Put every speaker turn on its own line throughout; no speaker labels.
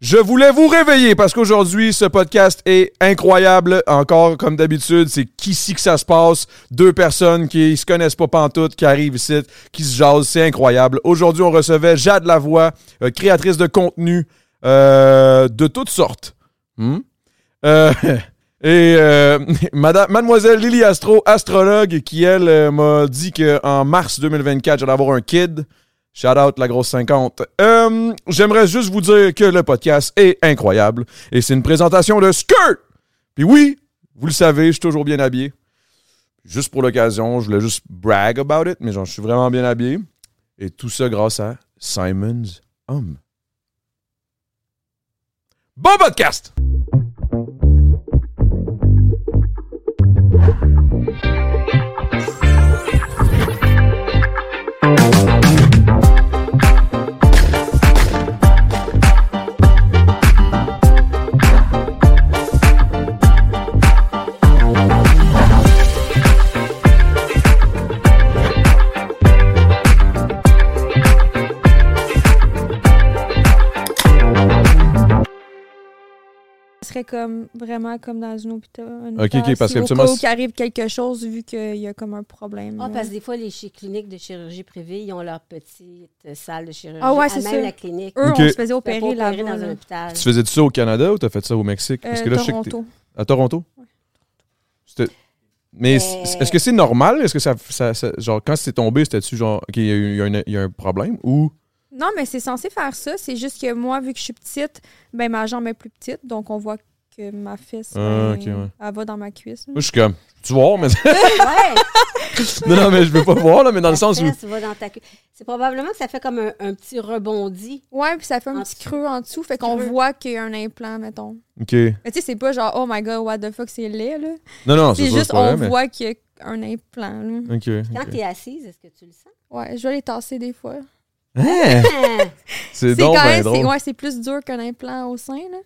je voulais vous réveiller parce qu'aujourd'hui, ce podcast est incroyable. Encore, comme d'habitude, c'est qu'ici que ça se passe. Deux personnes qui se connaissent pas pantoute, qui arrivent ici, qui se jasent. C'est incroyable. Aujourd'hui, on recevait Jade Lavoie, euh, créatrice de contenu euh, de toutes sortes. Hmm? Euh, et euh, madame, mademoiselle Lily Astro, astrologue, qui, elle, euh, m'a dit qu'en mars 2024, j'allais avoir un kid. Shout out la grosse 50. Euh, J'aimerais juste vous dire que le podcast est incroyable et c'est une présentation de Skirt. Puis oui, vous le savez, je suis toujours bien habillé. Juste pour l'occasion, je voulais juste brag about it, mais genre, je suis vraiment bien habillé. Et tout ça grâce à Simon's Homme. Bon podcast!
Ce serait comme vraiment comme dans une hôpital. un
Ok,
hôpital
ok, parce
si au
qu'habituellement,
cas où
c'est-
qu'il arrive quelque chose vu qu'il y a comme un problème.
Ah,
là.
parce que des fois, les chi- cliniques de chirurgie privée, ils ont leur petite euh, salle de chirurgie.
Ah ouais,
à
c'est
même
sûr.
la clinique.
Eux,
Ok.
on se faisait
Fait pas
opérer là.
opérer dans un
Euh,
hôpital.
Tu faisais ça au Canada ou t'as fait ça au Mexique? je sais que t'es-
Toronto. Euh.
À Toronto? C'était- Mais c- est-ce que c'est normal? Est-ce que ça, ça- ça- Genre, quand c'est tombé, c'était-tu genre. OK, il y, a eu- il y a une- il y a un problème? Ou.
Non, mais c'est censé faire ça. C'est juste que moi, vu que je suis petite, ben ma jambe est plus petite, donc on voit que ma fesse,
Ah,
ben,
ok, ouais.
elle va dans ma cuisse. là.
Moi, je suis comme. Tu vois, mais.
Ouais,
non, non, mais je veux pas voir, là, mais dans le
la
sens où.
fesse va dans ta queue. C'est probablement que ça fait comme un, un petit rebondi.
Ouais, puis ça fait un
En
petit
dessous.
creux en dessous, fait qu'on
Creux.
voit qu'il y a un implant, mettons.
OK.
Mais tu sais, c'est pas genre, oh my god, what the fuck, c'est laid, là.
Non, non, Ah, c'est
C'est
sûr,
juste,
c'est pas
on
vrai, mais-
voit qu'il y a un implant, là.
OK.
Quand
ok.
tu es assise, est-ce que tu le sens?
Ouais, je vais les tasser des fois.
Hein?
Ah,
C'est
C'est
donc
quand
ben
même, c'est
drôle.
ouais, c'est plus dur qu'un implant au sein, là.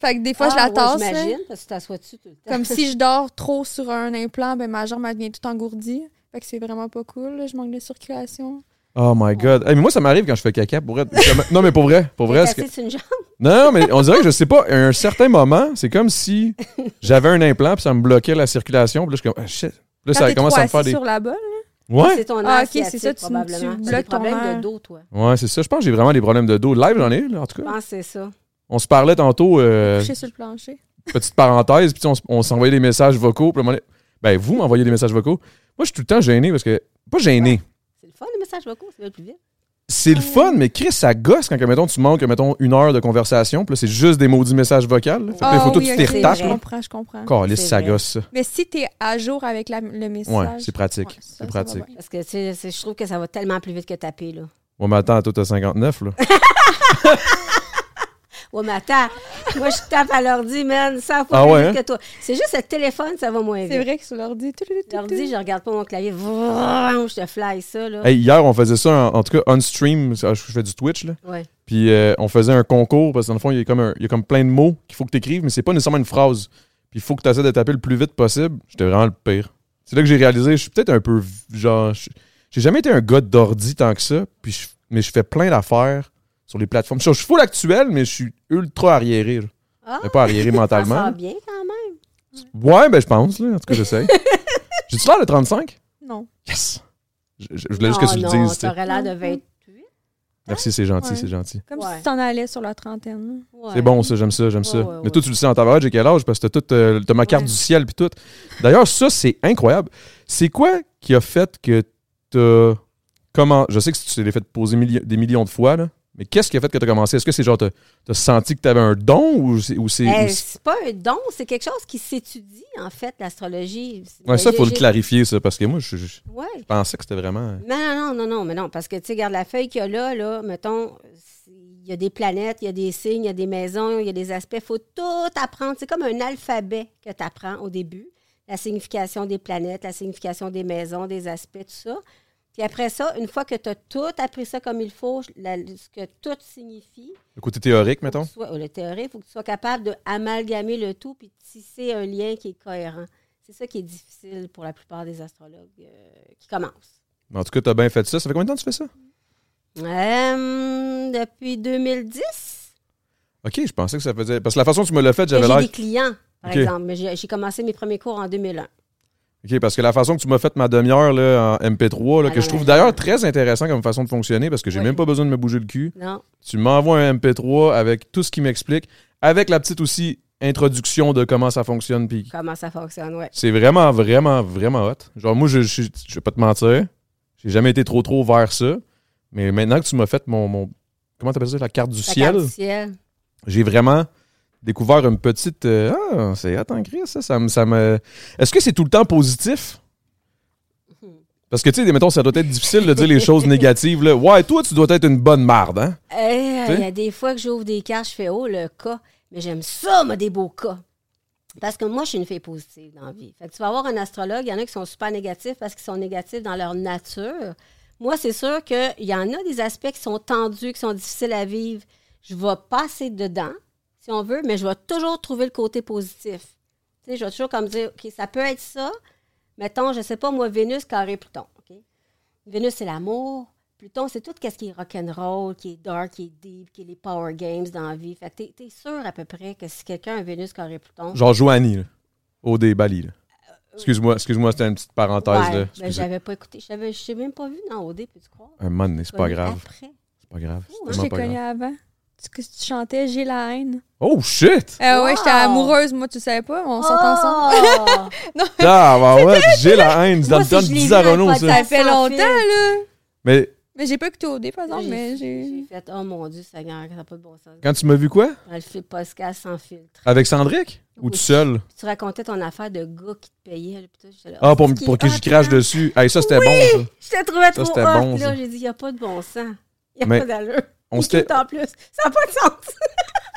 Fait que des fois, je la
Ah, ouais,
tasse, là.
J'imagine, parce que tu t'assois dessus tout le temps.
Comme si je dors trop sur un implant, ben ma jambe elle devient toute engourdie. Fait que c'est vraiment pas cool, là. je manque de circulation.
Oh my God. Hey, mais moi, ça m'arrive quand je fais caca pour être... Non, mais pour vrai. Pour
T'es
vrai. est-ce que-
assise sur une jambe.
Non, non, mais on dirait que je sais pas. À un certain moment, c'est comme si j'avais un implant puis ça me bloquait la circulation. Puis là, je suis comme. Ah, shit. Là,
Quand
ça
t'es
commence
trop
à me faire
assis
des.
sur la balle,
Ouais.
C'est ton
Ah,
nerf
ok, c'est ça,
sciatique,
tu- tu
probablement.
bloques
C'est des
ton Ah.
problèmes
nerf.
de dos, toi.
Ouais, c'est ça. Je pense que j'ai vraiment des problèmes de dos. Live, j'en ai, là, en tout
Je
cas.
pense que c'est ça.
On se parlait tantôt, euh,
couché sur le plancher.
petite parenthèse, puis tu sais, on, s- on s'envoyait des messages vocaux. Puis à un moment donné- ben, vous m'envoyez des messages vocaux. Moi, je suis tout le temps gêné parce que. Pas gêné.
C'est le fun, les messages vocaux, ça va plus vite.
C'est le fun, mais Chris, ça gosse quand, que, mettons, tu manques, que, mettons, une heure de conversation. Puis là, c'est juste des maudits messages vocaux. là. Fait que là, il
Ah
faut tout
oui,
que
ok,
tu
c'est
t'y retapes.
Je
vrai.
là.
comprends, je comprends.
Calisse,
C'est
ça
vrai.
gosse, ça.
Mais si t'es à jour avec la- le message.
Ouais, c'est pratique.
ouais, ça,
c'est
ça va
pratique.
bien.
Parce que tu sais, c'est- je trouve que ça va tellement plus vite que taper, là.
Ouais, mais attends, toi, t'as 59, là.
Ouais, mais attends, moi, je tape à l'ordi, man, 100 fois
Ah
plus
ouais,
vite
hein?
que toi. C'est juste le téléphone, ça va moins vite.
C'est vrai que sur l'ordi. tout, tout, tout,
L'ordi,
tout.
je regarde pas mon clavier. Vroom, je te fly ça, là.
Hey, hier, on faisait ça, en, en tout cas, on stream. ah, Je je fais du Twitch, là.
Ouais.
Puis euh, on faisait un concours parce que dans le fond, il y a comme, un- il y a comme plein de mots qu'il faut que tu écrives, mais c'est pas nécessairement une phrase. Puis il faut que tu essaies de taper le plus vite possible. J'étais vraiment le pire. C'est là que j'ai réalisé, je suis peut-être un peu v- genre. je- J'ai jamais été un gars d'ordi tant que ça, puis je- mais je fais plein d'affaires sur les plateformes. Je je suis full actuel, mais je suis ultra arriéré. là.
Ah!
Mais pas arriéré
Ça sort
mentalement.
bien, quand même.
Ouais, ben je pense, là. En tout cas, j'essaie. J'ai-tu l'air de 35?
Non.
Yes! Je, je- je voulais juste que
Ah Non,
tu le
Oh non,
dises. tu sais.
t'aurais l'air de 28.
Merci, c'est gentil,
Ouais.
c'est gentil.
Comme
Ouais.
si tu t'en allais sur la trentaine.
Ouais.
C'est bon, ça, j'aime ça, j'aime ça.
Ouais, ouais,
Mais
ouais.
toi, tu le sais en tabarade, j'ai quel âge parce que t'as tout, euh, t'as ma carte
Ouais.
du ciel puis tout. D'ailleurs, ça, c'est incroyable. C'est quoi qui a fait que t'as. Comment. Je sais que tu t'es fait poser milli- des millions de fois, là. Mais qu'est-ce qui a fait que t'as commencé? Est-ce que c'est genre, t'as t'as senti que t'avais un don ou c'est. ou c'est-
Eh,
ou c'est-
c'est pas un don, c'est quelque chose qui s'étudie, en fait, l'astrologie.
Ouais, ça,
Ben,
faut le
j'ai-
clarifier, ça, parce que moi, je, je
Ouais.
pensais que c'était vraiment. euh,
Non, non, non, non, non, mais non, parce que, tu sais, regarde la feuille qu'il y a là, là, mettons, c'est- il y a des planètes, il y a des signes, il y a des maisons, il y a des aspects, il faut tout apprendre. C'est comme un alphabet que tu apprends au début. La signification des planètes, la signification des maisons, des aspects, tout ça. Puis après ça, une fois que tu as tout appris ça comme il faut, la- ce que tout signifie,
Le côté théorique,
faut
mettons.
que tu sois- le théorique, il faut que tu sois capable d'amalgamer le tout puis de tisser un lien qui est cohérent. C'est ça qui est difficile pour la plupart des astrologues euh, qui commencent.
Mais en tout cas, t'as bien fait ça. Ça fait combien de temps que tu fais ça?
Euh, depuis 2010,
Ok, je pensais que ça faisait. Parce que la façon dont tu me l'as fait,
que
j'avais
Ben, j'ai
l'air.
des clients, par
Ok.
exemple. Mais j'ai j'ai commencé mes premiers cours en 2001.
OK, parce que la façon que tu m'as fait ma demi-heure là, en MP3, là,
Ah
que
non,
je trouve
mais-
d'ailleurs très intéressant comme façon de fonctionner, parce que j'ai
Oui.
même pas besoin de me bouger le cul.
Non?
Tu m'envoies un MP3 avec tout ce qui m'explique, avec la petite aussi introduction de comment ça fonctionne. Puis
Comment ça fonctionne, ouais.
c'est vraiment, vraiment, vraiment hot. Genre, moi, je, je, je vais pas te mentir, j'ai jamais été trop, trop vers ça. Mais maintenant que tu m'as fait mon. mon- comment t'appelles ça La carte du
La
ciel
carte du ciel.
j'ai vraiment découvert une petite. euh, ah, c'est attends, Chris, ça, ça me. ça me- Est-ce que c'est tout le temps positif? Parce que, tu sais, mettons, ça doit être difficile de dire les choses négatives. Là. Ouais, toi, tu dois être une bonne marde, hein?
Euh, Il y a des fois que j'ouvre des cartes, je fais oh le cas, mais j'aime ça, moi, des beaux cas. Parce que moi, je suis une fille positive dans la vie. Fait que tu vas avoir un astrologue, il y en a qui sont super négatifs parce qu'ils sont négatifs dans leur nature. Moi, c'est sûr qu'il y en a des aspects qui sont tendus, qui sont difficiles à vivre. Je vais passer dedans, si on veut, mais je vais toujours trouver le côté positif. Tu sais, je vais toujours comme dire, OK, ça peut être ça. Mettons, je sais pas, moi, Vénus, carré Pluton. OK? Vénus, c'est l'amour. Pluton, c'est tout ce qui est rock'n'roll, qui est dark, qui est deep, qui est les power games dans la vie. Fait que t'es- t'es sûr à peu près que si quelqu'un a Vénus, carré Pluton.
Genre Joanie, là. Au Bali, là. Excuse-moi, excuse-moi, c'était une petite parenthèse,
Ouais,
là.
ben,
Excusez.
j'avais pas écouté. Je savais- je t'ai même pas vu dans OD, peux-tu croire?
Un moment donné, c'est pas grave.
Après.
C'est pas grave.
Fou,
C'est
hein?
Je
vraiment
t'ai
pas
connu
grave.
avant. Tu, que tu chantais J'ai la haine.
Oh shit!
Euh, Ouais, j'étais
Wow!
amoureuse, moi, tu savais pas, on sortait ensemble.
Oh!
Ah, bah ouais, j'ai la haine.
Moi,
Ça me
si
donne
je l'ai
10
vu,
à
un
Renault, ça.
podcast.
Ça fait
Sans
longtemps,
fil.
là.
Mais
Mais j'ai pas écouté au dé, par exemple, mais j'ai.
J'ai fait, oh mon Dieu, Seigneur, ça n'a pas de bon sens.
quand tu m'as vu quoi?
Dans le fil podcast sans filtre.
Avec Sandrick? Ou
Oui.
tout seul?
Puis tu racontais ton affaire de gars qui te payait. là, puis tout, j'étais là,
Ah, pour,
c'est qui?
pour que
Ah,
j'y crache
attends.
dessus. Hey, ça, c'était bon, ça.
Je te trouvais trop
c'était
hot,
bon, ça.
là. J'ai dit, il n'y a pas de bon sens. Il n'y a
Mais
pas d'allure.
on
Il
s'était-
quitte en plus. Ça n'a pas de sens.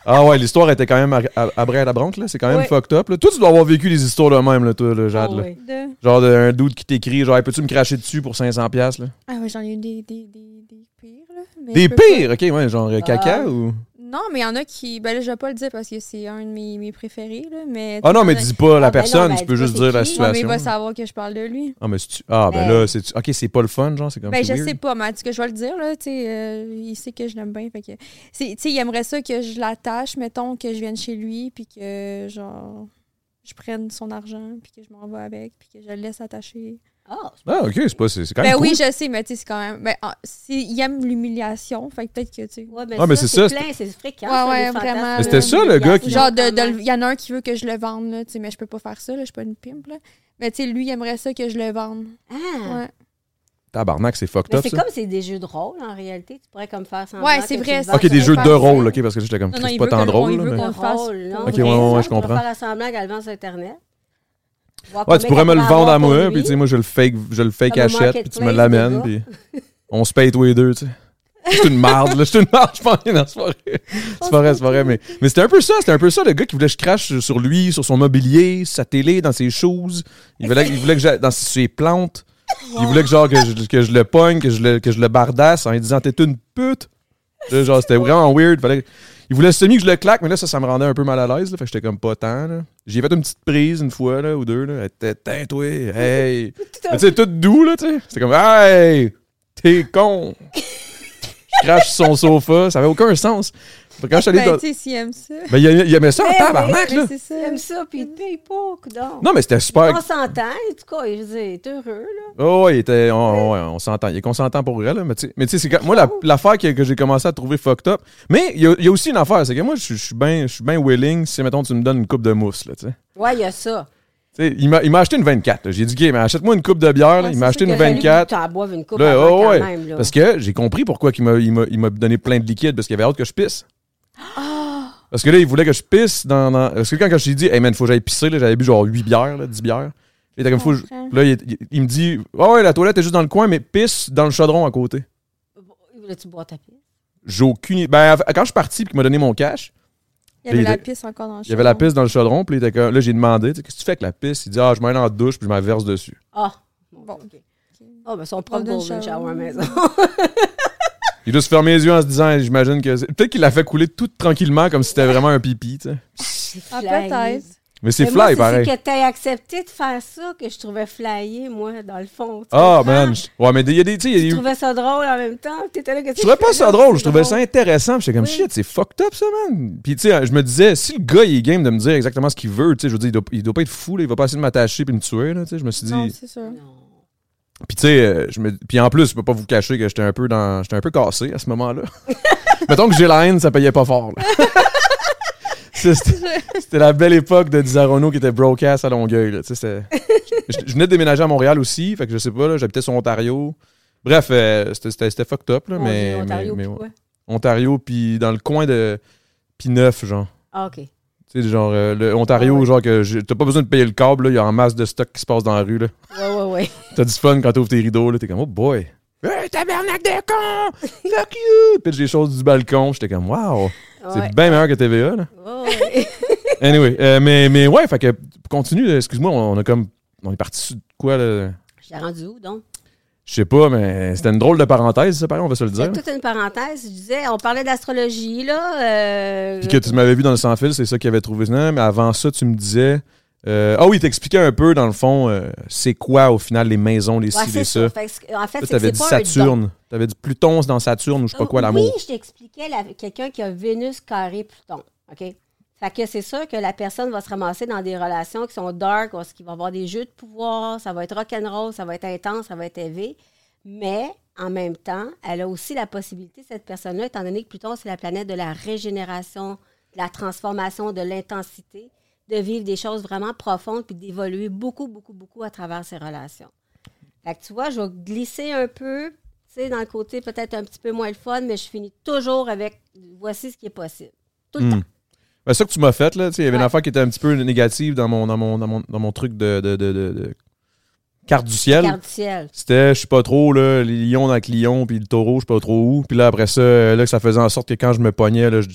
Ah ouais, l'histoire était quand même à, à, à Bray à la bronque, là. C'est quand même
Ouais.
fucked up. Là. Toi, tu dois avoir vécu des histoires de même, là, toi, là, Jade.
Ah
là.
oui.
De...
Genre de- un doute qui t'écrit, genre, Hey, peux-tu me cracher dessus pour 500$? piastres, Là?
Ah ouais, j'en ai eu des, des, des, des pires, là. mais
Des
je peux pas-
pires, ok, ouais, genre euh, caca ou.
Non, mais il y en a qui. Ben là, je vais pas le dire parce que c'est un de mes, mes préférés, là. Mais,
Ah non, mais dis pas la
Ah, ben non,
personne,
ben,
tu peux
dis pas
juste
c'est
dire la
qui.
Ouais, mais il
situation.
va savoir que je parle de lui.
Ah, mais c'est tu. Ah, ben
Ben-
là, c'est. Ok, c'est pas le fun, genre, c'est comme
Ben,
c'est
je
weird.
sais pas, mais en tout cas, je vais le dire, là, tu sais, euh, il sait que je l'aime bien, fait que... c'est- Tu sais, il aimerait ça que je l'attache, mettons, que je vienne chez lui, puis que, genre, je prenne son argent, puis que je m'en vais avec, puis que je le laisse attacher.
Ah, c'est
Ah, ok, c'est pas. C'est c'est quand même.
Ben
cool.
oui, je sais, mais tu sais, c'est quand même... Ben, ah, c'est- il aime l'humiliation, fait que peut-être que, tu sais...
Ouais, mais,
Ah, mais
ça,
c'est ça,
c'est plein, c'est fréquent.
Ouais,
ça,
ouais,
les fantasmes.
vraiment,
Mais c'était ça, le gars qui-
Genre, de, de- il y en a un qui veut que je le vende, là, tu sais, mais je peux pas faire ça, là, je suis pas une pimpe, là. Mais tu sais, lui, il aimerait ça que je le vende,
Ah.
ouais.
Tabarnak, c'est fucked
Mais
up,
c'est
ça.
comme c'est des jeux de rôle en réalité. Tu pourrais comme faire semblant.
Ouais, c'est
que
vrai,
tu
ça.
vends
Ok,
ton
des jeux de
faire ça.
rôle, ok, parce que j'étais comme.
Non, non,
C'est
il
pas
veut
tant
qu'on-
drôle,
il
là.
veut
mais-
qu'on-
rôle, non?
Ok,
Mais
ouais, ouais, ouais, je
Tu pourrais
comprends.
faire semblant qu'elle le vend sur Internet. Voir
Ouais,
combien
tu pourrais
qu'elle
me le
peut
vendre
avoir
à
pour
moi,
lui.
puis tu sais, moi, je le fake, je le fake
Comme un
achète, puis tu me
marketplace de
l'amènes,
gars.
puis on se paye tous les deux, tu sais. C'est une marde, là. C'est une marde, je pense. Non, c'est pas vrai. C'est pas vrai, c'est pas vrai. Mais, mais c'était un peu ça. C'était un peu ça, le gars qui voulait que je crache sur- sur lui, sur son mobilier, sur sa télé, dans ses choses. Il voulait, il voulait que j'aille dans ses plantes. Il voulait que, genre, que je, que je le pogne, que je le, que je le bardasse en lui disant T'es une pute. Là, genre, c'était vraiment weird. Fallait- Il voulait semi que je le claque, mais là, ça, ça me rendait un peu mal à l'aise. là. Fait que j'étais comme pas tant. là. J'ai fait une petite prise une fois là, ou deux. Là. Elle était Tain-toi, hey. mais tu sais, tout doux, là, tu sais. C'était comme Hey, t'es con. je crache sur son sofa. Ça avait aucun sens. Fait que Quand je suis allé
Ben,
dans-
tu sais, s'il aime ça.
Ben, il y a- il y aimait ça en tabarnak, là.
Ben, c'est ça.
J'aime ça, puis il te paye pas, coudonc.
Non, mais euh, c'était super.
On s'entend, en tout cas, je veux dire, il est heureux, là.
Oh, ouais, il était, on, ouais, on s'entend. Il est consentant pour vrai, là. Mais tu sais- mais tu sais, c'est quand- moi, la- l'affaire que, que j'ai commencé à trouver fucked up. Mais il y, a- il y a aussi une affaire, c'est que moi, je suis- je suis bien je suis ben willing si, mettons, tu me donnes une coupe de mousse, là, tu sais.
Ouais, il y a ça.
Tu sais, il m'a il m'a acheté une 24. là. J'ai dit, Gay, mais achète-moi une coupe de bière. là.
Ouais,
il
c'est
m'a acheté
sûr
une
que j'aurais voulu
24.
que t'en boives une coupe
Là,
avant
oh,
quand
ouais.
même, là.
Parce que j'ai compris pourquoi il m'a- il m'a il m'a donné plein de liquide, parce qu'il avait hâte que je pisse.
Ah!
Parce que là, il voulait que je pisse dans. dans- Parce que quand, quand je lui ai dit, hey man, faut que j'aille pisser, là, j'avais bu genre 8 bières, là, 10 bières. Il était comme, faut que je-
comprends.
Là, il, est- il- il me dit, ah ouais, la toilette est juste dans le coin, mais pisse dans le chaudron à côté.
Voulais-tu boire ta pisse?
J'ai aucune. i- Ben, quand je suis parti, puis qu'il m'a donné mon cash,
Il y avait
il-
la pisse encore dans le
il y avait la
chaudron.
pisse dans le chaudron, puis il était comme- là, j'ai demandé, tu sais, qu'est-ce que tu fais avec la pisse? Il dit, ah, je mets en douche, puis je m'en verse dessus.
Ah,
Bon.
OK. Ah, ben son propre
Golden
golden shower
shower.
à la maison.
Il a juste fermé les yeux en se disant, hey, j'imagine que. c'est- Peut-être qu'il l'a fait couler tout tranquillement, comme si c'était vraiment un pipi, tu sais.
Ah,
Flyé.
peut-être.
Mais c'est
Mais
fly,
moi,
pareil.
C'est que t'aies accepté de faire ça que je trouvais flyé, moi, dans le fond. tu
Ah,
comprends?
man. je- Ouais, mais il y a des. Tu sais, il y
Je
a des-
trouvais ça drôle en même temps. T'étais là que
Je trouvais pas ça drôle, je trouvais ça intéressant. puis J'étais comme shit, c'est fucked up ça, man. Puis tu sais, je me disais, si le gars il est game de me dire exactement ce qu'il veut, tu sais, je veux dire, il doit, il doit pas être fou, là, il va pas essayer de m'attacher puis me tuer, là, tu sais. Je me suis dit.
Non, c'est sûr.
Puis tu sais, euh, je me, puis en plus, je peux pas vous cacher que j'étais un peu dans, j'étais un peu cassé à ce moment-là. Mettons que j'ai la haine, ça payait pas fort. là. C'est- C'était c'était la belle époque de Dizarono qui était broadcast à Longueuil. là, tu sais, c'était- je, je venais de déménager à Montréal aussi, fait que je sais pas, là, j'habitais sur Ontario. Bref, euh, c'était- c'était c'était fucked up, là, mais, mais-
Ontario,
mais-
puis quoi?
Ontario, puis dans le coin de Pis neuf genre.
Ah, OK.
Tu sais, genre, euh, le Ontario,
Ah ouais.
genre, que j'ai- t'as pas besoin de payer le câble, là, il y a en masse de stock qui se passe dans la rue, là.
Ouais, ouais, ouais.
T'as du fun quand t'ouvres tes rideaux, là, t'es comme, oh boy. Hey, tabernacle de con! Fuck you! Pitch des choses du balcon, j'étais comme, wow!
Ouais.
C'est bien meilleur que TVA, là.
Ouais, ouais.
Anyway, euh, mais, mais ouais, fait que, continue, euh, excuse-moi, on on a comme, on est parti sur de quoi, là?
Je l'ai rendu où, donc?
Je sais pas, mais c'était une drôle de parenthèse, ça, pareil, on va se le dire.
C'est toute une parenthèse. Je disais, on parlait d'astrologie, là. euh,
Puis que tu m'avais vu dans le sans fil, c'est ça qu'il avait trouvé. Non, mais avant ça, tu me disais. euh, Ah oui, t'expliquais un peu, dans le fond, euh, c'est quoi au final les maisons, les
Ouais,
ci,
c'est
les
ça.
ça.
Fait que c'est- en
Là,
fait, c'est que
t'avais
c'est
dit
pas un don. Ah
Saturne. T'avais dit Pluton c'est dans Saturne ou je sais pas quoi, l'amour.
Oh, Oui, je t'expliquais la- quelqu'un qui a Vénus carré Pluton. OK? Fait que c'est sûr que la personne va se ramasser dans des relations qui sont dark, parce qu'il va avoir des jeux de pouvoir, ça va être rock'n'roll, ça va être intense, ça va être élevé. Mais en même temps, elle a aussi la possibilité, cette personne-là, étant donné que Pluton, c'est la planète de la régénération, de la transformation, de l'intensité, de vivre des choses vraiment profondes puis d'évoluer beaucoup, beaucoup, beaucoup à travers ses relations. Fait que tu vois, je vais glisser un peu, tu sais, dans le côté peut-être un petit peu moins le fun, mais je finis toujours avec voici ce qui est possible. Tout le temps.
Ben, ça que tu m'as fait, là, tu sais, il y avait une affaire qui était un petit peu négative dans mon, dans mon, dans mon, dans mon truc de, de, de, de- de carte du ciel.
Garde du ciel.
C'était, je sais pas trop, là, les lions avec lion, puis le taureau, je sais pas trop où. Puis là, après ça, euh, là, que ça faisait en sorte que quand je me pognais, là, je-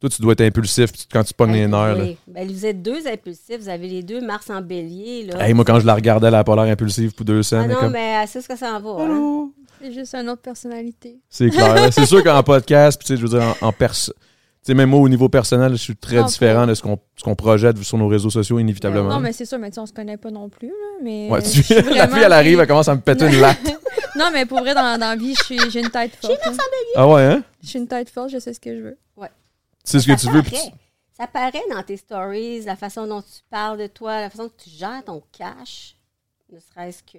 toi, tu dois être impulsif puis tu- quand tu pognes les nerfs. là.
Oui. Ben, vous êtes deux impulsifs, vous avez les deux Mars en bélier. Là.
Hey, moi, quand je la regardais, la polaire impulsive pour deux
ah
scènes,
non,
comme...
mais c'est ce que ça en va. hein.
C'est juste une autre personnalité.
c'est clair. là. c'est sûr qu'en podcast, puis tu sais, je veux dire, en, en perso... Tu sais, même moi, au niveau personnel, je suis très
Non,
différent de ce qu'on ce qu'on projette sur nos réseaux sociaux, inévitablement.
Non, mais c'est sûr, mais tu sais, on se connaît pas non plus, là. Mais
Ouais,
euh,
tu-
je suis
la
vraiment-
fille, elle arrive, elle commence à me péter une latte.
Non, mais pour vrai, dans, dans la vie, je suis- j'ai une tête forte. hein.
Ah ouais, hein?
Je suis une tête forte, je sais ce que je veux.
Tu sais ce que tu veux. puis tu-
paraît. Ça paraît dans tes stories, la façon dont tu parles de toi, la façon dont tu gères ton cash, ne serait-ce que.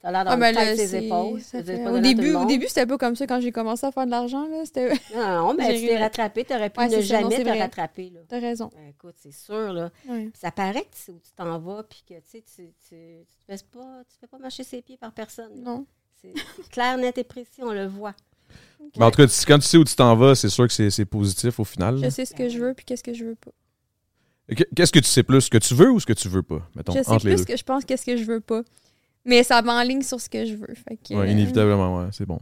Tu as l'air
Ah,
d'avoir
ben
le temps
là,
de tes
c'est-
épaules.
ça
ça
fait-
veut pas
Au
donner à tout le
début, au
monde. Ah
début c'était pas comme ça quand j'ai commencé à faire de l'argent, là. C'était.
Non, non, mais
J'ai
tu t'es
ri.
rattrapé, tu aurais pu
Ouais,
ne
c'est ça, non,
jamais
c'est
te
vrai.
rattraper. Là.
T'as raison.
Ben, écoute, c'est sûr. Là.
Ouais.
Ça paraît que c'est où tu t'en vas, puis que tu sais, tu, tu, tu te laisses pas, tu te fais pas marcher ses pieds par personne. là.
Non.
C'est c'est clair, net et précis, on le voit.
Mais en tout cas, tu- quand tu sais où tu t'en vas, c'est sûr que c'est c'est positif au final.
Je sais ce que je veux puis qu'est-ce que je veux pas.
Que- Qu'est-ce que tu sais plus, ce que tu veux ou ce que tu veux pas, mettons,
je sais
entre les
plus
deux.
ce que je pense qu'est-ce que Mm. je veux pas. Mais ça m'enligne sur ce que je veux. Fait que,
Ouais,
euh,
inévitablement, ouais, c'est bon.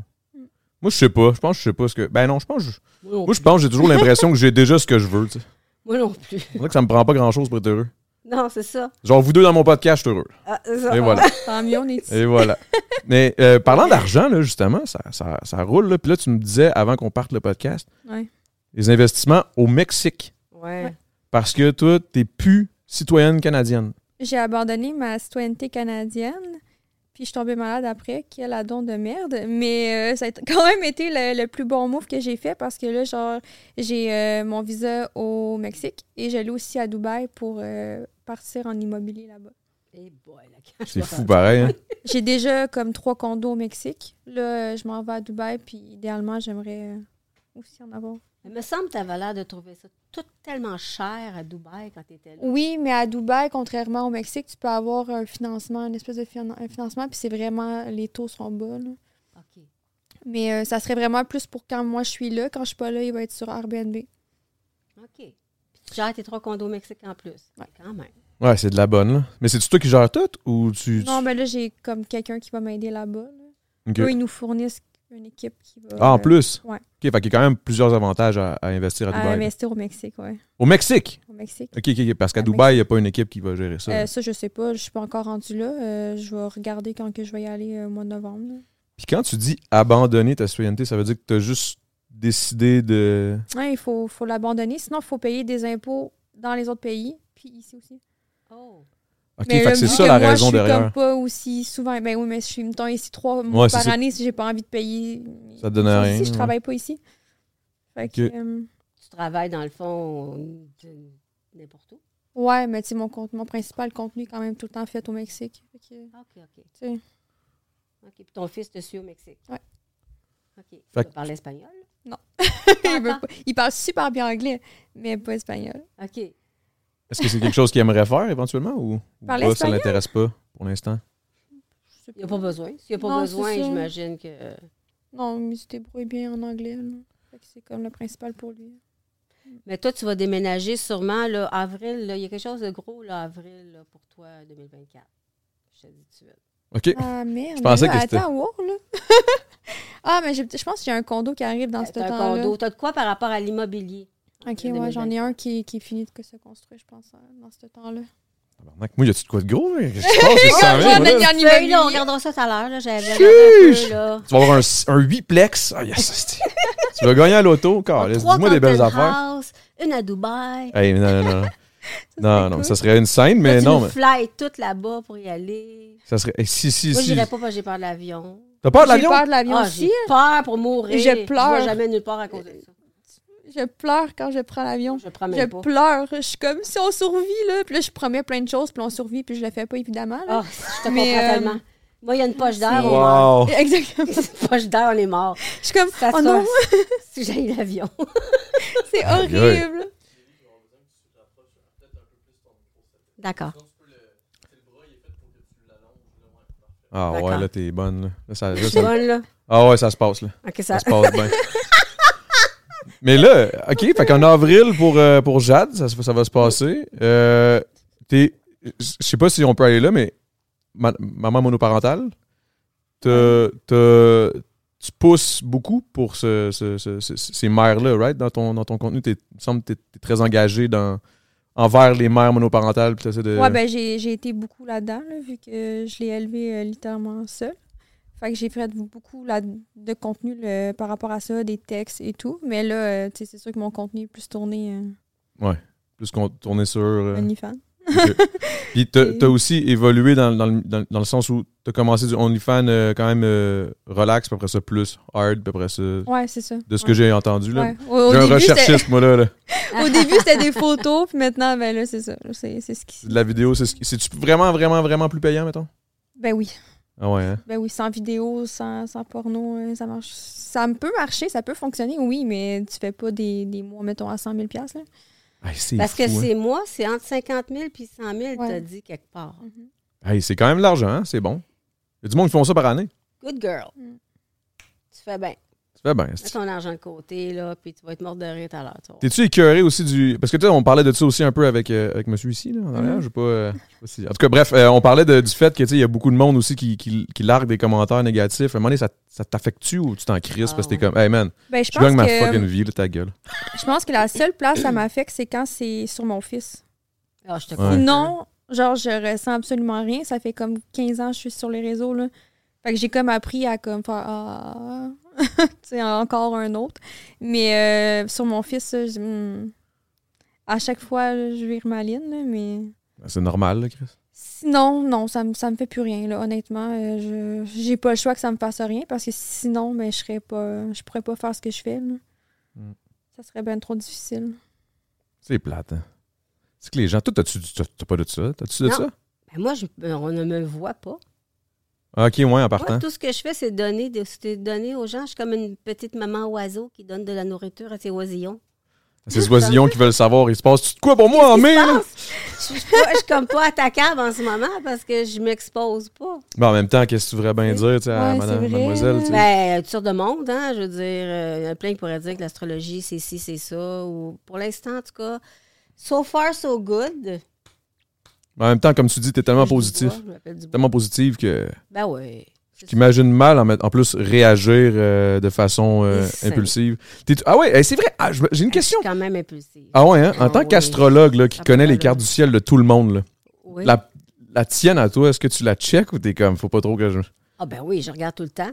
Moi, je sais pas. Je pense que je sais pas ce que. Ben non, je pense que je-
Moi non
Moi, je pense que j'ai toujours l'impression que j'ai déjà ce que je veux. tu sais.
Moi non plus.
C'est vrai que ça me prend pas grand chose pour être heureux.
Non, c'est ça.
Genre, vous deux dans mon podcast, je suis heureux.
Ah, c'est ça.
Et voilà.
Tant mieux, on est ici.
Et voilà. Mais euh, parlant d'argent, là, justement, ça, ça, ça roule. Là. Puis là, tu me disais avant qu'on parte le podcast,
Ouais.
les investissements au Mexique.
Ouais.
Parce que toi, t'es plus citoyenne canadienne.
J'ai abandonné ma citoyenneté canadienne, puis je suis tombée malade après. Quel adon de merde. Mais euh, ça a été- quand même été le, le plus bon move que j'ai fait parce que là, genre, j'ai euh, mon visa au Mexique et j'allais aussi à Dubaï pour euh, partir en immobilier là-bas.
Et boy, la cache.
C'est fou pareil. hein.
J'ai déjà comme trois condos au Mexique. Là, euh, je m'en vais à Dubaï, puis idéalement, j'aimerais euh, aussi en avoir.
Il me semble que tu avais l'air de trouver ça tout tellement cher à Dubaï quand tu étais là.
Oui, mais à Dubaï, contrairement au Mexique, tu peux avoir un financement, une espèce de finan- un financement, puis c'est vraiment, les taux sont bas. là.
OK.
Mais euh, ça serait vraiment plus pour quand moi je suis là. Quand je suis pas là, il va être sur Airbnb.
OK. Puis tu gères tes trois condos au Mexique en plus.
Ouais.
Quand même.
Ouais, c'est de la bonne. Là. Mais c'est toi qui gères tout ou tu. tu-
Non, mais là, j'ai comme quelqu'un qui va m'aider là-bas. là.
Ok.
Eux, ils nous fournissent une équipe qui va euh,
Ah, en plus.
ouais.
OK, fait qu'il y a quand même plusieurs avantages à, à investir à
euh,
Dubaï. là.
investir au Mexique, ouais.
Au Mexique.
Au Mexique.
OK, OK, OK, parce qu'à
Au
Dubaï, il n'y a pas une équipe qui va gérer ça.
Euh, ça, je sais pas. Je suis pas encore rendue là. Euh, je vais regarder quand que je vais y aller euh, au mois de novembre. là.
Puis quand tu dis abandonner ta citoyenneté, ça veut dire que tu as juste décidé de.
Ouais, il faut, faut l'abandonner. Sinon, il faut payer des impôts dans les autres pays, puis ici aussi.
Oh.
OK,
Mais
fait que
là,
c'est
vu
ça
que
la
moi,
raison
je suis
derrière.
comme pas aussi souvent. Ben oui, mais je suis, mettons, ici trois mois
Ouais, c'est
par
ça.
année si j'ai pas envie de payer.
Ça te donne
ici,
rien,
Je
ouais.
travaille pas ici. Fait que,
Ok.
euh,
Tu travailles dans le fond euh, de- n'importe où.
ouais, mais tu sais, mon, compte- mon principal contenu est quand même tout le temps fait au Mexique. Fait que,
OK, OK.
tu sais,
OK. Puis ton fils te suit au Mexique.
Ouais.
OK. Tu
que-
parles espagnol.
il, veut pas- il parle super bien anglais, mais pas espagnol.
OK.
Est-ce que c'est quelque chose qu'il aimerait faire éventuellement ou, ou
Parler
pas, ça
espagnol?
l'intéresse pas pour l'instant?
Je sais
Il n'y a pas besoin. S'il n'y a pas
Non,
besoin,
c'est ça.
j'imagine que.
Non, mais il se débrouille bien en anglais. là. Fait que c'est comme le principal pour lui.
Mais toi, tu vas déménager sûrement là, avril. là. Il y a quelque chose de gros là, avril là, pour toi 2024. Je te le dis tout de
OK.
suite.
Ah merde.
Je pensais
mais
que
là,
c'était-
Attends, wow, là. ah, mais j'ai- je pense qu'il y a un condo qui arrive dans Ah, ce
Ben, T'as un
temps-là.
condo. T'as de quoi par rapport à l'immobilier?
Ok,
En
ouais, j'en ai
2024.
un qui, qui est fini de que se construire, je pense, hein, dans ce temps-là.
Tabarnak, Moi, y a-tu de quoi de gros? là? Qu'est-ce qui se passe? Qu'est-ce qui s'en vient,
j'en ai
là?
bien-
Feuille,
immobilier.
là, on regardera ça tout à l'heure. là. J'avais regardé un peu, là.
Tu vas avoir un, un 8 plex. Ah, yes, c'est- tu vas gagner à l'auto, car.
Trois
Dis-moi Ah, des belles
Compton
affaires.
House, une à Dubaï.
Hey, non, non, non. non. non, non,
cool.
ça serait une scène,
Mais
mais
tu
non,
non,
mais
fly toutes là-bas pour y aller.
ça serait. eh, si, si,
Moi,
si.
j'irai pas parce que j'ai peur de l'avion.
T'as peur de
J'ai
l'avion?
peur de l'avion
Ah, j'ai
aussi.
peur pour mourir.
Je
Je
pleure.
vais jamais nulle part à cause de ça.
Je pleure quand je prends l'avion.
Je promets
Je
pas.
pleure. Je suis comme si on survit, là. Puis là, je promets plein de choses, puis on survit, puis je le fais pas, évidemment. là.
Ah, je te
Mais,
comprends
euh,
tellement. Moi, il y a une poche d'air, on meurt.
Wow.
Exactement.
Une poche d'air, on est mort.
Je suis comme,
Ça
oh
se
non,
passe si j'ai eu l'avion.
c'est
Aïe, aïe.
horrible.
D'accord.
Ah ouais,
D'accord.
là, t'es bonne. Là. Là, ça, là,
C'est
ça-
bon, là.
Ah ouais, ça se passe, là.
OK,
Ça
ça.
se passe bien. Mais là, OK, fait qu'en avril pour, euh, pour Jade, ça, se- ça va se passer. Euh, t'es- Je sais pas si on peut aller là, mais ma- maman monoparentale, te- te- tu pousses beaucoup pour ce- ce- ce- ce- ces mères-là, right? Dans ton, dans ton contenu, t'es- il me semble que tu es très engagé dans, envers les mères monoparentales. Puis t'essaies de...
Ouais, ben, j'ai j'ai été beaucoup là-dedans, là, vu que je l'ai élevé euh, littéralement seule. Fait que j'ai fait beaucoup là, de contenu là, par rapport à ça, des textes et tout. Mais là, euh, tu sais, c'est sûr que mon contenu est plus tourné euh,
Plus qu'on tournait sur... euh,
OnlyFans.
Ok. Puis t'as
Et-
t'as aussi évolué dans, dans, le- dans- dans le sens où t'as commencé du OnlyFans euh, quand même euh, relax, puis après ça plus hard, puis après ça, de
Ouais, c'est ça.
ce que j'ai entendu. là.
Ouais. Au, au
J'ai un
début, c'était-
recherchiste, moi, là. là.
au début, c'était des photos, puis maintenant, ben là, c'est ça. Là, C'est c'est ce
C'est
qui.
De la vidéo, c'est ce qui- c'est-tu vraiment, vraiment, vraiment plus payant, mettons?
Ben oui.
Ah ouais, hein?
Ben oui, sans vidéo, sans, sans porno, hein, ça marche. Ça peut marcher, ça peut fonctionner, oui, mais tu fais pas des, des mois, mettons, à 100 000 là.
Hey, c'est
Parce que
fou, hein.
c'est moi, c'est entre 50 000 puis 100 000,
Ouais.
t'as dit quelque part.
Mm-hmm.
Hey, c'est quand même de l'argent, hein? c'est bon. Il y a du monde qui font ça par année.
Good girl.
Mm.
Tu fais bien.
Tu fais bien.
Mets
c'est-
ton argent de côté, là, puis tu vas être morte de rire tout à l'heure. tu vas voir.
T'es-tu écœuré aussi du. Parce que tu sais, on parlait de ça aussi un peu avec, euh, avec monsieur ici, là, en
Mm.
arrière. Je sais pas, euh, je sais pas si- En tout cas, bref, euh, on parlait de- du fait que tu sais, il y a beaucoup de monde aussi qui, qui, qui largue des commentaires négatifs. À un moment donné, ça, ça t'affecte-tu ou tu t'en crises parce que t'es comme, hey man,
Ben, je
je gagne
pense
ma
que
fucking vie, là, ta gueule.
je pense que la seule place où ça m'affecte, c'est quand c'est sur mon fils.
Ah, je te
Ouais.
Non, genre, je ressens absolument rien. Ça fait comme 15 ans que je suis sur les réseaux, là. Fait que j'ai comme appris à comme faire Ah, tu sais, encore un autre. Mais euh, sur mon fils, là, je- hmm. à chaque fois, là, je vire ma ligne, là, mais
Ben, C'est normal, là, Chris.
sinon, non, ça me, ça me fait plus rien, là, honnêtement. Euh, je J'ai pas le choix que ça me fasse rien parce que sinon, ben, je serais pas, je pourrais pas faire ce que je fais, là.
Mm.
Ça serait bien trop difficile.
C'est plate, hein. C'est que les gens. Toi, t'as-tu du- t'as t'as pas de ça? T'as-tu de
Non.
ça?
Ben, moi, je, ben, on ne me voit pas.
Ah, Ok, ouais, en partant.
Moi, tout ce que je fais, c'est donner, des- c'est donner aux gens. Je suis comme une petite maman oiseau qui donne de la nourriture à ses oisillons.
C'est ces oisillons qui veulent savoir, il se passe-tu de quoi pour moi en mai, là?
Je suis pas- je suis comme pas attaquable en ce moment parce que je m'expose pas.
Ben, en même temps, qu'est-ce que tu voudrais bien dire, tu sais, à
Ouais,
madame,
c'est vrai,
mademoiselle, tu sais?
Ben, toutes sortes de monde, hein. Je veux dire, euh, il y en a plein qui pourraient dire que l'astrologie, c'est ci, c'est ça. Ou pour l'instant, en tout cas, so far, so good.
Mais En même temps, comme tu dis, t'es tellement
Je dis
positif.
Dubois, je m'appelle Dubois.
Tellement positif que.
Ben oui.
J'imagine mal en, met- en plus réagir euh, de façon euh,
C'est ça.
impulsive. T'es- ah ouais, eh, c'est vrai. Ah, je me- J'ai une question.
Je suis quand même impulsive.
Ah ouais, hein? en
Ah
tant
oui.
qu'astrologue là, qui
Ah,
connaît
ben
les
là.
cartes du ciel de tout le monde, là,
Oui.
la, la tienne à toi, est-ce que tu la check ou t'es comme, faut pas trop que je.
Ah ben oui, je regarde tout le temps.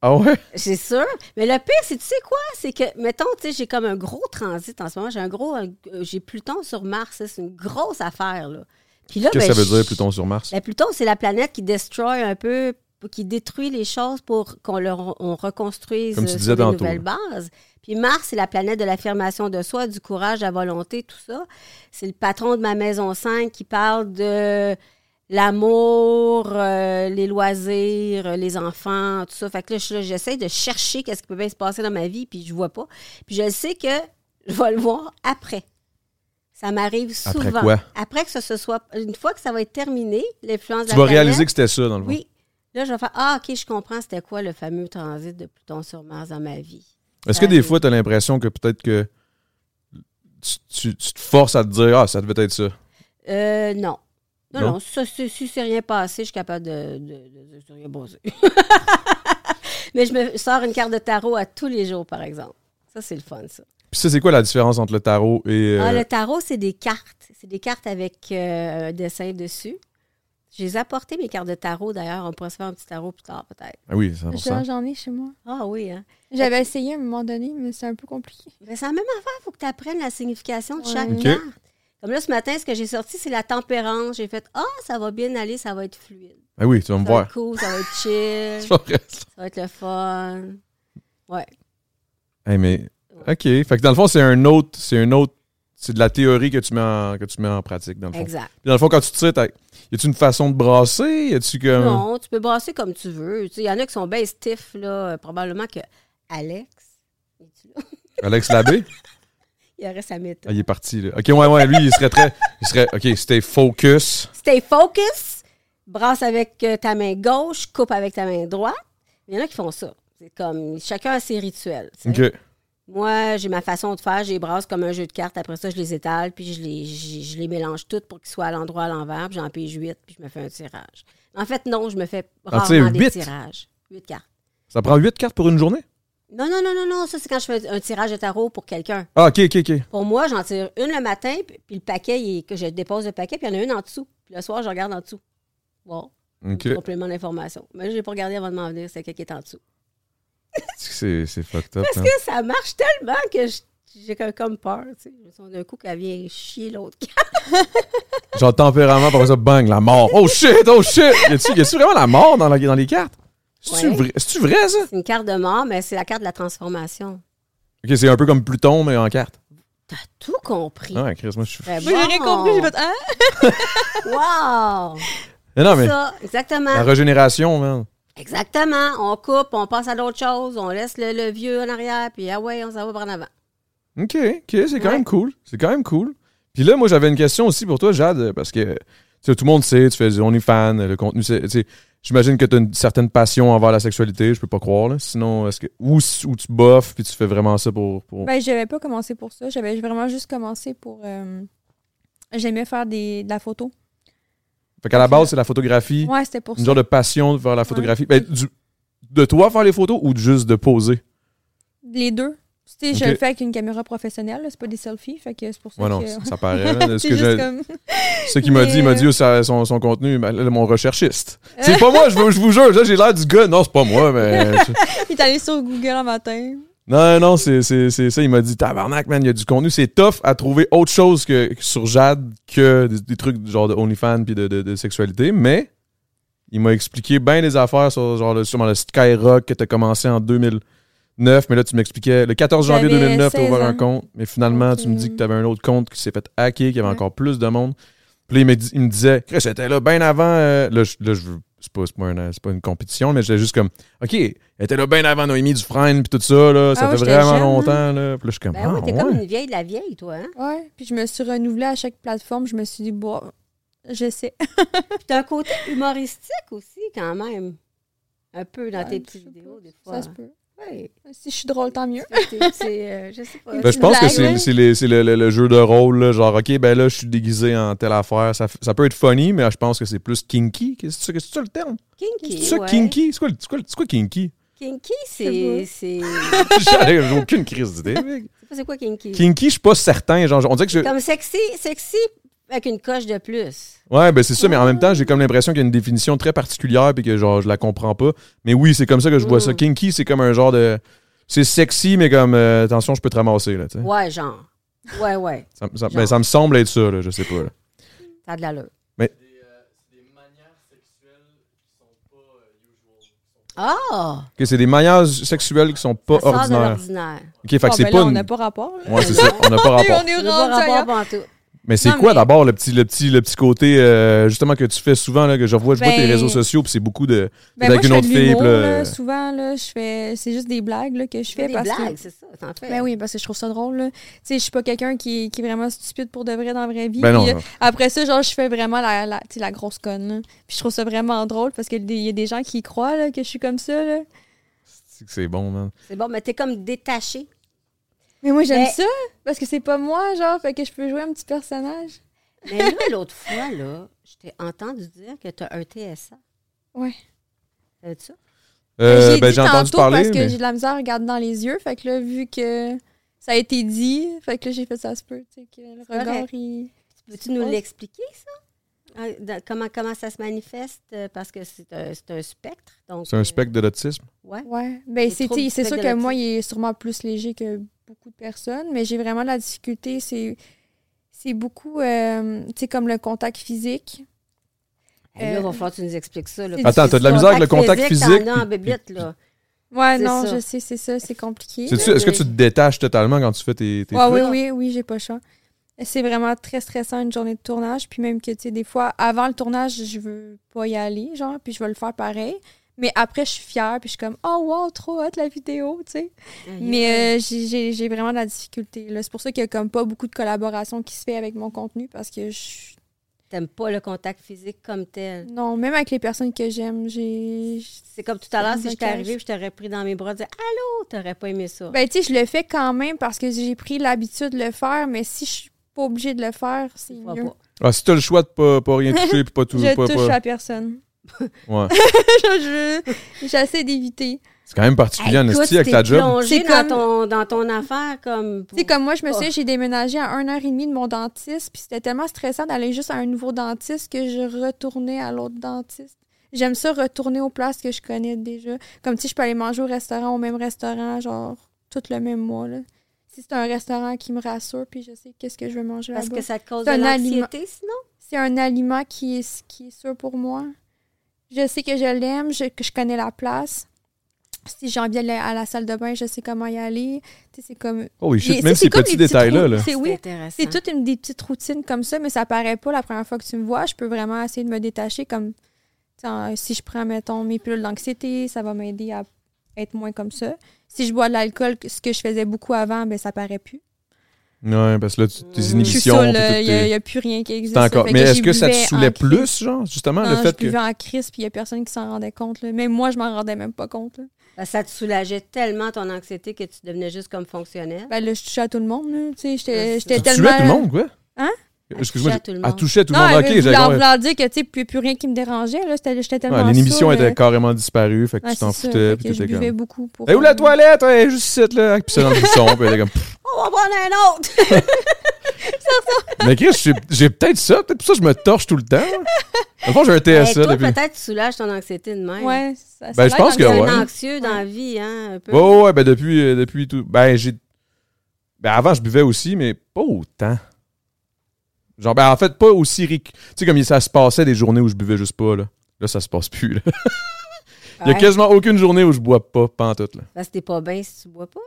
Ah ouais?
C'est sûr. Mais le pire, c'est, tu sais quoi? C'est que, mettons, tu sais, j'ai comme un gros transit en ce moment. J'ai un gros. un- euh, j'ai Pluton sur Mars. ça, C'est une grosse affaire, là. Puis là,
Qu'est-ce
ben,
que ça veut
je-
dire, Pluton sur Mars?
Ben, Pluton, c'est la planète qui destroy un peu, qui détruit les choses pour qu'on le, on reconstruise
Comme tu
euh,
disais
sur des
tantôt,
nouvelles bases. Puis Mars, c'est la planète de l'affirmation de soi, du courage, de la volonté, tout ça. C'est le patron de ma maison 5 qui parle de l'amour, euh, les loisirs, euh, les enfants, tout ça. Fait que là, je suis là, j'essaie de chercher qu'est-ce qui peut bien se passer dans ma vie, puis je vois pas. Puis je sais que je vais le voir après. Ça m'arrive souvent.
Après quoi?
Après que ce se soit, une fois que ça va être terminé, l'influence de
Tu
la
vas réaliser
planète,
que c'était ça, dans le fond.
Oui. Là, je vais faire Ah, OK, je comprends c'était quoi le fameux transit de Pluton sur Mars dans ma vie.
Est-ce que des
euh,
fois, t'as l'impression que peut-être que tu, tu- tu te forces à te dire, ah, ça devait être ça?
Euh, non. Non,
Non?
non, ça, c'est- si c'est rien passé, je suis capable de, de, de- de rien bosser. Mais je me sors une carte de tarot à tous les jours, par exemple. Ça, c'est le fun, ça.
Puis ça, c'est quoi la différence entre le tarot et. euh,
Ah, le tarot, c'est des cartes. C'est des cartes avec euh, un dessin dessus. Je les ai apportées, mes cartes de tarot, d'ailleurs. On pourrait se faire un petit tarot plus tard, peut-être.
Ah oui, 100%.
J'en j'en ai chez moi.
Ah oui, hein?
J'avais essayé à un moment donné, mais c'est un peu compliqué.
Ben, c'est la même affaire, il faut que tu apprennes la signification de
Ouais.
chaque
Ok.
carte. Comme là, ce matin, ce que j'ai sorti, c'est la tempérance. J'ai fait Ah, ça va bien aller, ça va être fluide.
Ah oui, tu vas me
Ça va
voir.
être cool, ça va être chill,
Tu vas rester-
ça va être le fun. Ouais.
Hey, mais OK. Fait que dans le fond, c'est un autre. C'est un autre. C'est de la théorie que tu mets en, que tu mets en pratique, dans le fond.
Exact.
Puis dans le fond, quand tu tires, t'as- y a-tu une façon de brasser? Y a-tu comme.
Non, tu peux brasser comme tu veux. Tu sais, Il y en a qui sont bien stiff, là. euh, Probablement que Alex, es-tu là?
Alex Labbé?
il aurait sa méthode.
Ah, il est parti, là. OK, ouais, ouais, lui, il serait très. Il serait. OK, c'était focus.
Stay focus, brasse avec euh, ta main gauche, coupe avec ta main droite. Il y en a qui font ça. C'est comme chacun a ses rituels. tu sais.
OK.
Moi, j'ai ma façon de faire, je les brasse comme un jeu de cartes. Après ça, je les étale, puis je les, je, je les mélange toutes pour qu'ils soient à l'endroit à l'envers, puis j'en pige huit, puis je me fais un tirage. En fait, non, je me fais
Ah, tu sais,
rarement des
huit?
tirages. Huit cartes.
Ça prend huit cartes pour une journée?
Non, non, non, non, non, ça c'est quand je fais un tirage de tarot pour quelqu'un.
Ah, OK, OK, OK.
Pour moi, j'en tire une le matin, puis, puis le paquet, il est- que je dépose le paquet, puis il y en a une en dessous. Puis le soir, je regarde en dessous. Bon,
OK.
un complément d'information. Mais je n'ai pas regardé avant de m'en venir, c'est quelqu'un qui est en dessous.
C'est c'est fucked up. hein.
que ça marche tellement que je- j'ai comme- comme peur. Tu sais. Son- D'un coup, qu'elle vient chier l'autre carte.
Genre tempérament, par ça, bang, la mort. Oh shit, oh shit! Y a-tu y a-tu vraiment la mort dans, la- dans les cartes? C'est-tu
Ouais.
vrai, c'est-tu vrai, ça?
C'est une carte de mort, mais c'est la carte de la transformation.
OK, c'est un peu comme Pluton, mais en carte.
T'as tout compris.
Ah, ouais, Chris, moi, je suis.
Très
Moi, j'ai rien
Ben, bon.
compris. J'ai fait Ah!
Wow!
Mais non, Ah, mais.
Ça,
hein?
exactement.
La régénération, man.
Exactement. On coupe, on passe à d'autres choses, on laisse le, le vieux en arrière, puis ah ouais, on s'en va par en avant.
OK, OK, c'est quand
Ouais.
même cool. C'est quand même cool. Puis là, moi, j'avais une question aussi pour toi, Jade, parce que sais, tout le monde sait, tu fais du OnlyFans, le contenu, c'est- tu sais, J'imagine que tu as une certaine passion envers la sexualité, je peux pas croire. Là. Sinon, est-ce que. Ou, s- ou tu boffes, puis tu fais vraiment ça pour. pour...
Ben, j'avais pas commencé pour ça. J'avais vraiment juste commencé pour. euh, J'aimais faire des, de la photo.
fait qu'à la base, c'est la photographie,
Ouais, c'était pour
une
ça.
genre de passion vers la photographie. Ben, du- de toi faire les photos ou juste de poser
Les deux. Tu sais, je
Ok.
le fais avec une caméra professionnelle, là, c'est pas des selfies. Fait que c'est pour ça
Ouais,
que.
non, ça, ça paraît. là, de ce
C'est
que
juste
j'ai-
comme-
Ce qu'il m'a
Mais,
dit, il m'a dit,
euh,
oh, ça- son, son contenu, ben, là, mon recherchiste. C'est pas moi, je vous, je vous jure, là, j'ai l'air du gars. Non, c'est pas moi, mais. je-
Il est allé sur Google un matin.
Non, non, c'est, c'est, c'est ça. Il m'a dit, tabarnak, man, il y a du contenu. C'est tough à trouver autre chose que, que sur Jade que des, des trucs du genre de OnlyFans puis de, de- de sexualité. Mais il m'a expliqué bien des affaires sur genre le, sûrement le Skyrock que t'as commencé en 2009. Mais là, tu m'expliquais le 14 janvier
J'avais
2009, t'as
16
ouvert
ans.
un compte. Mais finalement,
Donc,
tu me
euh,
dis que t'avais un autre compte qui s'est fait hacker, qu'il y avait
Ouais.
encore plus de monde. Puis là, il me, dit- il me disait, Chris, j'étais là bien avant. euh, là, je, là, je veux- c'est pas, c'est pas un- c'est pas une compétition, mais j'étais juste comme, OK, elle était là bien avant Noémie Dufresne, puis tout ça, là. Ça
Ah ouais,
fait
j'étais
vraiment
jeune, hein.
longtemps, là. Puis là, je suis comme,
Ben oui,
ah,
t'es comme
ouais.
une vieille de la vieille, toi. Hein?
Ouais. Puis je me suis renouvelée à chaque plateforme. Je me suis dit, bon, je sais.
Puis t'as un côté humoristique aussi, quand même. Un peu dans tes
Ouais,
petites
Ah, je sais
vidéos,
pas.
des fois.
Ça se peut.
Ouais.
Si je suis drôle, tant mieux.
C'est- c'est, euh, je sais pas.
Ben, je pense que
blague,
c'est
ouais.
c'est les- c'est le, le- le jeu de rôle, là, genre, OK, ben là, je suis déguisé en telle affaire. Ça, f- ça peut être funny, mais je pense que c'est plus kinky. Qu'est-ce que c'est c'est ça le terme?
Kinky.
C'est ça,
ouais.
kinky? C'est quoi, le- c'est quoi, le- c'est quoi kinky?
Kinky,
Je
c'est. C'est
J'ai j'ai aucune crise d'idée. mec.
c'est pas c'est quoi kinky?
Kinky, je suis pas certain. Genre, on dirait que je-
Comme sexy, sexy avec une coche de plus.
Ouais, ben c'est ça, mais en même temps, j'ai comme l'impression qu'il y a une définition très particulière puis que genre je la comprends pas. Mais oui, c'est comme ça que je vois
Mm.
ça. Kinky, c'est comme un genre de c'est sexy mais comme euh, attention, je peux te ramasser là, tu sais.
Ouais, genre. Ouais, ouais.
Ça, ça-
Genre.
ben, ça me semble être ça là, je sais pas. là.
Ça a de l'allure.
Mais-
Ah!
OK, c'est des maillages sexuels qui sont pas
ça sort de
ordinaires.
l'ordinaire.
OK, fait que
Bon,
c'est
ben
pas
là, on
une-
n'a pas rapport. là.
Ouais, c'est ça, on n'a pas
On est
rapport.
rendu
Je vois
ailleurs.
rapport pantoute.
Mais c'est
Non,
quoi
mais-
d'abord le petit le petit le petit côté euh, justement que tu fais souvent là que je vois je vois
Ben-
tes réseaux sociaux puis c'est beaucoup de
Ben,
avec
moi,
une
je
autre
fais de
fille
l'humour,
puis là- euh,
là, souvent, là, je fais... c'est juste des blagues là, que je fais.
Des
parce
blagues,
que...
c'est ça, t'en fais.
Ben oui, parce que je trouve ça drôle. là. Tu sais, je suis pas quelqu'un qui, qui est vraiment stupide pour de vrai dans la vraie vie.
Ben non,
Puis, là,
non.
après ça, genre, je fais vraiment la, la, tu sais, la grosse conne. là. Puis je trouve ça vraiment drôle parce qu'il y a des gens qui y croient là, que je suis comme ça. là.
c'est que c'est bon man.
C'est bon, mais t'es comme détaché.
Mais moi, j'aime
Mais-
ça parce que c'est pas moi, genre, fait que je peux jouer un petit personnage.
Mais là, l'autre fois, là, je t'ai entendu dire que t'as un TSA.
Ouais.
T'as dit ça?
Euh,
J'ai
ben
dit
j'ai entendu
tantôt
parler
parce que
mais-
j'ai de la misère à regarder dans les yeux. Fait que là, vu que ça a été dit, fait que là, j'ai fait ça se peut. Tu sais, que le
C'est
regard,
correct.
il.
Peux-tu nous
Ouais.
l'expliquer, ça? Ah, dans- Comment, comment ça se manifeste? Euh, Parce que c'est un, c'est un spectre. donc,
c'est un
euh,
spectre de l'autisme.
ouais.
Ouais.
Les
Ben, c'est
troubles
t'sais, c'est
du
sûr que
spectre
moi, il est sûrement plus léger que beaucoup de personnes, mais j'ai vraiment de la difficulté. C'est c'est beaucoup, euh, tu sais, comme le contact physique.
Hey, là, il
Euh,
va falloir que tu nous expliques ça. Là,
c'est
parce
Attends,
que
t'as de la misère avec le contact physique,
T'en as en
puis-
bébite,
puis-
là.
Ouais,
C'est
non,
ça.
je sais, c'est ça, c'est compliqué.
C'est-tu- Est-ce que tu te détaches totalement quand tu fais tes, tes
Ouais,
trucs?
oui, oui, oui, j'ai pas le choix. C'est vraiment très stressant une journée de tournage. Puis même que, tu sais, des fois, avant le tournage, je veux pas y aller, genre, puis je vais le faire pareil. Mais après, je suis fière, puis je suis comme, oh, wow, trop hot la vidéo, tu sais. Mais euh, j'ai- j'ai j'ai vraiment de la difficulté. là. C'est pour ça qu'il n'y a comme pas beaucoup de collaboration qui se fait avec mon contenu parce que je.
T'aimes pas le contact physique comme tel.
Non, même avec les personnes que j'aime, j'ai.
C'est comme tout à l'heure, si
Un
j'étais
blocage.
arrivée et je t'aurais pris dans mes bras et dit Allô, t'aurais pas aimé ça.
Ben, tu sais, je le fais quand même parce que j'ai pris l'habitude de le faire, mais si je suis pas obligée de le faire, c'est
Tu vois
mieux.
pas.
Ah, si t'as le choix de pas, pas rien toucher puis pas tout.
Je
pas-
touche
pas-
à personne.
Ouais.
Je- je- J'essaie d'éviter.
C'est quand même particulier en
Hey, écoute,
esti avec
t'es
ta job.
plongée
C'est
dans,
comme-
ton, dans ton affaire comme.
Tu sais, comme moi, je me
Oh.
souviens, j'ai déménagé à 1h30 de mon dentiste, puis c'était tellement stressant d'aller juste à un nouveau dentiste que je retournais à l'autre dentiste. J'aime ça retourner aux places que je connais déjà. Comme si je peux aller manger au restaurant, au même restaurant, genre, tout le même mois, là. Si c'est un restaurant qui me rassure, puis je sais qu'est-ce que je vais manger
Parce
là-bas.
que ça te cause de
C'est un aliment.
l'anxiété, sinon?
C'est un aliment qui est, qui est sûr pour moi. Je sais que je l'aime, je- que je connais la place. Si j'ai envie d'aller à la salle de bain, je sais comment y aller. Tu sais, c'est comme...
Oh,
Et-
shit,
c'est-
même
c'est
ces
comme
petits
les
détails-là.
trous-
là.
C'est oui,
intéressant.
c'est toutes une, des petites routines comme ça, mais ça paraît pas la première fois que tu me vois. Je peux vraiment essayer de me détacher comme tu sais, en- si je prends, mettons, mes pilules d'anxiété, ça va m'aider à être moins comme ça. Si je bois de l'alcool, ce que je faisais beaucoup avant, ben ça paraît plus.
Ouais, parce que là, tu- tes
Je suis
émissions.
seule, euh,
puis tout
il
tes-
n'y a, plus rien qui existe.
t'es encore.
Fait
Mais est-ce
j'ai
que ça te
buvais en
saoulait
crise.
plus, genre, justement, le
Non,
fait
je
que.
buvais en crise, puis il n'y a personne qui s'en rendait compte. là. Même moi, je m'en rendais même pas compte. là.
Ben, ça te soulageait tellement ton anxiété que tu devenais juste comme fonctionnel.
Ben là, je touchais à tout le monde. là. Tu sais, j'étais-
Tu
j'étais
Tu
tellement...
tuais tout le monde, quoi?
Hein?
Excuse-moi.
À
j'ai-
toucher à tout le
À
monde.
toucher à tout le
Non,
monde.
mais
Ok, j'avais
voulant,
compris.
voulant dire que, tu sais, plus, plus rien qui me dérangeait. là. C'était- J'étais tellement
Ouais, L'émission
saoule,
était
là.
carrément disparue, fait que
euh, Ouais,
tu t'en
c'est ça,
foutais,
fait
puis
que
t'étais
Je buvais
comme.
beaucoup pour...
Et où la toilette? Hey, juste cette là. Puis c'est dans le bouchon, puis elle était comme.
Oh, on va prendre un autre!
Mais Chris, j'ai- j'ai peut-être ça. Peut-être pour ça que je me torche tout le temps. Au fond, j'ai un
Hey,
TSA
Ben, toi,
depuis.
peut-être, tu soulages ton anxiété de même.
Ouais, ça- ça
Ben, je
a l'air
pense que
T'es
comme
un
ça.
ouais.
anxieux dans la vie, hein, un peu.
Ouais, ouais, ouais, ben depuis, euh, depuis tout. Ben, j'ai. Ben, avant, je buvais aussi, mais pas autant. Genre, ben, en fait, pas aussi ric... Tu sais, comme il- ça se passait des journées où je buvais juste pas, là. Là, ça se passe plus, là. Il y a
Ouais.
quasiment aucune journée où je bois pas, pantoute, là.
Parce que t'es pas bien si tu bois pas.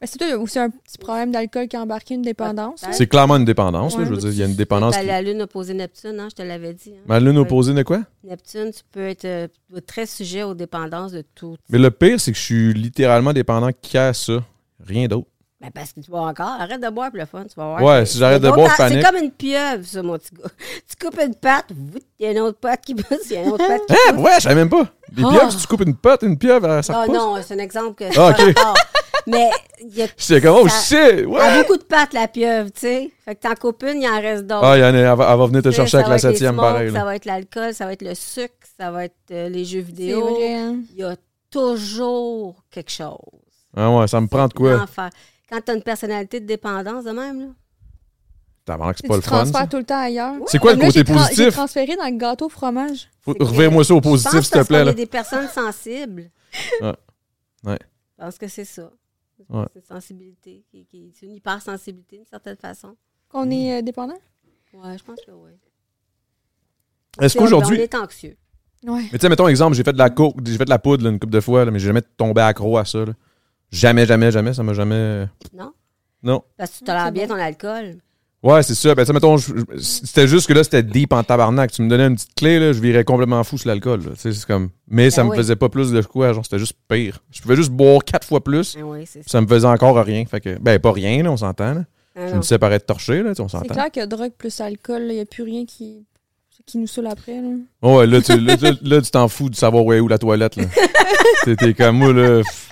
Ben, C'est peut-être aussi un petit problème d'alcool qui a embarqué une dépendance. là.
C'est clairement une dépendance, là.
Ouais.
Je veux dire, il y a une dépendance.
T'as
Qui...
la lune opposée Neptune, hein, je te l'avais dit. hein.
Ma lune
Ouais.
opposée de quoi?
Neptune, tu peux être euh, très sujet aux dépendances de tout.
Mais le pire, c'est que je suis littéralement dépendant qu'à ça. Rien d'autre.
Ben, parce que tu bois encore. Arrête de boire, puis le fun, tu vas voir.
Ouais, si j'arrête de
Donc,
boire, je
t'as-
panique.
C'est comme une pieuvre, ça, mon petit gars. Tu coupes une patte, vouh, il y a une autre patte qui pousse, il y a une autre patte qui
Hein?
pousse.
Ouais, je savais même pas. Des pieuvres, si tu coupes une pote, une pieuvre, euh, ça
Ah
repousse.
non, c'est un exemple que
Ah,
c'est
ok.
pas rapport. Mais il y a.
J'étais comme, oh
ça-
shit!
elle a
Ouais!
beaucoup de pattes, la pieuvre, tu sais. Fait que t'en coupes une, il en reste d'autres.
Ah, il y en a, elle va, elle va venir te
Tu sais,
chercher
ça
avec
va
la
être les
septième,
smokes,
pareil. là.
Ça va être l'alcool, ça va être le sucre, ça va être euh, les jeux
C'est
vidéo.
vrai. hein.
Il y a toujours quelque chose.
Ah ouais, ça me prend de quoi?
L'enfer. Quand t'as une personnalité de dépendance de même, là.
T'as marre que c'est
Tu
pas le fun.
transfères
ça.
tout le temps ailleurs.
C'est quoi le
Comme là,
côté
j'ai tran-
positif?
J'ai transféré dans le gâteau au fromage.
Faut-
C'est que-
Reviens-moi ça au
Je
positif,
pense
s'il te
parce
plaît.
qu'on
Là.
est des personnes sensibles.
Ouais. Ouais.
Je pense que c'est ça. Je pense
Ouais.
que C'est sensibilité. Qui, qui- c'est une hypersensibilité d'une certaine façon.
Qu'on
Hmm.
est euh, dépendant?
Ouais, je pense que oui.
Est-ce
Puis on- On
qu'aujourd'hui.
est anxieux.
Ouais.
Mais tu sais, mettons exemple, j'ai fait de la coke, j'ai fait de la poudre là, une couple de fois, là, mais j'ai jamais tombé accro à ça. là. Jamais, jamais, jamais. Ça m'a jamais.
Non?
Non.
Parce que tu tolères
c'est
bien
bon.
ton alcool.
Ouais, c'est ça. Ben, tu sais, mettons, je- je- c'était juste que là, c'était deep en tabarnak. Tu me donnais une petite clé, là, je virais complètement fou sur l'alcool. là. Tu sais, c'est comme. Mais ça me
Ben oui.
faisait pas plus de quoi, genre, c'était juste pire. Je pouvais juste boire quatre fois plus,
Ben
Ah oui, c'est ça.
ça me faisait encore rien. Fait que, ben, pas rien, là, on s'entend. là.
Ah
Je
non.
me séparais de torcher, là, tu sais, on
C'est
s'entend.
clair que drogue plus alcool, il n'y a plus rien qui, qui nous saoule après. là.
Oh ouais, là, tu, là, tu- là, tu t'en fous de savoir où est où la toilette, là. T'es- T'es comme moi, là. pff.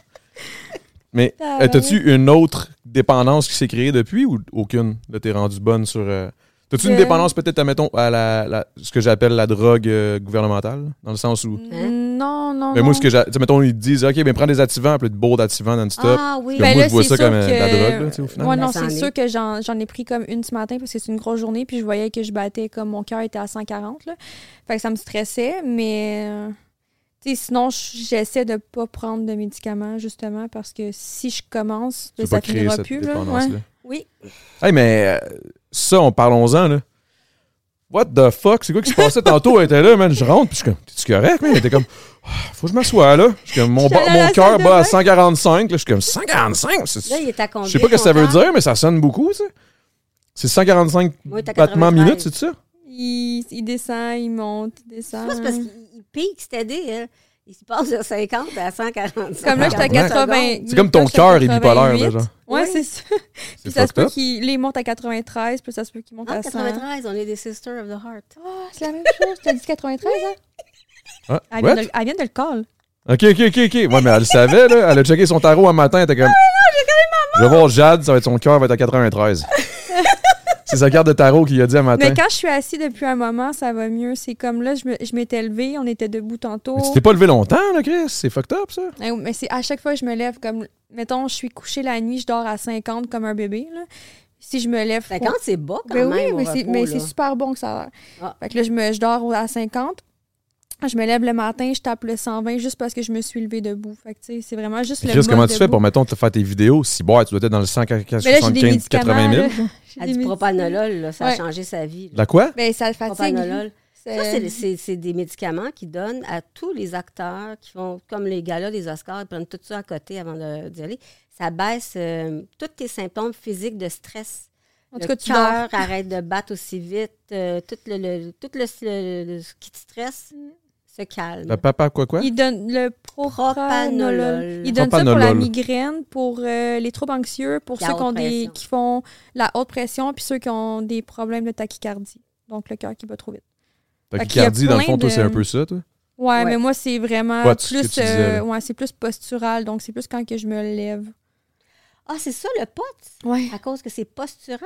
Mais
Ah,
euh,
ben
t'as-tu une autre dépendance qui s'est créée depuis ou aucune? Là, t'es rendu bonne sur... euh, T'as-tu une
Euh,
dépendance peut-être, admettons, à la, la- ce que j'appelle la drogue euh, gouvernementale? Dans le sens où...
Hein?
Mm. Non, non,
Mais
non.
Ben, moi, ce que j'ai... tu sais, mettons, ils te disent, OK, ben prends des activants, puis de beau d'activants non-stop.
Ah oui,
que
Ben
moi,
là,
je vois
c'est
ça
sûr
comme, euh, de la
que-
drogue, là, tu sais, au final.
Ouais,
Ben,
non,
ça
c'est
en est.
sûr que j'en j'en ai pris comme une ce matin parce que c'est une grosse journée, puis je voyais que je battais comme mon cœur était à 140. Là. Fait que ça me stressait, mais euh, tu sais, sinon, je- j'essaie de pas prendre de médicaments, justement, parce que si je commence,
Tu veux
ça
pas créer
finira
cette
plus. Là, ouais.
dépendance-là.
oui.
Hey, mais euh, ça, on parlons-en, là. What the fuck? C'est quoi qui se passait tantôt? Elle était là, man. Je rentre, puis je suis comme, t'es-tu correct, man? Elle était comme, Ah, faut que je m'assoie, là. Je suis comme, mon,
J'étais
ba-
allée à
mon
la salle
cœur
de
bat à
bain.
145. Là, je suis comme, 145? C'est-
Là, il est à combien?
Je sais pas ce que
ton
ça veut
temps?
dire, mais ça sonne beaucoup, ça. C'est 145
Moi, t'as
battements
93.
minutes, c'est ça?
Il, il descend, il monte, il
Je
descend.
pense parce qu'il il pique, c'est aidé. hein. Il se passe de 50 à 145.
Comme là, j'étais à
Ouais.
80.
C'est comme ton cœur est bipolaire, là,
déjà.
genre.
Ouais,
Oui.
c'est ça.
C'est
Puis ça se
fucked
peut
up.
qu'il les monte à 93, puis ça se peut qu'il monte
Ah,
à 100.
93, on est des Sisters of the Heart.
Ah, c'est la même chose. Tu as dit 93, hein?
Ah,
Elle
what?
vient, de, le- elle vient de le call.
Ok, ok, ok, ok. Ouais, mais elle le savait, là. Elle a checké son tarot un matin. Elle était comme. Je vais voir Jade, ça va être son cœur, va être à 93. c'est sa carte de tarot qu'il a dit un matin.
Mais quand je suis assise depuis un moment, ça va mieux. C'est comme là, je me- je m'étais levée, on était debout tantôt.
Mais tu t'es pas levé longtemps, là, Chris? C'est fucked up, ça?
Eh, Mais c'est à chaque fois que je me lève, comme, mettons, je suis couchée la nuit, je dors à 50 comme un bébé. là. Si je me lève. faut-
50, c'est bas quand
Ben
même.
oui,
au
mais c'est-
repos,
mais
là.
c'est super bon que ça a l'air.
Ah.
Fait que là, je, me, je dors au- à 50. Je me lève le matin, je tape le 120 juste parce que je me suis levée debout. Fait que, tu sais, c'est vraiment juste le
Chris, comment
mode
tu fais
debout.
pour, mettons, te faire tes vidéos? Si, bon, tu dois être dans le
Mais là, j'ai des
175,
médicaments.
80 000.
là. J'ai
Ah,
des
du
médicaments.
propanolol, là, ça a
Ouais.
changé sa vie. là.
La quoi?
Ben, ça le fatigue. Euh,
Propanolol. Ça,
C'est-
c'est- c'est c'est des médicaments qu'ils donnent à tous les acteurs qui font, comme les galas des Oscars, ils prennent tout ça à côté avant de- d'y aller. Ça baisse euh, tous tes symptômes physiques de stress.
En tout cas,
le
tu dors.
cœur
Mm.
arrête de battre aussi vite. euh, tout, le, le- tout le- le- le- ce qui te stresse se calme.
Le papa quoi quoi?
Il donne le propranolol.
Propranolol.
Il donne ça pour la
Propranolol.
migraine, pour euh, les troubles anxieux, pour
La
ceux qui, ont
haute
des,
pression.
qui font la haute pression, puis ceux qui ont des problèmes de tachycardie. Donc, le cœur qui bat trop vite.
Fait
Fait
que
qu'il y a
Cardi, dans le fond,
plein
toi, c'est
de-
un peu ça, toi?
Ouais,
Ouais.
mais moi, c'est vraiment
Ouais, c'est ce que
plus,
tu disais,
euh,
là.
ouais, c'est plus postural. Donc, c'est plus quand que je me lève.
Ah, c'est ça le pote?
Ouais.
À cause que c'est postural?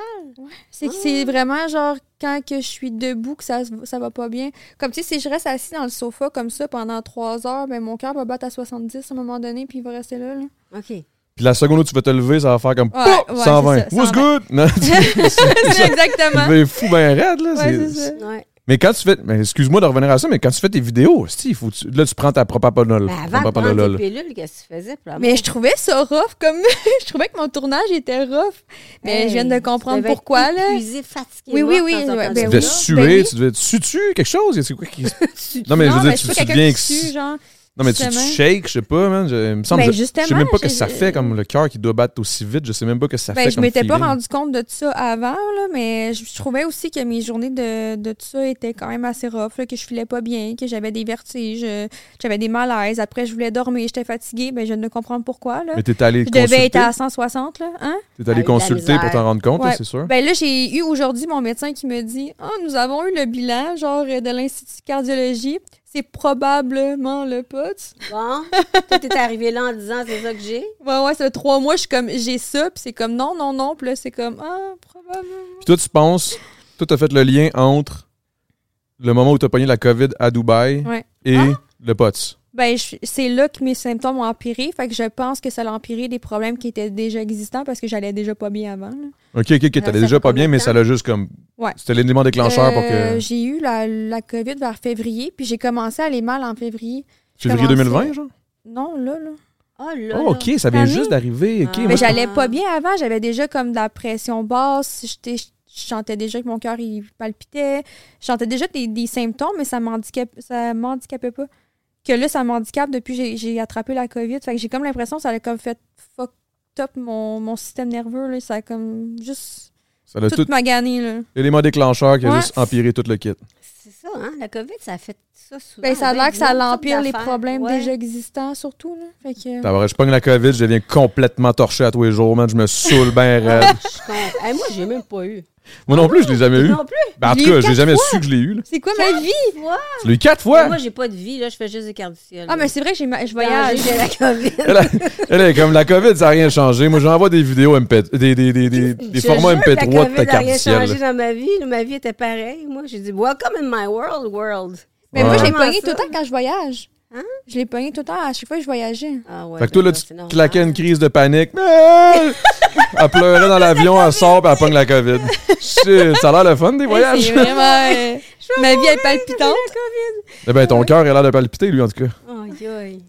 C'est que c'est vraiment genre quand que je suis debout que ça, se- ça va pas bien. Comme tu sais, si je reste assis dans le sofa comme ça pendant trois heures, ben mon cœur va battre à 70 à un moment donné, puis il va rester là. là.
OK.
Puis la seconde où tu vas te lever, ça va faire comme
Ouais,
Pouh!
ouais, c'est
120.
ça,
What's
120.
good? Non,
C'est exactement.
tu es fou ben raide, là.
Ouais,
c'est-
c'est ça.
Ouais.
Mais quand tu fais. mais excuse-moi de revenir à ça, mais quand tu fais tes vidéos, si, il faut que tu- là, tu prends ta propre apanol.
Ben,
Mais Ben, avant de prendre tes pilules, qu'est-ce que tu faisais? pour la
Mais je trouvais ça rough comme je trouvais que mon tournage était rough. Mais
Hey,
je viens de comprendre
tu devais
pourquoi
être
là.
épuisé, fatigué.
Oui,
morte
oui, oui,
en sortant
ouais, ben
de
Tu
là.
devais
oui.
suer,
Ben oui.
tu devais. Tu quelque chose? C'est quoi qui- Non, mais je veux dire, tu,
suis pas
tu
quelqu'un
deviens.
qui
ex-
sue, genre.
Non, mais tu, tu
justement.
shakes, je sais pas, man. Je, il me semble,
Ben,
je- je, sais
justement,
même pas
je-
que ça
je-
fait comme le cœur qui doit battre aussi vite. Je sais même pas que ça
Ben,
fait.
je
comme
m'étais pas
feeling.
rendu compte de ça avant, là, mais je, je trouvais aussi que mes journées de, de ça étaient quand même assez rough, là, que je filais pas bien, que j'avais des vertiges, euh, j'avais des malaises. Après, je voulais dormir, j'étais fatiguée. Ben, je viens de comprendre pourquoi. Là.
Mais t'es allé
Je devais être
consulter.
à 160, là, hein?
T'es allé
Ah, eu de la
consulter pour
misère.
t'en rendre compte, là,
Ouais.
c'est sûr.
Ben là, j'ai eu aujourd'hui mon médecin qui me dit Ah, nous avons eu le bilan, genre, euh, de l'Institut de cardiologie. C'est probablement le pote.
Bon, toi, t'es arrivé là en disant, c'est ça que j'ai.
Ouais, ouais, ça fait trois mois, je suis comme, j'ai ça, puis c'est comme, non, non, non, puis là, c'est comme, ah, probablement.
Puis toi, tu penses, toi, t'as fait le lien entre le moment où t'as pogné la COVID à Dubaï
Ouais. Ah.
et le POTS.
Ben, je- c'est là que mes symptômes ont empiré, fait que je pense que ça a empiré des problèmes qui étaient déjà existants parce que j'allais déjà pas bien avant. là.
OK, OK, OK,
Ça
t'allais
fait
déjà pas
combien
bien,
de
mais
temps?
ça l'a juste comme...
Ouais.
C'était l'élément déclencheur pour
Euh,
que...
J'ai eu la, la COVID vers février, puis j'ai commencé à aller mal en février.
Février
commencé-
2020, genre?
Non, là, là.
Oh là.
Oh, OK, ça vient
Année.
juste d'arriver. OK,
Ah.
moi,
Mais
je-
j'allais pas bien avant, j'avais déjà comme de la pression basse, j'étais- je chantais déjà que mon cœur il palpitait, je chantais déjà des, des symptômes, mais ça m'handicapait, ça m'handicapait pas. Que là, ça m'handicape depuis que j'ai- j'ai attrapé la COVID. Fait que j'ai comme l'impression que ça a comme fait fuck up mon, mon système nerveux, là. ça a comme juste
ça l'a
tout
Ben, tout...
magané. Là.
L'élément déclencheur qui a
Ouais.
juste empiré tout le kit.
C'est ça, hein? La COVID, ça a fait ça souvent.
Ben, ça a
avec
l'air que ça
d'autres types
l'empire les
d'affaires.
problèmes
Ouais.
déjà existants, surtout. Là. Fait que,
T'as vrai, je pogne la COVID, je deviens complètement torché à tous les jours, man. Je me saoule ben raide.
Je comprends. Hey, moi, j'ai même pas eu.
Moi non plus, je l'ai jamais eu.
Non plus.
Ben, en
Je
tout
l'ai eu
cas, j'ai
quatre
jamais su que je l'ai eu. là.
c'est quoi ma vie?
Moi,
Je l'ai eu quatre fois.
moi j'ai pas de vie, là. Je fais juste des cartes du ciel.
Ah, mais c'est vrai que j'ai ma- je
voyage.
voyage.
J'ai la COVID.
Elle, elle est comme la COVID, ça n'a rien changé. Moi, j'envoie des vidéos MP, des, des, des, des, des
Je
formats
jure,
MP3 de ta
La COVID a
carte
rien
du ciel.
changé
là.
dans ma vie. là. Ma vie était pareille. Moi, j'ai dit, Welcome in my world, world.
Mais moi, je l'ai
Comment
pogné tout
ça?
le temps quand je voyage.
Hein?
Je l'ai pogné tout le temps à chaque fois que je voyageais.
Ah ouais.
Fait que toi,
ben
là,
c'est
tu
normal.
claquais une crise de panique. Elle pleurait dans l'avion, elle sort, puis elle pogne la COVID. Shit, ça a l'air le fun des voyages.
C'est vraiment. euh, ma vie est palpitante.
Eh ben, ton cœur a l'air de palpiter, lui, en tout cas.
Aïe, aïe.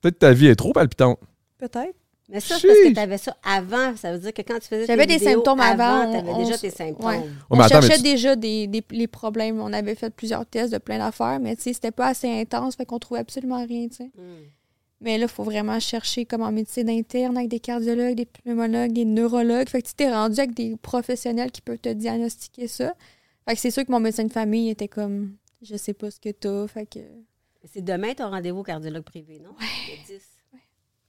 Peut-être que ta vie est trop palpitante. Oh,
Peut-être.
Mais ça, c'est parce que
Chiche.
tu avais ça avant. Ça veut dire que quand tu faisais
J'avais
tes
des
vidéos
symptômes avant.
Tu avais
on-
déjà
on-
tes symptômes.
ouais.
Oh,
On
mais attends, mais
cherchait
tu-
déjà des, des- les problèmes. On avait fait plusieurs tests de plein d'affaires, mais tu sais, c'était pas assez intense, fait qu'on trouvait absolument rien, tu sais. Mais là, il faut vraiment chercher comme en médecine interne avec des cardiologues, des pneumologues, des neurologues. Fait que tu t'es rendu avec des professionnels qui peuvent te diagnostiquer ça. Fait que c'est sûr que mon médecin de famille était comme, je sais pas ce que t'as, fait que...
C'est demain ton rendez-vous au cardiologue privé, non? Le 10.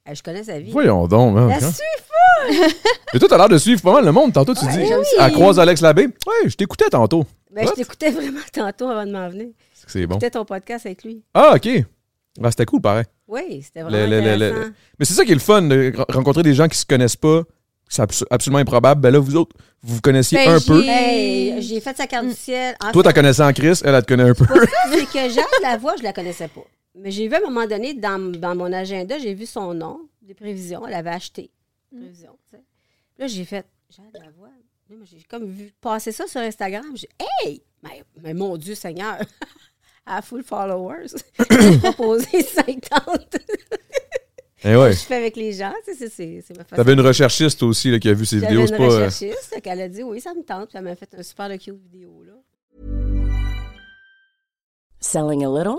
Eh, je connais sa vie.
Voyons donc. hein, man.
La suite,
Mais toi, t'as l'air de suivre pas mal le monde. Tantôt, tu dis, elle croise Alex Labbé. Ouais, je t'écoutais tantôt.
ben, je
What?
t'écoutais vraiment tantôt avant de m'en venir.
C'est que C'est bon.
Peut-être ton podcast avec lui.
Ah, OK. Ah, c'était cool, pareil.
Oui, c'était
Le-
vraiment
le- le- le-
intéressant.
Mais c'est ça qui est le fun, de re- rencontrer des gens qui se connaissent pas, c'est abso- absolument improbable. Ben là, vous autres, vous vous connaissiez
Ben,
un
j'ai-
peu.
Hey, j'ai fait sa carte
Mm.
du ciel. Ah, En
Toi,
fait,
t'as connaissé en Chris, elle, elle te connaît un peu.
c'est que Jeanne la voix, je la connaissais pas. Mais j'ai vu à un moment donné, dans, dans mon agenda, j'ai vu son nom, des prévisions. Elle avait acheté. des Prévisions, tu sais. Là, j'ai fait, Jeanne Lavoie. Là, moi, J'ai comme vu passer ça sur Instagram. J'ai Hey! Mais, mais mon Dieu Seigneur! À full followers. J'ai proposé 50.
Eh ouais.
je fais avec les gens. tu sais, C'est c'est- c'est ma façon.
T'avais une recherchiste aussi là, qui a vu ces
J'avais
vidéos,
une
c'est pas. euh,
recherchiste fait qu'elle a dit oui, ça me tente. Puis elle m'a fait un super de cute vidéo. Là.
Selling a little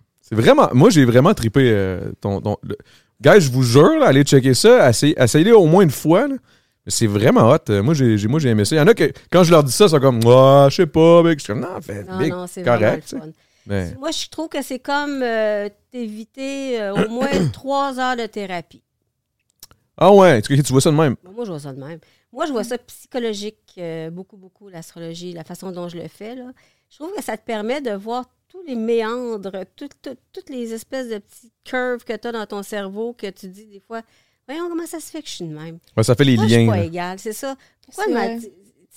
C'est vraiment. Moi, j'ai vraiment trippé euh, ton. ton le- Guys, je vous jure, là, allez checker ça. Essayez- Essayez-le au moins une fois. là. Mais c'est vraiment hot. Euh, Moi, j'ai j'ai- moi, j'ai aimé ça. Il y en a que, quand je leur dis ça, ils sont comme, ah, je sais pas, mec. Je suis comme, non, fait,
Non,
big,
non, c'est vraiment le
correct. tu sais.
fun.
Mais-
Moi, je trouve que c'est comme euh, t'éviter euh, au moins trois heures de thérapie.
Ah ouais, est-ce que tu vois ça de même?
Bon, moi, je vois ça de même. Moi, je vois ça psychologique, euh, beaucoup, beaucoup, l'astrologie, la façon dont je le fais. Là. Je trouve que ça te permet de voir tous les méandres, tout- tout- toutes les espèces de petites curves que tu as dans ton cerveau, que tu dis des fois, voyons comment ça se fait que je suis de même.
Ouais, ça fait les
Pourquoi je suis
liens.
pas
là.
égale, c'est ça. Pourquoi
C'est
ma-
vrai.
tu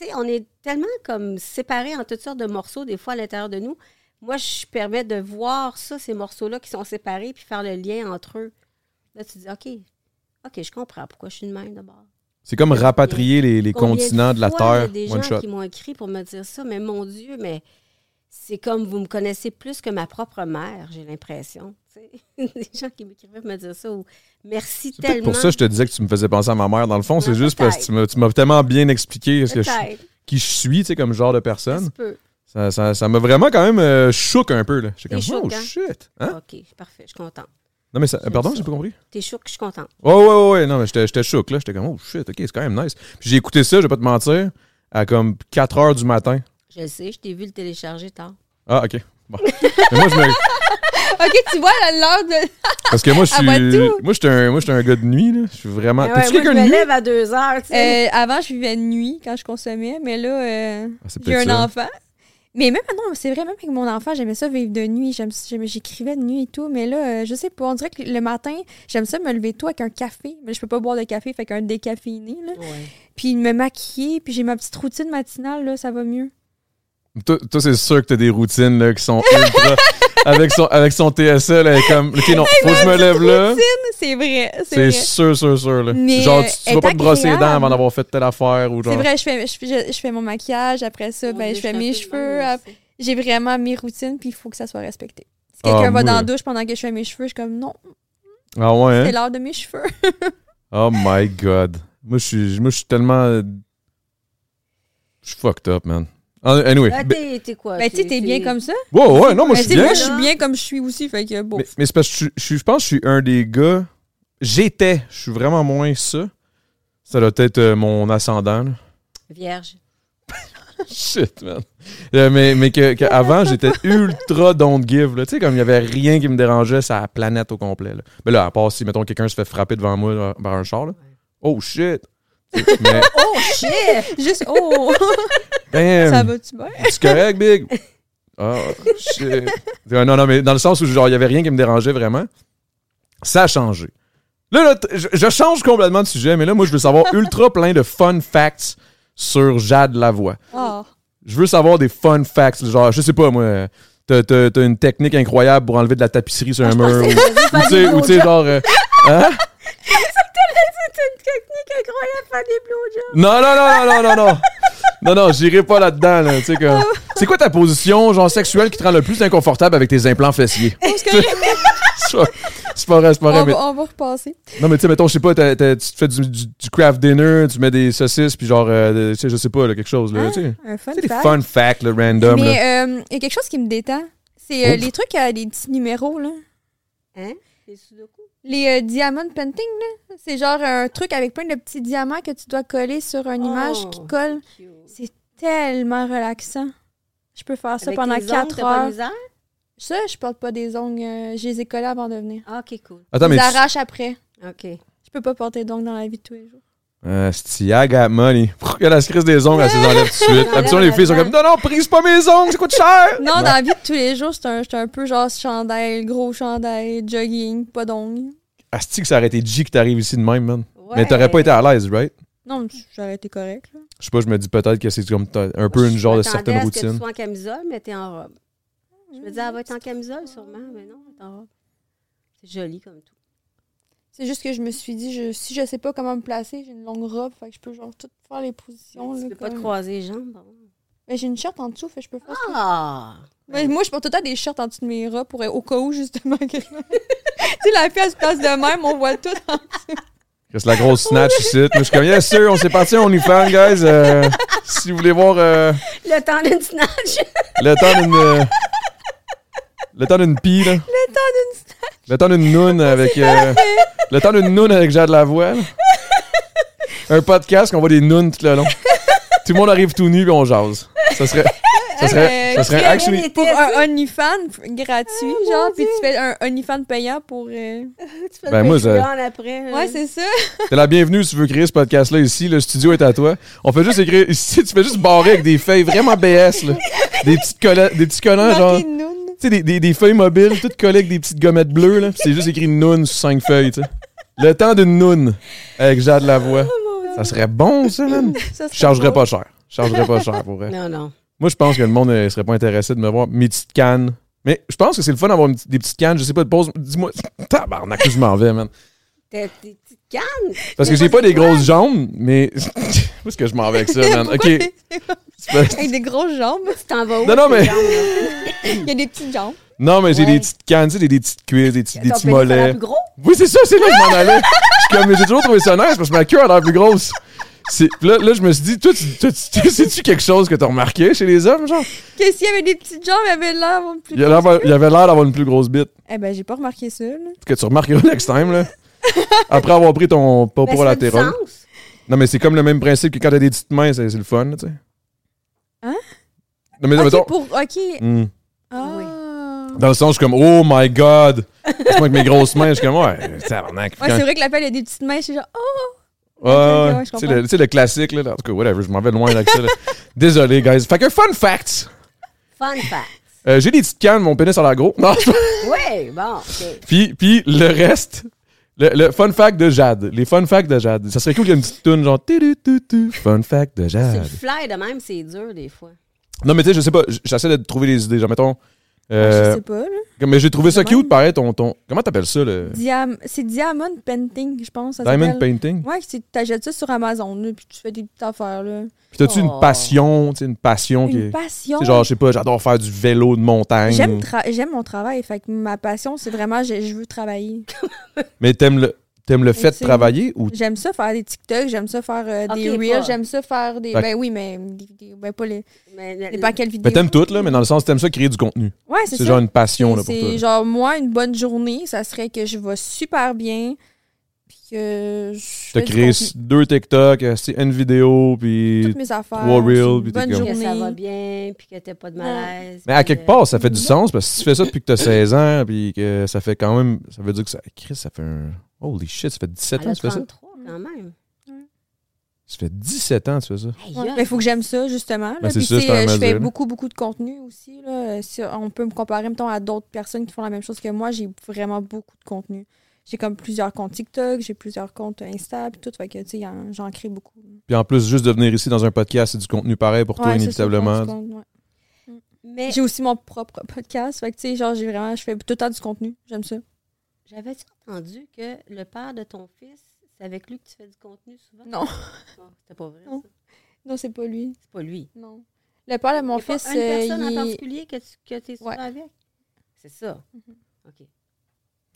sais, on est tellement comme séparés en toutes sortes de morceaux, des fois à l'intérieur de nous. Moi, je permets de voir ça, ces morceaux-là qui sont séparés, puis faire le lien entre eux. Là, tu dis, OK, OK, je comprends pourquoi je suis de même d'abord.
C'est comme rapatrier les, les
Combien
continents de la
fois,
Terre.
Il y a des
One
gens
shot.
qui m'ont écrit pour me dire ça, mais mon Dieu, mais c'est comme vous me connaissez plus que ma propre mère, j'ai l'impression. tu sais. des gens qui m'écrivaient pour me dire ça, ou merci
C'est peut-être
tellement.
pour ça que je te disais que tu me faisais penser à ma mère. Dans le fond, c'est
Ouais,
juste parce que tu m'as- tu m'as tellement bien expliqué ce que je-
Peut-être.
qui je suis, tu sais, comme genre de
Ça se
personne.
peut.
Ça ça- ça m'a vraiment quand même euh, choqué un peu. là. J'étais
T'es
comme, oh
choquant.
shit. Hein?
OK, parfait, je suis contente.
Non, mais ça-
J'aime
pardon,
ça.
j'ai pas compris.
T'es chaud que je suis contente.
Ouais, ouais, ouais, ouais. Non, mais j'étais j'étais choqué, là. J'étais comme, oh shit, ok, c'est quand même nice. Puis j'ai écouté ça, je vais pas te mentir, à comme 4 heures du matin.
Je le sais, je t'ai vu le télécharger tard.
Ah, ok. Bon. Mais moi, je me-
OK, tu vois, là, l'heure de...
Parce que moi, je
Ah,
suis.
bah, tout.
Moi, j'étais un, moi, j'étais un gars de nuit, là. Je suis vraiment.
Ben Ah Ouais,
Ah, T'es-tu
moi, je
quelqu'un de
me
nuit?
lève à deux heures, tu sais.
Euh, avant, je vivais de nuit quand je consommais, mais là, euh,
Ah, c'est
j'ai
peut-être
un
ça.
enfant. Mais même maintenant, c'est vrai, même avec mon enfant, j'aimais ça vivre de nuit. J'aime- j'aime- J'écrivais de nuit et tout, mais là, euh, je sais pas. On dirait que le matin, j'aime ça me lever tôt avec un café. Mais je peux pas boire de café, fait qu'un décaféiné. Là.
Ouais.
Puis me maquiller, puis j'ai ma petite routine matinale, là, ça va mieux.
Toi, toi, c'est sûr que t'as des routines là, qui sont ultra. avec, son, avec son TSA, là, elle est comme. Ok, non, faut que je me lève là.
C'est vrai, c'est
C'est
vrai.
sûr, sûr, sûr. Là.
Mais,
genre,
euh,
tu, tu
elle
vas pas
est
te brosser les dents
agréable.
avant d'avoir fait telle affaire ou genre.
C'est vrai, je fais, je, je- je fais mon maquillage, après ça,
Mon
ben,
Dieu,
je fais
suis un
mes
peu de même
cheveux. ap-
aussi.
J'ai vraiment mes routines, puis il faut que ça soit respecté. Si
Ah,
quelqu'un va
moi,
dans
là.
la douche pendant que je fais mes cheveux, je suis comme non,
Ah
c'est
ouais, hein?
l'heure de mes cheveux.
Oh my god. Moi, je suis, moi, je suis tellement. euh, Je suis fucked up, man. Ah, Anyway.
Là,
ben-
t'es t'es quoi?
Ben, tu sais, t'es bien comme ça.
Wow, ouais, non, moi, je
Mais
suis
tu sais,
bien.
moi, je suis bien comme je suis aussi, fait que bon.
Mais, mais c'est parce que je suis- je, suis- je pense que je suis un des gars. J'étais. Je suis vraiment moins ça. Ça doit être euh, mon ascendant, là.
Vierge.
Shit, man. Euh, mais mais que, que avant, j'étais ultra don't give. là. Tu sais, comme il n'y avait rien qui me dérangeait, c'est la planète au complet. Là. Mais là, à part si, mettons, quelqu'un se fait frapper devant moi là, par un char, là. Oh shit! Mais,
Oh, shit!
Juste, oh,
damn!
ça va-tu bien?
C'est correct, Big? Oh, shit. Euh, Non, non, mais dans le sens où genre, il n'y avait rien qui me dérangeait vraiment, ça a changé. Là, là, t- je, je change complètement de sujet, mais là, moi, je veux savoir ultra plein de fun facts sur Jade Lavoie.
Oh.
Je veux savoir des fun facts, genre, je sais pas, moi, t'as, t'as- t'as une technique incroyable pour enlever de la tapisserie sur un mur.
Ah, pensais
Ou
que t'allais faire
tu sais,
des
ou tu sais, genre. euh, hein?
C'est une technique incroyable, faire des blowjobs.
Non, non, non, non, non, non, non. Non, non, j'irai pas là-dedans, là. Tu sais, comme. C'est quoi ta position, genre, sexuelle qui te rend le plus inconfortable avec tes implants fessiers? c'est pas- c'est pas vrai, c'est pas vrai.
on,
mais-
va, on va repasser.
Non, mais tu sais, mettons, je sais pas, t'as- t'as- tu te fais du, du, du craft dinner, tu mets des saucisses, puis genre, euh, tu sais, je sais pas, là, quelque chose,
Ah,
là. tu sais.
Un fun
C'est des
fact.
fun facts, là, random, là.
Mais euh, il y a quelque chose qui me détend. C'est euh,
Ouf.
les trucs à des petits numéros, là.
Hein? C'est sudoku?
Les euh, diamond painting, là, c'est genre un truc avec plein de petits diamants que tu dois coller sur une image qui
Oh.
colle.
Cute.
C'est tellement relaxant. Je peux faire ça
Avec
pendant
tes ongles,
4
t'as pas de
heures.
misère?
Ça, je porte pas des ongles. euh, je les ai collés avant de venir.
Ah, OK, cool.
Attends,
je les
mais. tu-
arrache après.
OK.
Je peux pas porter d'ongles dans la vie de tous les jours.
Ah, c'est I got money. Prrr, Elle a la crise des ongles, elle se les enlève tout de suite. Habituellement, les filles sont comme Non, non, prise pas mes ongles, ça coûte cher.
Non, dans la vie de tous les jours, c'est un, c'est un peu genre chandail, gros chandail, jogging, pas d'ongles.
Asti que ça aurait été G que t'arrives ici de même, man.
Ouais.
Mais t'aurais pas été à l'aise, right?
Non, j'aurais été correct. là.
Je sais pas, je me dis peut-être que c'est comme t'as un peu une genre de certaine
Je m'attendais à ce que tu
routine.
sois en camisole, mais t'es en robe. Je me disais, elle va être en camisole sûrement, mais non, elle est en robe. C'est joli comme tout.
C'est juste que je me suis dit, je, si je sais pas comment me placer, j'ai une longue robe, fait que je peux genre tout faire les positions.
tu
là,
peux pas te
comme-
croiser les jambes. par exemple.
Mais j'ai une short en dessous, fait que je peux faire ça.
Ah!
Mais moi, je porte tout le temps des shirts en dessous de mes robes pour, au cas où, justement. que- tu sais, la fille, elle se place de même, on voit tout. en-
C'est la grosse snatch ici. Moi, je suis comme, yes, sir, on s'est parti, on y fan, guys. Euh, si vous voulez voir euh,
Le temps d'une snatch!
le temps d'une. euh, le temps d'une pie, là. Le temps d'une noun avec. euh, le temps d'une noun avec Jade Lavoie. là. Un podcast qu'on voit des nounes tout le long. Tout le monde arrive tout nu et on jase. Ça serait. Ça serait.
Euh,
Ça serait
Pierre,
actually-
elle est-
Pour un OnlyFans gratuit,
Ah, mon
genre, puis
Dieu.
tu fais un OnlyFans payant pour. euh,
tu fais
Ben,
le
moi, ça-
Patreon après. hein. là.
Ouais, c'est ça.
T'es la bienvenue si tu veux créer ce podcast-là ici. Le studio est à toi. On fait juste écrire. Ici, tu fais juste barrer avec des feuilles vraiment BS, là. Des petites collas, des petits collants, genre.
Marqué
Tu
Noon.
sais, des, des, des feuilles mobiles, toutes collées avec des petites gommettes bleues, là. Puis c'est juste écrit Noun sur cinq feuilles, tu sais. Le temps d'une Noun avec Jade Lavoie. Ça serait bon, ça, man.
Oh, Ça serait
Je chargerais
drôle.
pas cher. Je chargerais pas cher pour vrai.
Non, non.
Moi, je pense que le monde ne serait pas intéressé de me voir. Mes petites cannes. Mais je pense que c'est le fun d'avoir une petite- des petites cannes. Je sais pas de pause. Dis-moi. Tabarnak, je m'en vais, man.
T'as tes petites cannes!
Parce que j'ai pas des grosses jambes, mais. Où est-ce que je m'en vais avec ça, man?
Pourquoi
Ok. c'est pas-
Avec des grosses jambes.
Tu t'en vas où?
Non, non,
tes
mais-
jambes, là?
Il y a des petites jambes.
Non, mais j'ai
Ouais.
des petites cannes, tu sais, des, des petites cuisses, des, petits- des
Ton
petits
pénis a l'air
mollets.
plus gros?
Oui, c'est ça, c'est là que je m'en allais. Je suis comme, mais j'ai toujours trouvé ça nice parce que ma queue a l'air plus grosse. C'est- puis Là, là, je me suis dit, toi, tu, toi, tu- tu- c'est-tu quelque chose que t'as remarqué chez les hommes, genre?
Que s'il y avait des petites jambes, il avait l'air mon plus.
Il, a l'air- il avait l'air d'avoir une plus grosse bite.
Eh ben, j'ai pas remarqué ça, là.
que tu remarqueras next time, là. Après avoir pris ton pas
Ben,
pour
ça fait du
latéral.
sens.
Non, mais c'est comme le même principe que quand t'as des petites mains, c'est c'est le fun, là, tu sais.
Hein?
Non, mais
Ok,
mettons-
pour. Ok.
Hmm.
Ah.
Dans le sens, je suis comme, oh my god! Laisse-moi avec mes grosses mains, je suis comme, ouais, tabarnak.
Ouais, c'est vrai que la pelle a des petites mains, je suis genre, oh!
Ouais,
ok,
ouais,
ouais, je
tu sais,
comprends.
le, tu sais, le classique, là. En tout cas, whatever, je m'en vais loin avec ça. là. Désolé, guys. Fait que, fun fact!
Fun fact.
Euh, J'ai des petites cannes, mon pénis a l'air gros. Non, je-
Oui, bon, OK.
puis, puis le reste, le, le fun fact de Jade. Les fun facts de Jade. Ça serait cool qu'il y ait une petite toune genre, tu fun fact de
C'est le
Jade.
fly de même, c'est dur des fois.
Non, mais tu sais, je sais pas, j- j'essaie de trouver des idées. Genre, mettons. euh,
Je sais pas, là.
comme- mais j'ai trouvé ça
C'est bon.
cute, pareil, ton. ton comment t'appelles ça, le.
Diam- c'est Diamond Painting, je pense. ça
Diamond
s'appelle.
painting?
Ouais, que tu t'achètes ça sur Amazon, là, puis tu fais des petites affaires, là.
Puis t'as-tu une
Oh.
passion, tu sais, une passion qui
Une
est.
passion.
Tu sais, genre, je sais hein. pas, j'adore faire du vélo de montagne.
J'aime, tra- j'aime mon travail, fait que ma passion, c'est vraiment, je, je veux travailler.
Mais t'aimes le, t'aimes le fait de
c'est-
travailler ou.
J'aime ça faire des TikTok, j'aime ça faire euh, des
Ok,
Reels,
pas-
j'aime ça faire des...
Fait que-
Ben oui, mais des- des- ben, pas les...
Mais le-
les pas quelle vidéo.
Mais t'aimes tout, là, mais dans le sens, t'aimes ça créer du contenu.
Ouais, c'est,
C'est,
ça.
genre une passion, là, pour
c'est
toi. là.
genre, moi, une bonne journée, ça serait que je vais super bien, puis que je
T'as
fais du
créé
contenu.
s- deux TikTok, euh, c'est une vidéo, puis.
toutes mes affaires.
trois reels,
c'est une
puis t'es
bonne
comme-
que ça va
journée.
bien, puis que t'as pas de malaise.
Mais à
puis,
quelque
euh,
part, ça fait du sens, parce que si tu fais ça depuis que t'as 16 ans, puis que ça fait quand même. Ça veut dire que ça. Chris, ça fait un. Holy shit, ça fait 17
Elle
ans
a
que tu fais ça.
33 quand même.
Ça fait 17 ans que tu fais ça.
Aïe,
Ouais,
aïe.
Mais il faut que j'aime ça, justement. là.
Ben, c'est
Puis,
ça,
tu sais,
c'est un
euh, je
mal
fais
dire, là.
beaucoup, beaucoup de contenu aussi. Là. Euh, si on peut me comparer, mettons, à d'autres personnes qui font la même chose que moi. J'ai vraiment beaucoup de contenu. J'ai comme plusieurs comptes TikTok, j'ai plusieurs comptes Insta, puis tout. Fait que, tu sais, y en- j'en crée beaucoup.
Puis en plus, juste de venir ici dans un podcast, c'est du contenu pareil pour toi,
Ouais, c'est ça, faire du
inévitablement.
contenu, ouais.
Mais
J'ai aussi mon propre podcast. Fait que, tu sais, genre, j'ai vraiment, je fais tout le temps du contenu. J'aime ça.
j'avais-tu entendu que le père de ton fils, c'est avec lui que tu fais du contenu souvent?
Non,
Ah, C'était pas vrai,
Non.
ça.
non, c'est pas lui.
C'est pas lui.
Non. Le père de mon
Y a pas
fils,
une
euh,
personne
il-
en particulier que tu que es souvent
Ouais. Mhm.
avec? C'est ça. OK.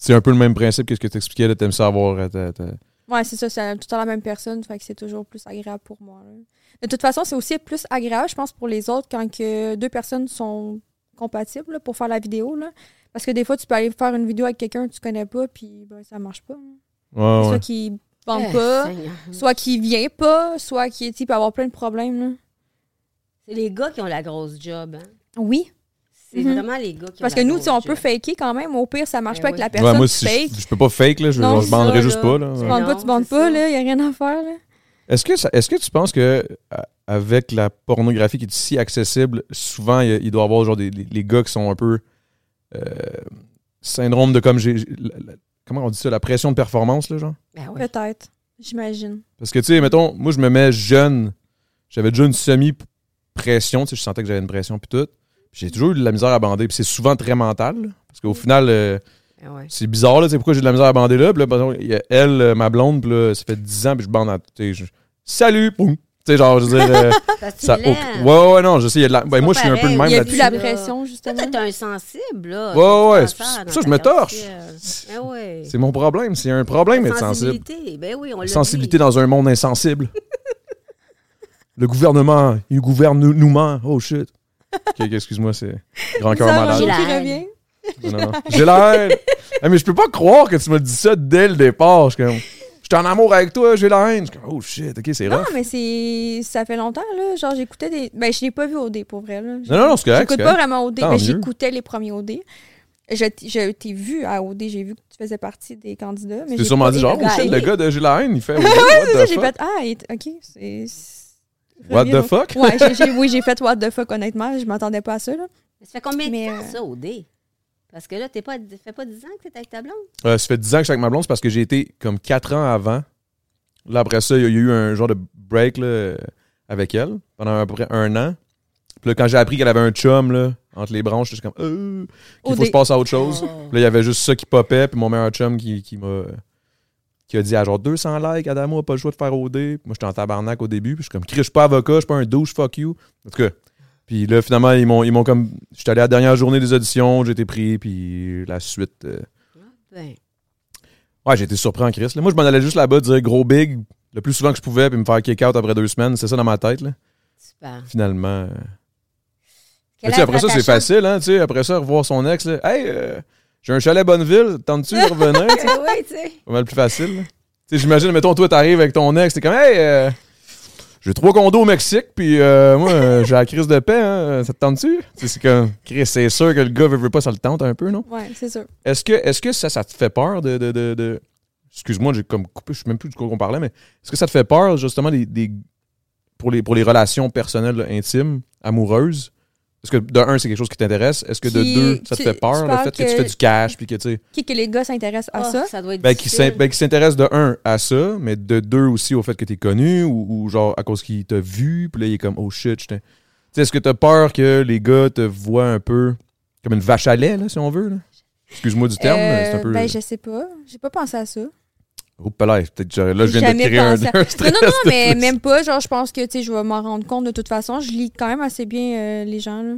C'est un peu le même principe que ce que tu expliquais, là, t'aimes ça avoir. euh, ta- ta-
Ouais, c'est ça, c'est tout le temps la même personne, fait que c'est toujours plus agréable pour moi. là. De toute façon, c'est aussi plus agréable, je pense, pour les autres quand que deux personnes sont compatible là, pour faire la vidéo. Là. Parce que des fois, tu peux aller faire une vidéo avec quelqu'un que tu connais pas, puis ben, ça marche pas. hein.
Ouais, Ah ouais.
Soit qu'il vend
Eh,
pas,
Seigneur.
soit qu'il vient pas, soit qu'il tu sais, il peut avoir plein de problèmes. là.
C'est les gars qui ont la grosse job. hein.
Oui.
C'est
Mhm.
vraiment les gars qui
Parce
ont
que
la
nous,
grosse
tu sais, on peut
job.
faker quand même. Au pire, ça marche
Ben
pas
oui.
avec la
Ouais,
personne
moi,
qui
si
fake.
je, je peux pas fake, là, je,
Non,
je
c'est
banderais
ça,
juste
là.
pas. Là.
Tu
Ouais.
bandes pas,
Non,
tu bandes
c'est
pas,
ça.
là. Il n'y a rien à faire, là.
Est-ce que, ça- est-ce que tu penses que à- avec la pornographie qui est si accessible, souvent il, y a- il doit y avoir genre des, les, les gars qui sont un peu euh, syndrome de comme j'ai j'ai- la- la- comment on dit ça la pression de performance là genre
Ben oui.
Peut-être. J'imagine.
parce que tu sais mettons moi je me mets jeune j'avais déjà une semi pression tu sais je sentais que j'avais une pression puis tout Puis j'ai toujours eu de la misère à bander puis c'est souvent très mental là. parce qu'au final euh,
Ben oui.
c'est bizarre, là, tu sais, pourquoi j'ai de la misère à bander là. Puis là, par exemple, il y a elle, euh, ma blonde, puis là, ça fait 10 ans, puis je bande en. tu sais, je- Salut! poum. Tu sais, genre, je veux dire. euh,
Parce que tu
ça,
l'aimes.
aucun- ouais, ouais, ouais, non, je sais, il y a de la. ben,
pas
moi, je suis un peu le
pareil.
même
Il n'y a
là-dessus.
plus la
là.
prestement.
Toi, t'es un sensible, là.
Ouais, ouais,
T'es
c'est-
cancer
c'est
dans
ça, je
ta
me torche.
carotide. Ben ouais.
C'est mon problème, c'est un problème d'être sensible.
Sensibilité. Ben oui, on l'a
Sensibilité
dit.
dans un monde insensible. le gouvernement, il gouverne nous, nous ment. Oh shit. Ok, excuse-moi, c'est grand cœur
Ça, un
malade.
jour
malade.
qui revient.
Non, non. J'ai la haine. Ah, mais je peux pas croire que tu m'as dit ça dès le départ. Je suis comme, j'étais en amour avec toi, j'ai la haine. Je suis comme, oh shit, ok, c'est
Non,
rough.
mais c'est. Ça fait longtemps, là. Genre, j'écoutais des. Ben, je l'ai pas vu au dé, pour vrai, là.
Non, non, non, c'est correct.
J'écoute
c'est
pas
correct.
vraiment OD,
Tant
mais
mieux.
j'écoutais les premiers OD. Je t- je t'ai vu à OD, j'ai vu que tu faisais partie des candidats. mais
T'es
j'ai
sûrement
pas-
dit
et
genre,
le
oh
gars,
shit,
il-
le gars de J'ai la haine, il fait. What
Ça,
the
j'ai
fuck?
fait Ah, il est- ok, c'est. c'est-
What the
Reviens,
fuck?
Ouais, j'ai- j'ai- oui, j'ai fait What the fuck, honnêtement. Je m'attendais pas à ça, là.
Mais Ça fait combien
Mais,
de temps,
euh,
ça, au dé? Parce que là, t'es pas, ça fait pas 10 ans que t'es avec ta blonde.
Euh, ça fait 10 ans que je suis avec ma blonde, c'est parce que j'ai été comme 4 ans avant. Là, après ça, il y a eu un genre de break là, euh, avec elle pendant à peu près un an. Puis là, quand j'ai appris qu'elle avait un chum là, entre les branches, j'étais comme euh, qu'il
Oh,
faut que
des-
je passe à autre chose.
Oh.
Puis là, il y avait juste ça qui popait, puis mon meilleur chum qui, qui m'a qui a dit à genre 200 likes, Adamo a pas le choix de faire OD. Puis Moi, j'étais en tabarnak au début, puis je suis comme, Chris, je suis pas avocat, je suis pas un douche, fuck you. En tout cas, puis là, finalement, ils m'ont ils m'ont comme, j'étais allé à la dernière journée des auditions, j'ai été pris, puis la suite, euh,
Ben,
Ouais, j'ai été surpris en Chris. là. Moi, je m'en allais juste là-bas dire gros big le plus souvent que je pouvais, puis me faire kick out après deux semaines. C'est ça dans ma tête, là.
super.
Finalement. euh. Mais
Quel
tu sais,
âge
après ça,
a ta
c'est
chambre?
facile, hein. Tu sais, après ça, revoir son ex, là. Hey, euh, j'ai un chalet Bonneville, tentes-tu de revenir? Tu sais,
Ben oui, tu sais.
pas mal plus facile, là. Tu sais, j'imagine, mettons, toi, t'arrives avec ton ex, t'es comme, hey, euh, j'ai trois condos au Mexique, puis euh, moi, euh, j'ai la crise de paix, hein. Ça te tente-tu? Tu sais, c'est comme, Chris, c'est sûr que le gars veut, veut pas, ça le tente un peu, non?
Ouais, c'est sûr.
Est-ce que, est que ça, ça te fait peur de. de, de, de- Excuse-moi, j'ai comme coupé, je sais même plus du coup qu'on parlait, mais est-ce que ça te fait peur, justement, des, des- pour, les, pour les relations personnelles, là, intimes, amoureuses? Est-ce que de un, c'est quelque chose qui t'intéresse? Est-ce que de
Qui-
deux, ça te
tu-
fait
tu
peur, le
parles
fait que,
que-
tu fais du cash, puis que tu sais.
Qui que les gars s'intéressent à
Oh,
Ah, ça?
Ça doit être
Ben, qui
difficile.
s'in- ben, qui s'intéresse de un à ça, mais de deux aussi au fait que t'es connu, ou, ou genre à cause qu'il t'a vu, puis là, il est comme, oh shit, je t'ai- Tu sais, est-ce que t'as peur que les gars te voient un peu comme une vache à lait, là, si on veut, là? Excuse-moi du terme, mais c'est un
Euh,
peu.
Ben, je sais pas. J'ai pas pensé à ça.
Oh, là, peut-être que là, je viens de
Jamais
créer un,
pensé à-
un stress.
Non, non, non,
de
mais
plus.
même pas. Genre, je pense que, tu sais, je vais m'en rendre compte de toute façon. Je lis quand même assez bien euh, les gens, là.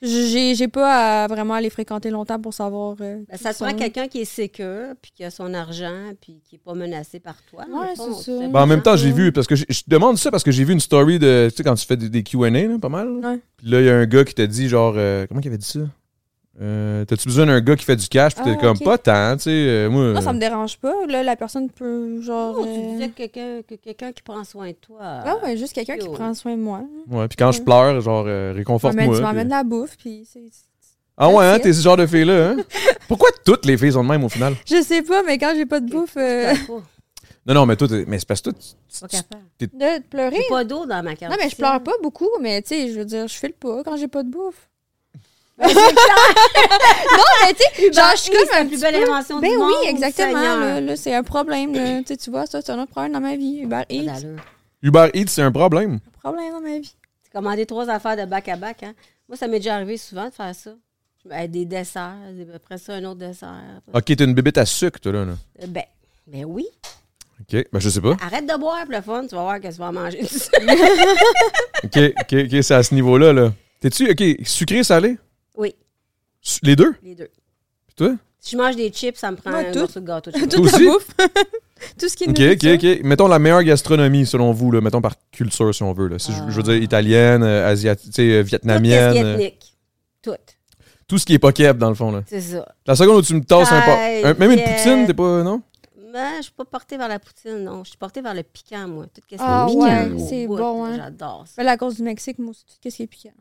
J- J'ai j'ai pas à vraiment les fréquenter longtemps pour savoir. euh,
Ben,
qui
ça
ils
te prend
sont.
quelqu'un qui est sécure, puis qui a son argent, puis qui n'est pas menacé par toi. dans le
Ouais,
fond,
c'est ça.
tu sais.
Ben, en même
hein.
temps, j'ai vu, parce que j'ai- je te demande ça parce que j'ai vu une story de. Tu sais, quand tu fais des, des QA, là, pas mal. là.
Ouais.
Puis là, il y a un gars qui t'a dit, genre, euh, comment il avait dit ça? Euh, T'as-tu besoin d'un gars qui fait du cash? Puis t'es
Ah,
comme,
ok.
pas tant, tu sais. euh, moi,
Non, ça me dérange pas. Là, la personne peut, genre.
Oh, tu
euh,
disais que quelqu'un que quelqu'un qui prend soin de toi.
Ah ouais, juste quelqu'un qui
Yo.
prend soin de moi. Tu
ouais, puis quand je pleure, genre, euh, réconforte-moi.
m'amènes- tu
puis-
m'emmènes de la bouffe, puis c'est-
Ah ouais, hein,
Merci.
t'es ce genre de fille-là, hein? Pourquoi toutes les filles sont de même au final?
Je sais pas, mais quand j'ai pas de bouffe, euh,
T'as pas,
Non, non, mais toi, t'es- mais c'est parce que toi, tu-
pas
tu-
capable.
de pleurer.
J'ai pas d'eau dans ma carte.
Non, mais je pleure pas beaucoup, mais tu sais, je veux dire, je file pas quand j'ai pas de bouffe. non, mais tu sais, genre, je suis
Marie,
comme
c'est
un
la Ben, plus
petit
belle
peu-
invention
ben
du
oui,
monde,
exactement.
Seigneur.
Là, là, c'est un problème. là. Tu sais, tu vois, ça, c'est un autre problème dans ma vie. Uber
Pas
Eats,
d'allure.
Uber Eats, c'est un problème.
un problème dans ma vie.
T'as commandé trois affaires de bac à bac. Hein. Moi, ça m'est déjà arrivé souvent de faire ça. Je- euh, Des desserts, des- ben, après ça, un autre dessert.
Ok, t'es une bébête à sucre, toi, là. là.
Euh, Ben, ben oui.
Ok, ben je sais pas.
Arrête de boire pour le fun, tu vas voir que tu vas en manger.
OK, OK, OK, c'est à ce niveau-là, là. T'es-tu, OK, sucré, salé?
oui,
Su- Les deux?
les deux.
Puis toi?
Si je mange des chips, ça me prend
Moi,
un
tout.
morceau de gâteau de chocolat.
Toi aussi?
bouffe. Tout ce qui est
OK, OK,
nourriture.
OK. Mettons la meilleure gastronomie, selon vous, là. Mettons par culture, si on veut, là. Si je, je veux dire italienne, euh, asiatique, tu sais, euh,
Tout est
vietnamienne. euh,
ethnique. Tout.
tout ce qui est pas keb, dans le fond. Là.
C'est ça.
La seconde où tu me tasses un, pa-
Aïe,
un- Même une
yeah.
poutine, t'es pas. Non?
Ben, je suis pas portée vers la poutine, non. Je suis portée vers le piquant, moi. Tout ce qui est
Ah,
piquant,
ouais,
au
c'est
bout,
bon, hein.
J'adore ça.
Mais la cause du Mexique, moi aussi, tout ce qui est piquant.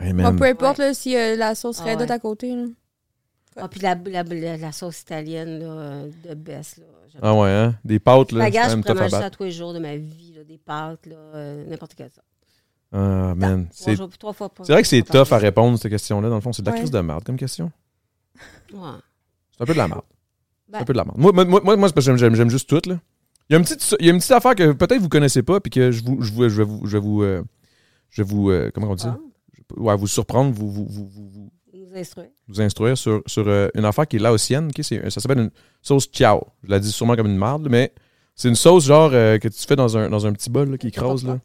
Hey,
Moi,
man.
peu importe là, si euh, la sauce
Ah,
redoute
ouais.
à côté. là.
Ah, puis la, la, la, la sauce italienne, là, euh, de baisse, là. J'adore.
Ah ouais, hein? Des pâtes, là.
Ma
C'est quand
gage, je
même
pourrais
tough à
manger ça
battre.
tous les jours de ma vie, là, des pâtes, là, euh, n'importe quelle sorte.
Ah, man.
Trois
C'est
jours- trois fois par-
c'est vrai que c'est
par
tough à
jour.
répondre, cette question-là, dans le fond. C'est de la
Ouais.
crise de merde comme question.
Ouais.
C'est un peu de la merde.
Ben-
C'est un peu de la merde. Moi, moi, moi, moi, c'est parce que j'aime- j'aime j'aime juste tout, là. Il y, a une petite, il y a une petite affaire que peut-être vous connaissez pas, puis que je, vous, je, vous, je vais vous. Je vais vous, euh, je vais vous euh, comment on dit
Ah,
Ouais, vous surprendre, vous, vous, vous, vous, vous-
nous instruire.
vous instruire sur, sur euh, une affaire qui est laotienne. ok? C'est- ça s'appelle une sauce chow. Je la dis sûrement comme une marde, mais c'est une sauce genre euh, que tu fais dans un, dans un petit bol là, qui écrase. Là.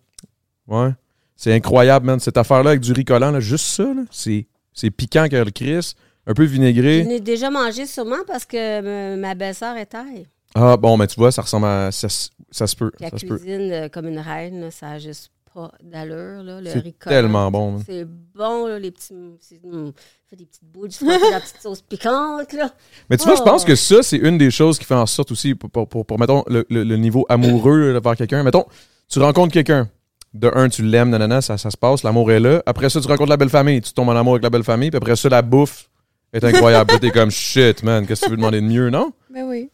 Ouais. C'est incroyable, man. Cette affaire-là avec du riz collant, là, juste ça, là, c'est, c'est piquant que le Chris. Un peu
Je
vinaigré.
n'ai déjà mangé sûrement parce que me- ma belle-sœur est taille.
Ah bon, mais tu vois, ça ressemble à. Ça, s- ça se peut.
Puis elle
ça se peut.
cuisine euh, comme une reine, là, ça n'a juste pas d'allure. Là, le riz
C'est
collant.
tellement bon, man.
C'est bon, là, les petits. c'est- hum, fait des petites boules, tu fais la petite sauce piquante, là.
Mais tu vois, je pense
Oh.
que ça, c'est une des choses qui fait en sorte aussi, pour, pour, pour- pour, mettons, le, le- le niveau amoureux là, vers quelqu'un. Mettons, tu rencontres quelqu'un. De un, tu l'aimes, nanana, ça, ça se passe, l'amour est là. Après ça, tu rencontres la belle famille, tu tombes en amour avec la belle famille, puis après ça, la bouffe est incroyable. Là, t'es comme shit, man, qu'est-ce que tu veux demander de mieux, non?
Ben oui.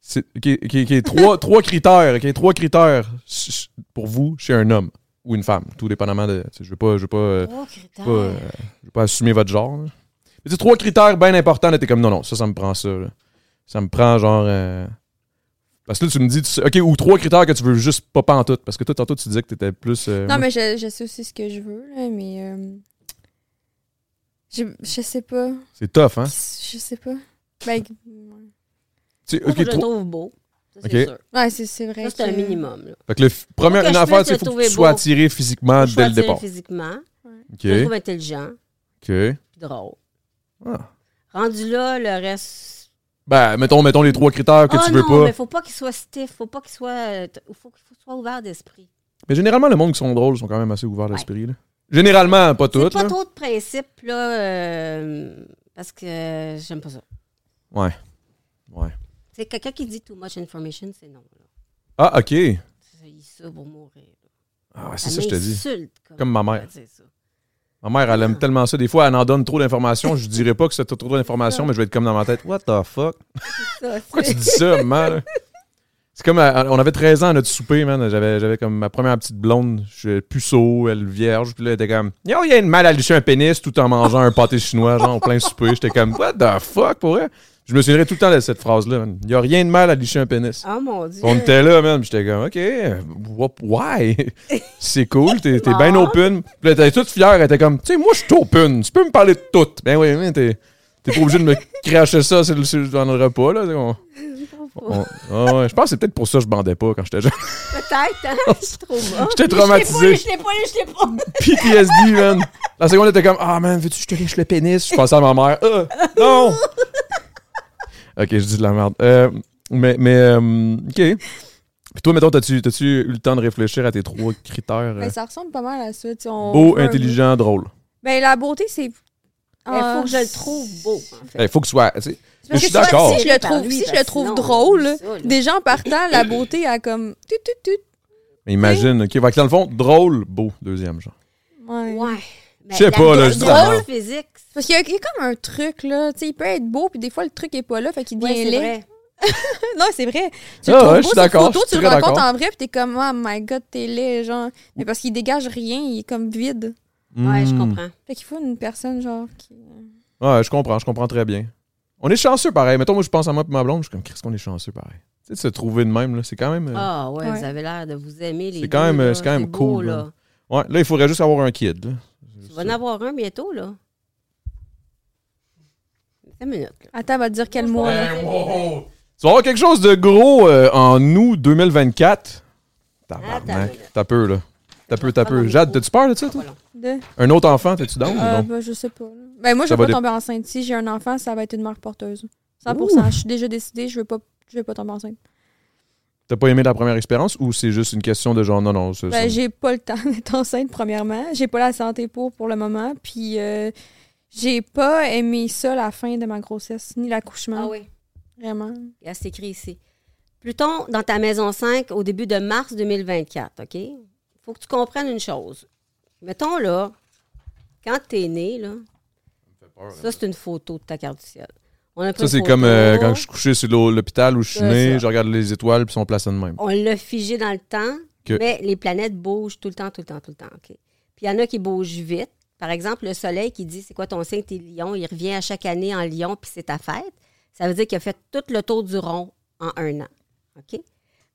C'est qui, qui, qui est trois, trois critères, qui est trois critères ch- ch- pour vous chez un homme ou une femme, tout dépendamment de. tu sais, Je veux pas, je veux pas, euh,
Oh,
je veux pas, euh, je veux pas assumer votre genre. là. Mais tu sais, trois critères bien importants, là, t'es comme non, non, ça, ça me prend ça. là. Ça me prend genre. euh, Parce que là, tu me dis, tu sais- OK, ou trois critères que tu veux juste pas en tout. Parce que toi, tantôt, tu disais que t'étais plus. euh,
Non, mais je, je sais aussi ce que je veux, là, mais. euh, je, je sais pas.
C'est tough, hein?
Je sais pas. Ben, ouais.
Tu sais, OK,
Moi, faut que je le
trois-
trouve beau. Ça, c'est
Ok.
sûr.
Ouais, c'est- c'est vrai.
Ça, c'est un
que-
minimum. Là.
Fait que le f- première
que
une
je
affaire,
puisse
c'est
le
faut que
trouver
tu sois
beau.
attiré physiquement
je
Ah, dès le
attirée
départ.
physiquement.
OK.
Je le trouve intelligent,
OK.
puis drôle.
Ah.
Rendu là, le reste.
Ben, mettons, mettons les trois critères que
Ah
tu veux
non,
pas.
mais faut pas qu'il soit stiff, faut pas qu'il soit. euh, t- faut qu'il soit ouvert d'esprit.
Mais généralement, le monde qui sont drôles sont quand même assez ouverts
Ouais.
d'esprit. là. Généralement, pas
C'est
toutes.
pas
là.
trop de principes, là, euh, parce que j'aime pas ça.
Ouais. Ouais.
C'est quelqu'un qui dit too much information, c'est non. Là.
Ah, OK.
Ça, Il ça pour mourir.
Ah, ouais, c'est ça, que je te dis.
m'insulte,
Comme ma mère.
C'est ça.
Ma mère, elle aime tellement ça. Des fois, elle en donne trop d'informations. Je dirais pas que c'est trop d'informations, mais je vais être comme dans ma tête. What the fuck?
Ça,
Pourquoi
c'est-
tu dis ça, maman? là? C'est comme, euh, on avait 13 ans à notre souper, man. J'avais, j'avais comme ma première petite blonde, je, puceau, elle vierge. Puis là, elle était comme, yo, il y a une mal à lécher un pénis tout en mangeant un pâté chinois, genre, au plein souper. J'étais comme, what the fuck, pour vrai? Je me souviendrai tout le temps de cette phrase-là. man. Il y a rien de mal à lécher un pénis.
Oh mon Dieu.
On était là, man. puis J'étais comme, OK, wha- why? C'est cool, t'es, t'es bien open. Puis là, t'étais toute fière. Elle était comme, tu sais, moi, je suis open. Tu peux me parler de tout. Ben oui, mais t'es, t'es pas obligé de me cracher ça sur le- sur- dans le repas, là. On- on- ah ouais, je pense que c'est peut-être pour ça que je bandais pas quand j'étais jeune.
Peut-être, hein? Je suis trop moche.
J'étais traumatisé.
Je l'ai pas eu, je l'ai pas eu, je l'ai pas eu.
PTSD, man. La seconde était comme, ah, man, veux-tu que je te lèche le pénis? Je pensais à ma mère, Ah, non! ok, je dis de la merde. Euh, mais, mais, euh, ok. Puis toi, mettons, t'as-tu, t'as-tu eu le temps de réfléchir à tes trois critères? euh,
Ben, ça ressemble pas mal à ça. tu sais, on
beau,
veut un-
intelligent, drôle.
Ben, la beauté, c'est. Ah,
Il faut que je le trouve beau, en fait.
Il Ben, faut que ce soit. tu sais,
C'est parce
Je suis
que si-
d'accord.
Si je le
Par
trouve,
lui,
si je
parce
le
que
trouve
sinon,
drôle,
on dit ça, là.
déjà en partant, la beauté a comme. Tut, tut, tut.
mais imagine, ok. Fait que dans le fond, drôle, beau, deuxième genre.
Ouais.
Ouais. Mais
sais
la
pas, là, je dis la
drôle
merde.
physique.
Parce qu'il y, a- il y a comme un truc, là. Tu sais, il peut être beau, puis des fois, le truc est pas là, fait qu'il
Ouais,
devient
c'est
laid.
vrai.
Non, c'est vrai. Tu le
Ah
trouves
ouais, je suis
beau sur
d'accord,
photo,
je suis
tu le
très
rencontres
d'accord.
en vrai, puis t'es comme, oh my god, t'es laid, genre. Mais parce qu'il dégage rien, il est comme vide.
Ouais,
Mm.
je comprends.
Fait qu'il faut une personne, genre, qui.
Hmm. Ouais, je comprends, je comprends très bien. On est chanceux pareil. Mettons, moi, je pense à moi et ma blonde, je suis comme, qu'est-ce qu'on est chanceux pareil. Tu sais, de se trouver de même, là, c'est quand même. euh,
Ah ouais,
Ouais.
vous avez l'air de vous aimer les
C'est quand
deux,
même-
là.
c'est quand même
beau,
cool, là.
là.
Ouais, là, il faudrait juste avoir un kid, là.
Tu vas en avoir un bientôt, là. Une minute, là.
Attends, elle va te dire quel mois, là.
Tu vas avoir quelque chose de gros euh, en août 2024.
Ah,
Tabarnak. T'as peur, là. T'as peur, t'as peur. Jade, t'as-tu peur de ça, toi?
De-
Un autre enfant, t'es-tu down ou
Euh,
Ah, non?
ben, je sais pas. là. Ben, moi, je
Ça
vais
va
pas
dé-
tomber enceinte. Si j'ai un enfant, ça va être une mère porteuse. 100 Je suis déjà décidée, je veux pas, je veux pas tomber enceinte.
T'as pas aimé la première expérience ou c'est juste une question de genre, non, non, ça- ça-
Ben, j'ai pas le temps d'être enceinte, premièrement. J'ai pas la santé pour, pour le moment. Puis, euh, J'ai pas aimé ça la fin de ma grossesse, ni l'accouchement.
Ah oui.
Vraiment.
Regarde, c'est écrit ici. Pluton, dans ta maison 5, au début de mars 2024, OK? faut que tu comprennes une chose. Mettons, là, quand tu es né, là, ça, c'est une photo de ta carte du ciel. On a pris
hein. Ça,
une
c'est
photo,
comme euh, quand je suis couché sur l'eau- l'hôpital où je suis
C'est
né,
ça.
je regarde les étoiles puis sont placées de même.
On l'a figé dans le temps,
Que-
mais les planètes bougent tout le temps, tout le temps, tout le temps. OK? Puis il y en a qui bougent vite. Par exemple, le soleil qui dit c'est quoi ton signe, t'es lion, il revient à chaque année en lion, puis c'est ta fête. Ça veut dire qu'il a fait tout le tour du rond en un an. OK?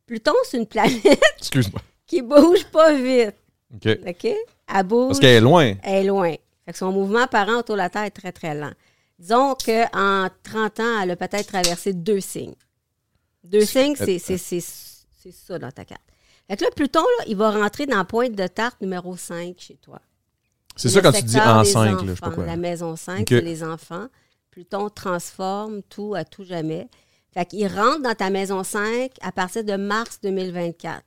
Pluton, c'est une planète
Excuse-moi.
qui bouge pas vite.
OK.
OK? Elle bouge.
Parce qu'elle est loin.
Elle est loin. Fait que son mouvement apparent autour de la Terre est très, très lent. Disons qu'en 30 ans, elle a peut-être traversé deux signes. Deux signes, c'est- c'est c'est- c'est ça dans ta carte. Fait que là, Pluton, là, il va rentrer dans la pointe de tarte numéro 5 chez toi.
C'est
Le
ça quand tu dis
secteur
en
des
5, là, je sais pas
enfants,
quoi.
La maison 5,
Ok.
c'est les enfants. Pluton transforme tout à tout jamais. Fait qu'il rentre dans ta maison 5 à partir de mars 2024.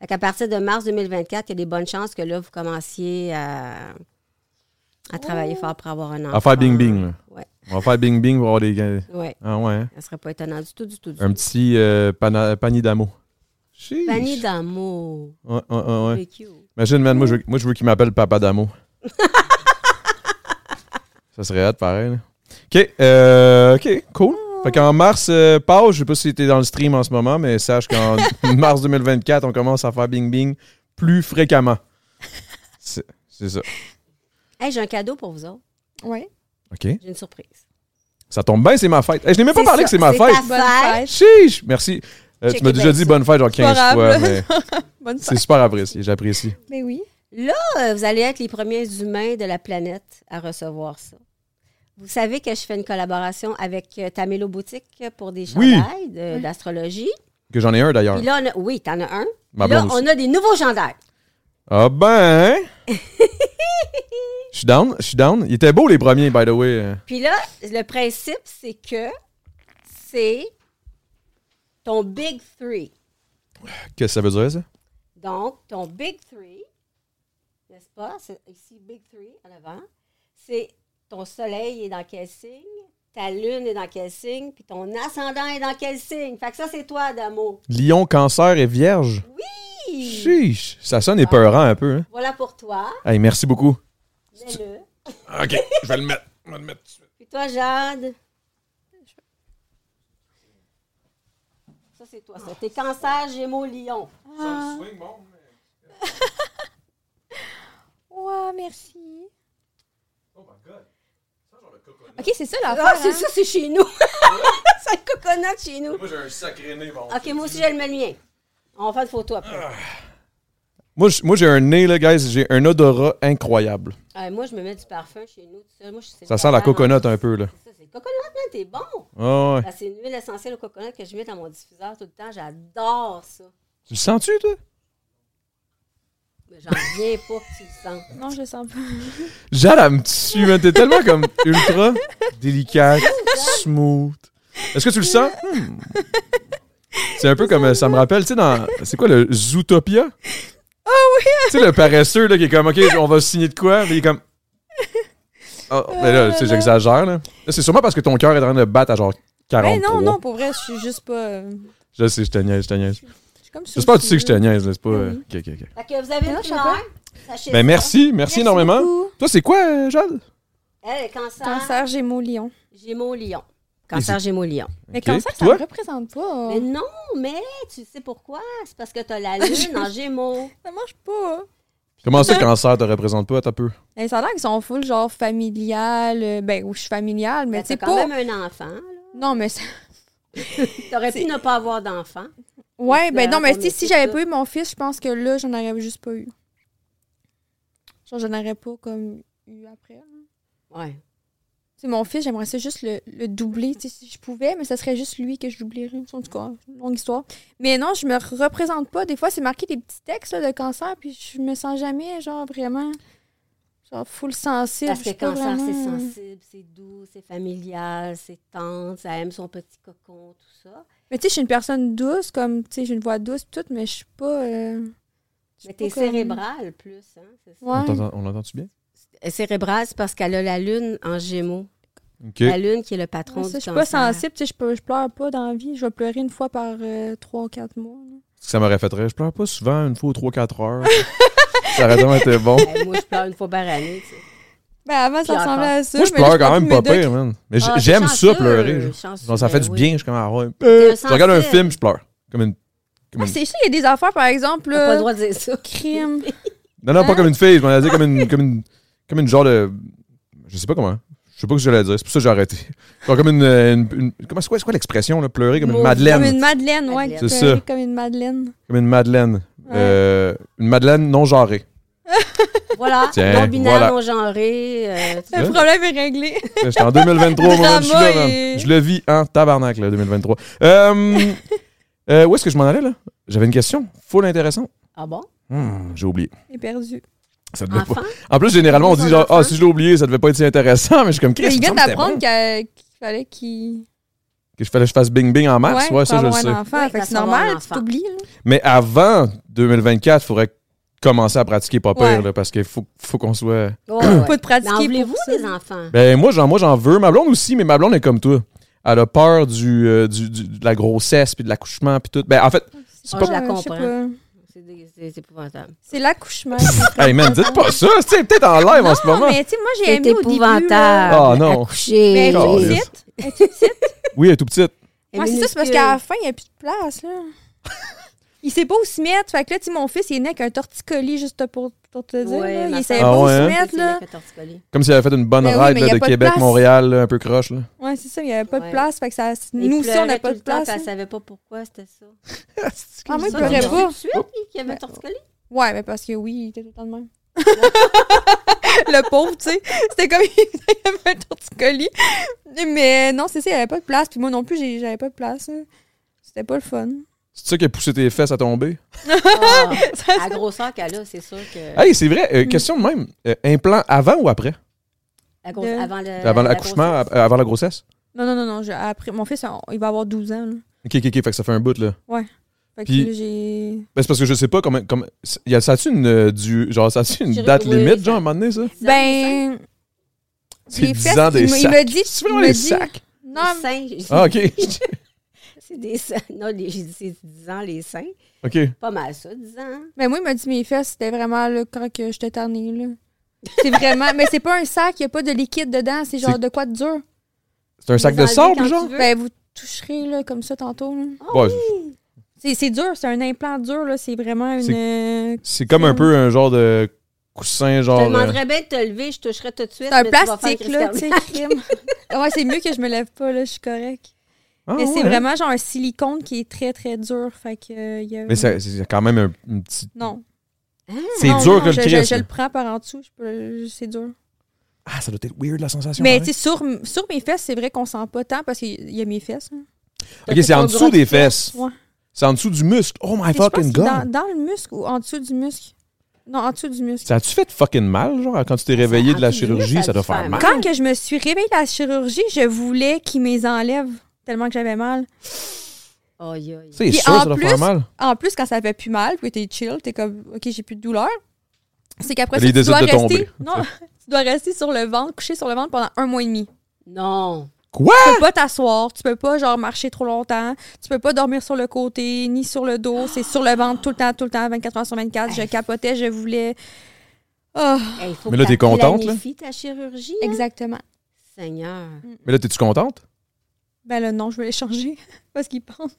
Fait qu'à partir de mars 2024, il y a des bonnes chances que là, vous commenciez à, à travailler fort pour avoir un enfant.
À faire bing-bing, là.
Ouais,
On va faire bing-bing pour avoir des gains.
ouais.
Ah ouais. hein?
Ça serait pas étonnant du tout, du tout, du
Un
tout.
petit euh, pana- panier d'amour. Sheesh.
Panier d'amour.
Ouais, ouais, ouais, ouais.
C'est cute.
Imagine, man, moi, je veux, moi, je veux qu'il m'appelle Papa Damo. ça serait hâte, pareil. là. OK, euh, OK, cool. Fait qu'en mars, euh, pause, je sais pas si t'es dans le stream en ce moment, mais sache qu'en mars 2024, on commence à faire Bing Bing plus fréquemment. C'est c'est ça.
Hey, j'ai un cadeau pour vous autres.
Ouais.
OK.
J'ai une surprise.
Ça tombe bien, c'est ma fête. Hey, je n'ai même pas parlé
ça,
que c'est ma
c'est
fête.
ta
Bonne fête.
Fête.
Chiche, merci. Euh, tu
Check
m'as
it
déjà
back,
dit
ça.
bonne fête genre 15
pas
fois,
grave,
mais
Bonne
c'est
fête.
super apprécié, j'apprécie.
Mais oui.
Euh, vous allez être les premiers humains de la planète à recevoir ça. Vous savez que je fais une collaboration avec euh, Tamélo Boutique pour des
Oui.
chandails de- d'astrologie.
Que j'en ai un d'ailleurs.
Puis là, on a, oui, t'en as un.
Ma
Puis là,
blonde
on a des nouveaux chandails.
Ah ben! Je suis down, je suis down. Il était beau les premiers, by the way. Euh,
Puis là, le principe, c'est que c'est ton Big Three.
Qu'est-ce que ça veut dire, ça?
Donc, ton Big Three, n'est-ce pas? C'est ici Big Three en avant. C'est ton soleil est dans quel signe? Ta lune est dans quel signe? Puis ton ascendant est dans quel signe? Fait que ça, c'est toi, Adamo.
Lion, cancer et vierge.
Oui!
Chiche! Ça sonne épeurant un peu, hein?
Voilà pour toi.
Hey, merci beaucoup.
Mets-le.
OK, je vais le mettre. Je vais le mettre.
Puis toi, Jade. Ça, c'est toi, ça. T'es cancer, gémeaux, lion.
Wow, merci. OK, c'est ça hein? la
Ah,
fin.
c'est ça, c'est chez nous. c'est le coconut chez nous.
Moi, j'ai un sacré nez, bon.
OK, moi aussi, j'ai le mien. On va faire une photo après.
Moi, j'- moi, j'ai un nez, là, guys. J'ai un odorat incroyable.
Ah, moi, je me mets du parfum chez nous. tout seul. Moi, je
Ça
suis
sent la
célibataire.
coconut un peu, là.
C'est ça, c'est le coconut, man, t'es bon.
Ah ouais.
Ben, c'est une huile essentielle au coconut que je mets dans mon diffuseur tout le temps. J'adore ça.
Tu le sens-tu, toi?
Mais j'en reviens pas que tu le sens.
Non, je le sens pas.
Jade, elle me tue, man. T'es tellement comme ultra délicate, smooth. Est-ce que tu le sens? Hmm. C'est un peu comme, euh, ça me rappelle, tu sais, dans, c'est quoi le Zootopia?
Ah oui!
Tu sais, le paresseux, là, qui est comme, OK, on va signer de quoi? Puis il est comme... Ah, mais là, tu sais, j'exagère, là. Là, c'est sûrement parce que ton cœur est en train de battre à genre
Mais
43.
Ben non, non, pour vrai, je suis juste pas. euh,
Je sais, je te niaise, je te niaise.
Je suis Ben comme sous-
J'espère que tu sais que je te
sous-
niaise, là, c'est pas... euh, OK, OK, OK.
Fait que vous avez une
Non, je sais
primeur. Sachez
Ben,
ça.
merci, merci, énormément.
beaucoup.
Toi, c'est quoi, euh, Jade?
Elle est Eh, cancer,
Cancer, Gémeaux, Lion.
gémeaux, lion. Cancer, gémeaux, lion.
Mais
Ok,
cancer,
puis
ça
toi?
me représente pas.
Mais non, mais tu sais pourquoi? C'est parce que t'as la lune en gémeaux.
Ça marche pas.
Comment ça, cancer te représente pas, t'as peu?
Les ça a l'air qu'ils sont full, genre familial. euh, Ben, où je suis familiale, mais
Ben,
tu sais
t'as
pas.
quand même un enfant. là.
Non, mais ça-
T'aurais pu ne pas avoir d'enfant.
Ouais, ben
Fleur,
non, mais
ton
tu sais, si
métier,
j'avais
ça.
pas eu mon fils, je pense que là, j'en aurais juste pas eu. Genre, j'en aurais pas comme eu après. là.
Ouais.
Tu sais, mon fils, j'aimerais ça juste le, le doubler, tu sais, si je pouvais, mais ça serait juste lui que je doublirais. En tout cas, longue histoire. Mais non, je me représente pas. Des fois, c'est marqué des petits textes là, de cancer, puis je me sens jamais, genre, vraiment, genre, full sensible.
Parce
Je
que
suis pas
cancer, c'est
vraiment-
sensible, c'est doux, c'est familial, c'est tendre, ça aime son petit cocon, tout ça.
Mais tu sais, je suis une personne douce, comme, tu sais, j'ai une voix douce, puis tout, mais je suis pas. euh, je suis pas
Mais t'es
comme-
cérébrale plus, hein? c'est ça?
Ouais.
On t'entend- on l'entend-tu bien?
Cérébrale, c'est parce qu'elle a la lune en gémeaux.
OK.
Ben,
La lune qui est le patron
Ouais, ça,
du
je suis pas
cancer.
sensible, tu sais, je peux- je pleure pas dans la vie. Je vais pleurer une fois par euh, trois ou quatre mois. là.
Ça m'aurait fait rire. Je pleure pas souvent, une fois ou trois, quatre heures. ça aurait vraiment été bon.
Ben, moi, je pleure une fois par année. tu sais.
Ben, avant, ça
Puis
ressemblait
encore.
à ça.
Moi, je
mais là,
pleure quand
prends
même
plus
pas
mes deux-
pire, hein. man. Mais j-
Ah, t'es
j'aime ça,
chanceux,
pleurer. genre.
chanceux,
Genre, ça fait du
oui.
bien. Je suis comme, ah ouais.
T'es un
Je regarde un
sensible.
film, je pleure. Comme une. comme
Ah,
une-
c'est ça, il y a des affaires, par exemple.
T'as pas
là,
le droit de dire ça.
Crime.
Non, non, pas comme une fille. Je m'en ai dit comme une, comme une. Comme une genre de. Je sais pas comment. Je sais pas ce que j'allais dire. C'est pour ça que j'ai arrêté. Genre comme une. euh, une- une- comment c'est quoi, c'est quoi l'expression, là? Pleurer comme une
Mauve.
madeleine.
Comme une madeleine, ouais.
Madeleine.
tu
C'est
peux aller
ça.
Comme une madeleine.
Comme une madeleine. Euh, une madeleine non genrée.
Voilà,
Tiens,
non-binaire,
voilà.
non-genré. euh, tu-
Hein?
Le problème est réglé.
J'étais en 2023, moi, même, je suis là,
Drama
man.
et-
Je le vis en tabarnak, là, 2023. Euh, euh, où est-ce que je m'en allais, là? J'avais une question. Full intéressant.
Ah bon?
Hmm, j'ai oublié.
Il est perdu.
Ça devait
Enfant?
pas- En plus, généralement, on se dit genre,
Enfant.
ah, si je l'ai oublié, ça devait pas être si intéressant, mais je suis comme,
Mais
qu'est-ce
il
que
vient d'apprendre
bon?
qu'à- qu'il fallait qu'il.
Que je fallais que je fasse bing-bing en mars? Ouais,
pour
ça, je le
avoir
sais.
un enfant.
Ouais,
fait que
parce
c'est
qu'on va avoir
normal,
un
tu
enfant.
t'oublies. là.
Mais avant 2024, il faudrait commencer à pratiquer pas pire,
Ouais.
là, parce qu'il faut, faut qu'on soit.
Ouais, ouais.
Pas de pratiquer
Mais en
pour
voulez-vous
ça.
des enfants?
Ben, moi, j'en, moi, j'en veux. Ma blonde aussi, mais ma blonde est comme toi. Elle a peur du, euh, du- du- de la grossesse, puis de l'accouchement, puis tout. Ben, en fait, c'est
Ah,
pas
je la
Euh, sais
comprends.
pas.
C'est dé- C'est c'est épouvantable.
C'est l'accouchement.
Hey man, dites pas ça, c'est peut-être en live en ce
non,
moment.
mais tu sais, moi, j'ai
C'est
aimé au début. là.
épouvantable.
Ah, non.
Accoucher.
Mais elle est
Calisse.
petite.
Oui, elle est tout petite.
Ouais, c'est ça, c'est parce qu'à la fin, il n'y a plus de place, là. il sait pas où se mettre. Fait que là, tu sais, mon fils, il est né avec un torticolis, juste pour, pour te dire.
Ouais,
là.
ma
Il savait
femme.
pas
Ah
où
ouais, hein?
se mettre, là.
Comme si elle avait fait une bonne
Ben oui,
ride
mais
là,
y
de
a pas de place.
Québec-Montréal, un peu croche. Là.
Ouais, c'est ça, il n'y avait pas de
Ouais.
place. Fait que ça, nous aussi, on n'a pas de place.
Elle
hein.
savait pas pourquoi c'était ça.
Ah, moi, il
Ça,
pleurait
tu l'as
pas. Ben,
su tout de suite, lui, qu'il y avait un torticolis?
Ouais, mais parce que oui, il était tout le temps de même. le pauvre, tu sais. C'était comme il avait un torticolis. Mais non, c'est ça, il n'y avait pas de place. Puis moi non plus, j'ai- j'avais pas de place. hein. C'était pas le fun.
C'est ça qui a poussé tes fesses à tomber?
oh.
Ah, à la grosseur qu'elle a, c'est sûr que.
Hey, c'est vrai,
Hmm.
euh, question de même. Euh, implant avant ou après?
La grosse-
de-
Avant le-
avant
la
l'accouchement,
grossesse.
av- avant la grossesse?
Non, non, non, non. je- après, mon fils, on- il va avoir 12 ans. Là.
Ok, ok, ok, fait que ça fait un bout. là.
Fait que
Puis-
là, j'ai.
Ben, c'est parce que je sais pas comment. comment c'est- y a, ça a-tu une, euh, du, genre, ça a-tu une
J'ai-
date
oui,
limite,
ça-
genre, à un moment donné, ça?
Ben.
C'est
les
10
fesses,
ans des
il me- Il
sacs.
me dit.
C'est
il
vraiment
me
des
dit-
sacs.
Non,
Les seins, j'ai-
Ah, ok.
C'est des seins. Non, les- j'ai dit c'est 10 ans, les seins.
ok.
Pas mal ça, 10 ans.
mais moi, il m'a dit mes fesses, c'était vraiment là, quand que j'étais tannée. Là. C'est vraiment. mais c'est pas un sac, il n'y a pas de liquide dedans, c'est genre
C'est-
de quoi de dur.
C'est un sac de
Les enlever
sable,
quand tu
genre?
veux. Oh,
Ben, vous toucherez là, comme ça tantôt. là.
Ouais,
C'est, c'est dur, c'est un implant dur, là. C'est vraiment une.
C'est-
euh,
c'est comme un peu un genre de coussin,
Je
genre.
te
euh,
demanderais bien de te lever, je toucherais tout de suite.
C'est un
mais tu vas faire
plastique, là, tu sais,
Christian-
crime. ouais, c'est mieux que je me lève pas, là, je suis correcte.
ah,
mais
ouais,
c'est
hein?
vraiment genre un silicone qui est très, très dur. Fait que. euh, il y a-
Mais ça- c'est quand même un, un petit.
Non.
C'est
Mmh, Non,
dur
non,
que le
je,
Christ,
je, je
là.
le prends par en dessous, je peux- c'est dur.
Ah, ça doit être weird la sensation. hein.
Mais tu
pareil.
sais, sur, sur mes fesses, c'est vrai qu'on sent pas tant parce qu'il y a mes fesses. hein.
Ok, c'est en dessous des fesses.
Ouais.
C'est en dessous du muscle. Oh my
Mais je pense que
fucking
c'est
god.
Dans, dans le muscle ou en dessous du muscle? Non, en dessous du muscle.
Ça a-tu fait fucking mal, genre, quand tu t'es réveillé de la
en dessous du muscle,
chirurgie, ça
ça a
doit
dû
faire
faire
mal.
mal.
Quand que je me suis réveillée de la chirurgie, je voulais qu'ils me les enlèvent tellement que j'avais mal.
Aïe, aïe.
C'est
Puis
sûr,
en
ça doit
plus-
faire mal.
En plus, quand ça fait plus mal, puis t'es chill, t'es comme, OK, j'ai plus de douleur. C'est qu'après
Elle
ça,
est
tu dois,
décide de
rester,
tomber.
non, tu dois rester sur le ventre, couché sur le ventre pendant un mois et demi.
Non.
Quoi?
Tu peux pas t'asseoir, tu peux pas genre marcher trop longtemps, tu peux pas dormir sur le côté ni sur le dos, c'est sur le ventre tout le temps, tout le temps, 24 heures sur 24. Je capotais, je voulais. Ah,
Hey, faut
Mais
que
là, t'es
t'as
contente, là?
planifies ta chirurgie. hein?
exactement.
Seigneur.
Mm.
Mais là, t'es-tu contente?
Ben là, non, je voulais changer parce qu'ils pendent.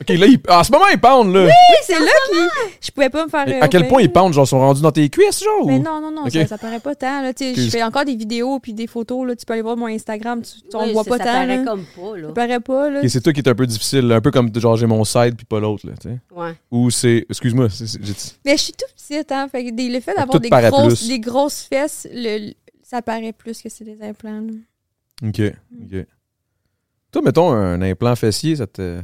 Ok, là, ils- en ce moment, ils pendent, là.
Hey, c'est là qu'ils. Je pouvais pas me faire.
Mais
euh,
à quel
opérer.
point ils pendent, genre, sont rendus dans tes cuisses, genre?
Mais
ou-
non, non, non,
Ok.
ça, ça paraît pas tant. Là, Tu sais, je
Excuse.
fais encore des vidéos puis des photos. Là, tu peux aller voir mon Instagram, tu, tu- on
Oui,
voit
ça-
pas
ça
tant.
paraît
là.
comme pas, là.
Ça paraît pas. Là.
Ok, c'est toi qui est un peu difficile, là, un peu comme, genre, j'ai mon side puis pas l'autre, là, tu sais.
Ouais.
Ou c'est. Excuse-moi, c'est- c'est- j'ai dit-
Mais je suis tout petite, hein. Fait que des- le fait
tout
d'avoir des
paraît
grosses,
plus.
des grosses fesses, le, ça paraît plus que c'est des implants. là.
Ok, ok. Toi, mettons, un implant fessier, ça te.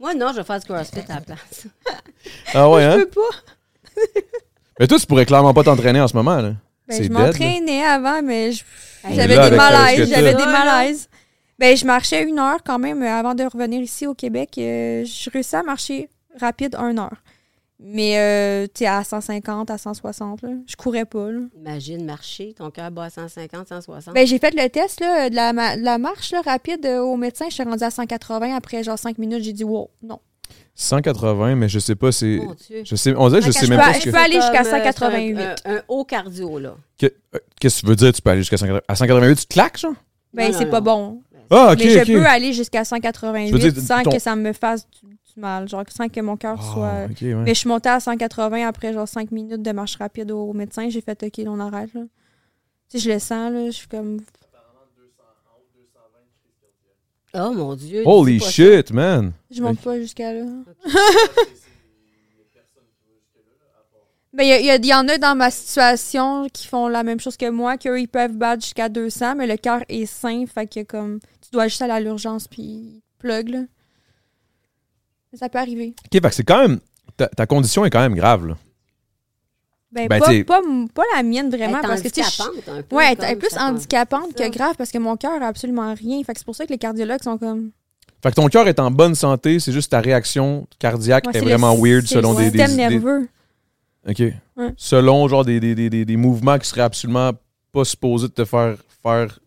Moi, non, je vais faire du CrossFit à la place.
Ah ouais,
Je
hein?
peux pas.
Mais toi, tu pourrais clairement pas t'entraîner en ce moment, là.
Ben,
C'est
je
dead, là.
m'entraînais avant, mais je-
Hey,
là,
j'avais des
avec, euh, ce que
malaises.
t'as-
J'avais des
Ça, là.
malaises. Ben, je marchais une heure quand même euh, avant de revenir ici au Québec. Euh, je réussissais à marcher rapide une heure. Mais euh, tu sais, à 150, à 160, là, je courais pas. Là.
Imagine marcher, ton cœur bat à 150, 160.
Ben, j'ai fait le test là, de, la, ma- de la marche là, rapide euh, au médecin. Je suis rendue à 180 après genre 5 minutes. J'ai dit, wow, non.
180, mais je sais pas, c'est.
Mon Dieu.
euh, Je sais, on dirait que je
Quand
sais
je
même
peux-
pas
je
ce que.
peux aller jusqu'à
Comme, euh,
188.
c'est Un, un- un haut cardio, là.
que- euh, Qu'est-ce que tu veux dire? Tu peux aller jusqu'à 180. À 188, tu claques, genre?
Ben,
Non, non,
c'est pas
non.
bon.
Ah, ok,
mais je
ok.
peux aller jusqu'à
Je veux
188
dire,
sans
ton-
que ça me fasse du, du mal, genre sans que mon cœur
Ah,
soit.
ok, ouais.
Mais je suis montée à 180 après genre 5 minutes de marche rapide au médecin. J'ai fait OK, là, on arrête. Là. Tu sais, je le sens, là, je suis comme.
Oh, mon Dieu.
Holy
dis pas ça.
shit, man.
Je monte pas jusqu'à là. Ben, il y, a- il y a- il y en a dans ma situation qui font la même chose que moi, qu'eux, ils peuvent battre jusqu'à 200, mais le cœur est sain, fait que comme, tu dois juste aller à l'urgence, puis plug, là. Ça peut arriver.
Ok, fait que c'est quand même. Ta, ta condition est quand même grave, là.
Ben,
Ben,
pas,
t'sais-
pas, m- pas la mienne vraiment.
Elle est
parce que, tu sais, je-
handicapante un peu,
ouais, elle est
comme
plus
ça,
handicapante
c'est ça.
que grave parce que mon cœur a absolument rien. Fait que c'est pour ça que les cardiologues sont comme.
Fait que ton cœur est en bonne santé, c'est juste ta réaction cardiaque
Ouais,
est
le
Ah, vraiment
sy-
weird
c'est
selon
le
des, des,
système
des-
nerveux.
OK.
Ouais.
Selon genre des, des, des, des, des mouvements qui seraient absolument pas supposés de te faire faire.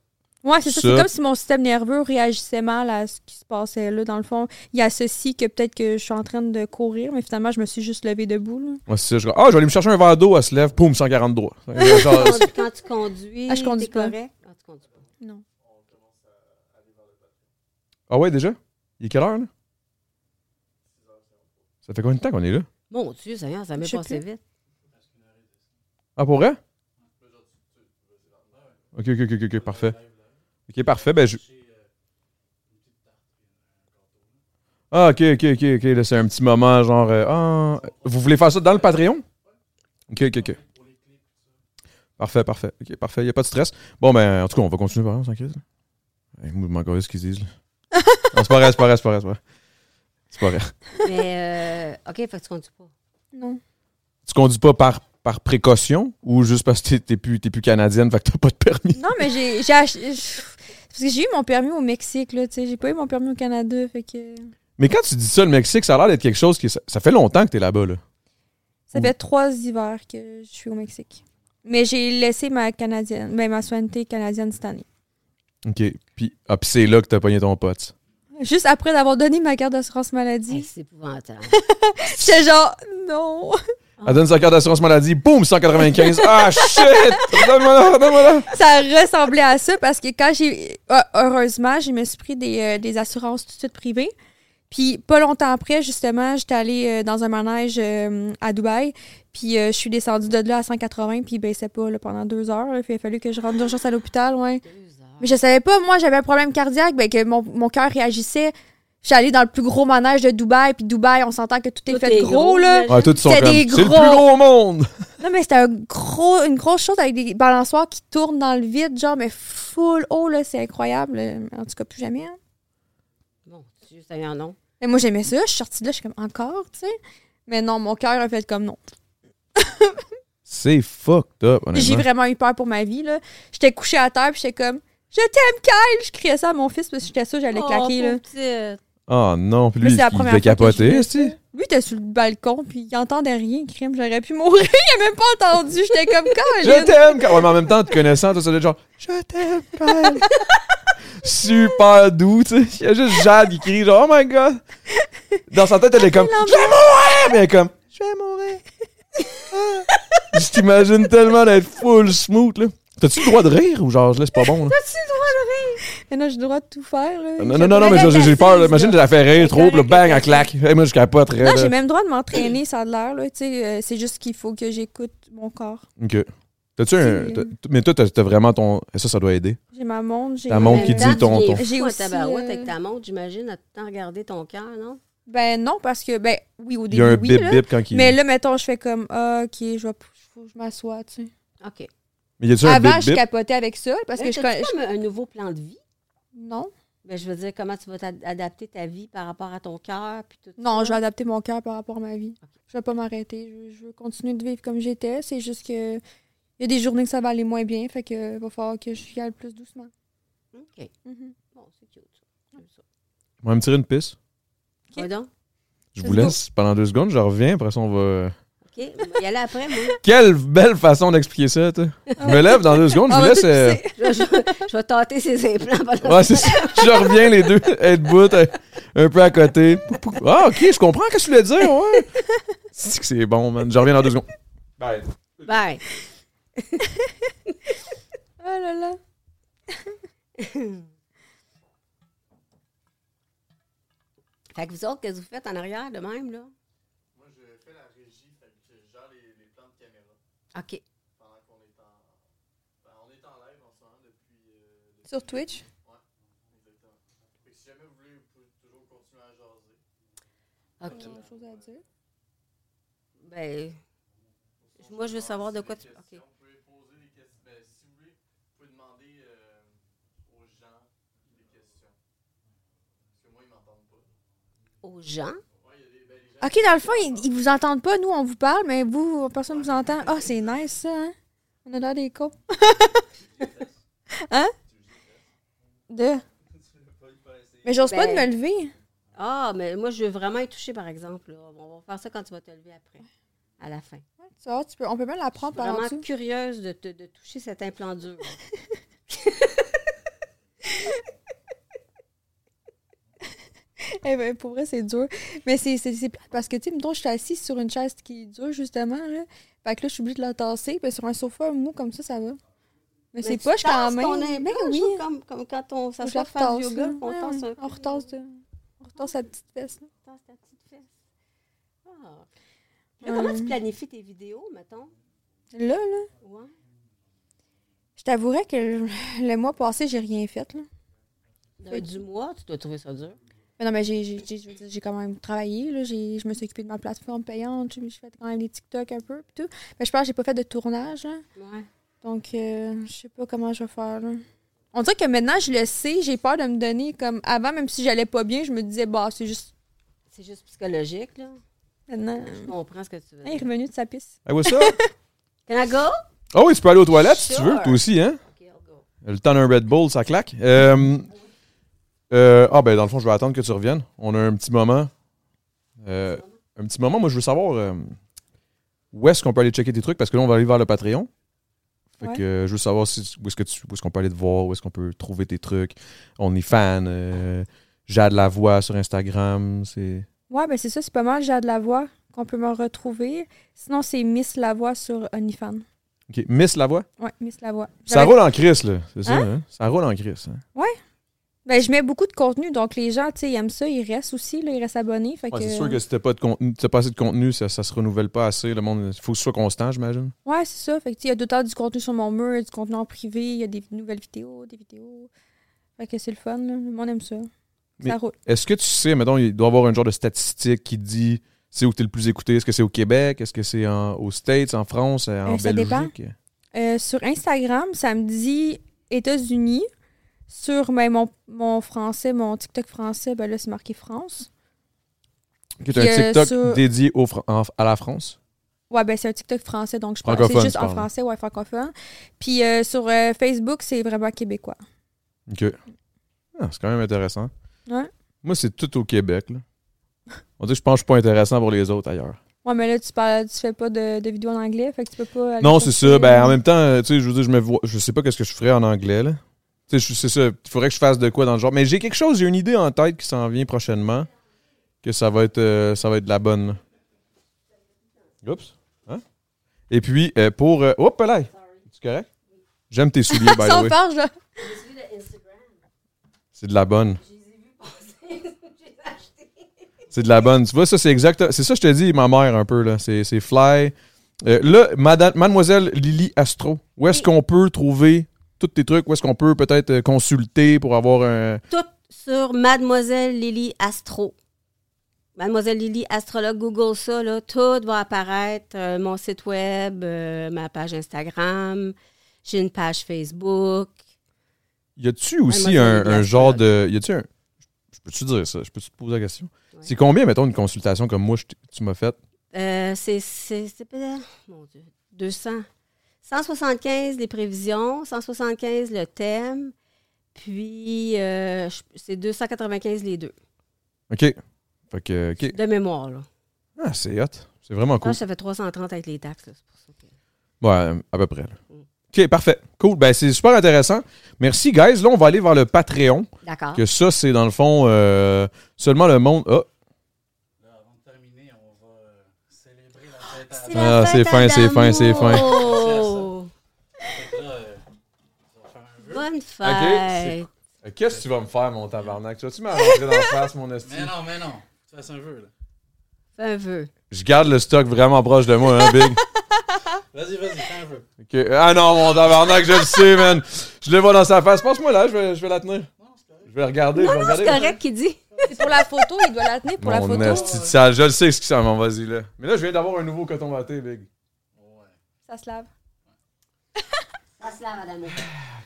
Ouais, c'est ça.
Ça.
C'est comme si mon système nerveux réagissait mal à ce qui se passait là. Dans le fond, il associe que peut-être que je suis en train de courir, mais finalement, je me suis juste levée debout. là.
Ouais, c'est ça, je... Ah, je vais aller me chercher un verre d'eau, elle se lève, poum, 140 droits. Genre,
Quand, quand tu conduis,
Ah, je conduis
t'es
pas.
correct? Ah, tu conduis pas.
Non.
ah ouais, déjà? Il est quelle heure, là? Ça fait combien de temps qu'on est là?
Mon Dieu, Seigneur, ça m'est
Je sais
passé
plus.
vite.
Ah, pour vrai? Ok, ok, ok, ok, ok, parfait. Ok, parfait, ben je... Ah, ok, ok, ok, ok, là c'est un petit moment genre... euh, ah, vous voulez faire ça dans le Patreon? Ok, ok, ok. Parfait, parfait, ok, parfait, il a pas de stress. Bon, ben, en tout cas, on va continuer par exemple, s'inquiète. Hey, moi, je m'en calisse ce qu'ils disent, là. Non, c'est pas vrai, c'est pas vrai, c'est pas vrai, c'est pas vrai. C'est pas vrai.
Mais, euh, OK, fait que tu conduis pas.
Non.
Tu conduis pas par, par précaution ou juste parce que t'es- t'es plus, t'es plus canadienne, fait que t'as pas de permis?
Non, mais j'ai. j'ai ach- Parce que j'ai eu mon permis au Mexique, là, tu sais. J'ai pas eu mon permis au Canada, fait que.
Mais quand tu dis ça, le Mexique, ça a l'air d'être quelque chose qui. Ça, ça fait longtemps que t'es là-bas, là.
Ça
Ouh.
fait trois hivers que je suis au Mexique. Mais j'ai laissé ma canadienne, ben, ma soignité canadienne cette année.
OK. Puis, ah, puis c'est là que t'as pogné ton pote.
Juste après d'avoir donné ma carte d'assurance
Hey,
maladie,
c'est épouvantable.
j'étais genre non.
Elle donne sa carte d'assurance maladie, boum, 195. ah, shit! Donne-moi là, donne-moi là!
Ça ressemblait à ça parce que quand j'ai ah, heureusement, je me suis pris des, euh, des assurances tout de suite privées. Puis pas longtemps après, justement, j'étais allée euh, dans un manège euh, à Dubaï. Puis euh, je suis descendue de là à 180, puis il baissait pas là, pendant deux heures. là. Puis il a fallu que je rentre d'urgence à l'hôpital, ouais. Mais je savais pas, moi, j'avais un problème cardiaque, ben, que mon, mon cœur réagissait. J'étais allée dans le plus gros manège de Dubaï, puis Dubaï, on s'entend que tout est
Tout
fait
est
gros,
gros,
là.
là.
Ah, tous sont
C'est
comme. C'est
des
le plus
gros-
gros au monde!
Non, mais c'était un gros, une grosse chose avec des balançoires qui tournent dans le vide, genre, mais full haut, là, c'est incroyable. En tout cas, plus jamais. hein.
Mon Dieu, Seigneur, non.
Mais moi, j'aimais ça, je suis sortie de là, je suis comme encore, tu sais. Mais non, mon cœur a fait comme non.
C'est fucked up,
J'ai
honnêtement.
vraiment eu peur pour ma vie, là. J'étais couchée à terre, puis j'étais comme, je t'aime, Kyle! Je criais ça à mon fils parce que j'étais sûre que
Oh,
j'allais claquer, là.
là.
Ah non, puis
Mais
lui,
c'est la
il
première
devait
fois que je
capoter,
fais
est-ce que-
Lui, il était sur le balcon, puis il entendait rien, crime. J'aurais pu mourir, il a même pas entendu. J'étais comme,
Je
Colin!
t'aime! Quand... Ouais, mais en même temps, te connaissant, tout ça, genre, je t'aime, Kyle! Super doux, tu sais. Il y a juste Jade qui crie, genre, oh my god! Dans sa tête, elle est comme, je vais mourir! Mais elle est comme, je vais mourir! Ah. Je t'imagine tellement d'être full smooth, là. T'as-tu le droit de rire ou genre, là, c'est pas bon, là?
T'as-tu le droit de rire? Mais non, j'ai le droit de tout faire, là.
Non,
Je
non, non, non, mais
pourrais
j'ai-
être
j'ai peur, là.
assise,
Imagine,
là.
je la fais rire trop, puis là,
correct,
bang, elle
correct.
claque. Hey, moi, je capote,
Non,
raide,
j'ai
là.
même le droit de m'entraîner, ça a de l'air, là. Tu sais, euh, c'est juste qu'il faut que j'écoute mon corps.
Ok. T'as-tu un.
C'est-
t'as- Mais toi, t'as t'as vraiment ton. Ça, ça doit aider.
J'ai ma montre, j'ai.
Ta montre qui
Euh,
dit ton- ton-
J'ai
J'ai aussi.
aussi,
tabarouette
euh,
avec ta montre, j'imagine, à tout le temps regarder ton cœur, non?
Ben non, parce que, ben oui, au
Il y a
début,
un
oui, là.
bip-bip quand il.
Mais là, mettons, je fais comme, ah, ok, je vais. faut que Je m'assois, tu sais.
OK.
Mais y a-tu un
Avant, je
bip-bip?
capotais avec ça parce
Parce
que je connais.
comme un nouveau plan de vie.
Non.
Ben, je veux dire, comment tu vas t'adapter ta vie par rapport à ton cœur, puis tout
Non, je vais adapter mon cœur par rapport à ma vie. Je vais pas m'arrêter. Je, veux- je veux continuer de vivre comme j'étais. C'est juste que il y a des journées que ça va aller moins bien. Fait que va falloir que je y aille plus doucement.
OK.
Mhm.
Bon, c'est cute, ça. J'aime ça.
On va me tirer une pisse.
Vas donc.
Je vous laisse pendant deux secondes, je reviens, après ça on va.
OK? On va y aller après, moi.
Quelle belle façon d'expliquer ça, toi. Je me lève dans deux secondes, je vous laisse. euh,
Je, je- je vais tâter ses implants. pendant-
Ouais, c'est ça. Je reviens les deux, être bout, un, un peu à côté. Ah, ok, je comprends ce que tu voulais dire, ouais. C'est que c'est bon, man. Je reviens dans deux secondes. Bye.
Bye.
Oh là là.
Fait que vous autres, qu'est-ce que vous faites en arrière de même, là? Moi, je fais
Sur Twitch?
la régie, fait que je gère les, plans de caméra. OK. OK.
Quelque chose à dire?
Ben, moi, je veux savoir de quoi tu... OK. Aux gens?
OK, dans le fond, ils, ils vous entendent pas, nous, on vous parle, mais vous, personne ne vous entend. Ah, c'est nice, ça, hein? On a l'air des cons. hein? De. Mais j'ose pas de me
Ben-
lever.
Ah, mais moi, je veux vraiment être touchée, par exemple. là. On va faire ça quand tu vas te lever après, à la fin.
Tu vois, tu peux, on peut même la prendre par en
Vraiment
dessous.
curieuse de, te- de toucher cet implant dur.
Eh ben, pour vrai, c'est dur. Mais c'est c'est- c'est plate parce que, tu sais, mettons, je suis assise sur une chaise qui est dure, justement. Là. Fait que là, je suis obligée de la tasser. Puis sur un sofa mou comme ça, ça va. Mais c'est
tu
poche quand
tasses
même.
ton implant,
Ben
je
oui.
trouve, Comme, comme quand on
Faut que je
s'assoit
la
pour faire du
retasse,
yoga,
là.
on
Ouais,
tasse
ouais.
un
On
peu.
retasse de- on retasse sa petite fesse. là.
Tasse ta petite fesse. Ah. Là, Comment tu planifies tes vidéos, mettons?
Là, là,
Ouais.
je t'avouerais que le, le mois passé, j'ai rien fait. Là.
D'un- du mois, tu dois trouver ça dur.
Mais non, mais j'ai- j'ai j'ai- je veux dire, j'ai quand même travaillé. Là. J'ai- Je me suis occupée de ma plateforme payante. Je je fais quand même des TikTok un peu. pis tout. Mais je pense que j'ai pas fait de tournage. là.
Ouais.
Donc, euh, je sais pas comment je vais faire. là. On dirait que maintenant, je le sais. J'ai peur de me donner comme avant, même si j'allais pas bien, je me disais, bah, c'est juste
C'est juste psychologique, là.
maintenant.
Je comprends ce que tu veux
Ah, il est
dire.
revenu de sa piste.
Hey, what's up?
Can I go?
Ah oui, tu peux aller aux toilettes si tu veux,
Sure.
toi aussi, hein?
OK, I'll go.
Le temps d'un Red Bull, ça claque. Euh, euh, ah, ben, dans le fond, je vais attendre que tu reviennes. On a un petit moment. Euh, un petit moment. Moi, je veux savoir euh, où est-ce qu'on peut aller checker tes trucs parce que là, on va aller vers le Patreon. Fait
Ouais.
que euh, je veux savoir si- où est-ce que tu- où est-ce qu'on peut aller te voir, où est-ce qu'on peut trouver tes trucs. On est fan. Euh, Jade la voix sur Instagram. C'est.
Ouais, ben c'est ça, c'est pas mal. J'ai de la voix qu'on peut me retrouver. Sinon, c'est Miss la voix sur OnlyFans.
OK. Miss la voix.
Ouais, Miss la voix.
Ça roule en crise, là. C'est ça, hein? Ça roule en crise. hein?
Ben, je mets beaucoup de contenu, donc les gens, tu sais, ils aiment ça, ils restent aussi, là, ils restent abonnés. Fait
Ouais,
que...
c'est sûr que si t'as pas de contenu, t'as pas assez de contenu, ça, ça se renouvelle pas assez. Le monde, faut que ce soit constant, j'imagine.
Ouais, c'est ça. Fait que, tu sais, il y a deux temps du contenu sur mon mur, il y a du contenu en privé, il y a des nouvelles vidéos, des vidéos. Fait que c'est le fun, là. Le monde aime ça.
Mais-
Ça roule.
Est-ce que tu sais, mettons, il doit y avoir un genre de statistique qui dit c'est où que t'es le plus écouté? Est-ce que c'est au Québec? Est-ce que c'est en- aux States, en France, en
Euh, ça
Belgique?
dépend. Euh, sur Instagram, ça me dit États-Unis. Sur ben, mon, mon français, mon TikTok français, ben là, c'est marqué France.
Que t'as
Puis, euh,
un TikTok
sur-
dédié au Fran- en- à la France?
Ouais, ben c'est un TikTok français, donc je pense que c'est
Francophone,
juste
tu
en
parles.
français, ouais, francophone. Puis euh, sur euh, Facebook, c'est vraiment québécois.
Ok. Ah, c'est quand même intéressant.
Ouais.
Moi, c'est tout au Québec. là. On dit que je pense que je suis pas intéressant pour les autres ailleurs.
Ouais, mais là, tu parles, tu fais pas de, de vidéos en anglais, fait que tu peux pas. aller
Non, c'est
chercher,
ça. Ben,
euh,
en même temps, euh, tu sais, je veux dire, je me vois, je sais pas qu'est-ce que je ferais en anglais, là. Tu sais, je- c'est ça. Il faudrait que je fasse de quoi dans le genre. Mais j'ai quelque chose, j'ai une idée en tête qui s'en vient prochainement. Que ça va être, euh, ça va être de la bonne. là. Oups. Hein? Et puis, euh, pour. Euh, hop là! Tu correct? J'aime tes souliers, by the
Sans
way.
farge, là.
C'est de la bonne. C'est de la bonne. Tu vois, ça, c'est exact. C'est ça, que je te dis, ma mère, un peu, là. C'est c'est fly. Euh, là, madame, mademoiselle Lily Astro, où est-ce qu'on peut trouver tous tes trucs? Où est-ce qu'on peut peut-être euh, consulter pour avoir un.
Tout sur Mademoiselle Lily Astro. Mademoiselle Lily Astrologue, Google ça, là, tout va apparaître. Euh, mon site web, euh, ma page Instagram, j'ai une page Facebook.
Y a-tu aussi
Mademoiselle
un,
Lily
un
Astro.
genre de. Y a-tu un. Je peux-tu dire ça? Je peux-tu te poser la question? C'est combien, mettons, une consultation comme moi, je t- tu m'as faite?
Euh, c'est, c'est, c'est pas- mon Dieu, 200. 175 les prévisions, 175 le thème, puis euh, je- c'est 295 les deux.
OK. Fait que, OK.
De mémoire, là.
Ah, c'est hot. C'est vraiment
Moi,
cool.
ça fait 330 avec les taxes. là, c'est pour ça que-
Ouais, à peu près. là. OK, parfait. Cool. Ben, c'est super intéressant. Merci, guys. Là, on va aller vers le Patreon.
D'accord.
Que ça, c'est dans le fond euh, seulement le monde. Ah,
C'est la
Ah,
fête
c'est fin,
à
c'est fin, c'est fin.
l'amour. Bonne fête.
Qu'est-ce que tu vas me faire, mon tabarnak? Tu vas-tu me rentrer dans la face, mon esti?
Mais non, mais non. Tu fasses un vœu, là.
Fais un vœu.
Je garde le stock vraiment proche de moi, hein, Big?
Vas-y, vas-y, fais un vœu.
Ok. Ah non, mon tabarnak, je le sais, man. Je le vois dans sa face. Passe-moi là, je vais, je vais la tenir. Je vais regarder. je vais regarder.
C'est correct qu'il dit.
C'est pour la photo, il doit la tenir pour
Mon
la photo.
esti de sale. Je le sais ce qui s'en va, vas-y, là. Mais là, je viens d'avoir un nouveau coton batté, Big.
Ça se lave.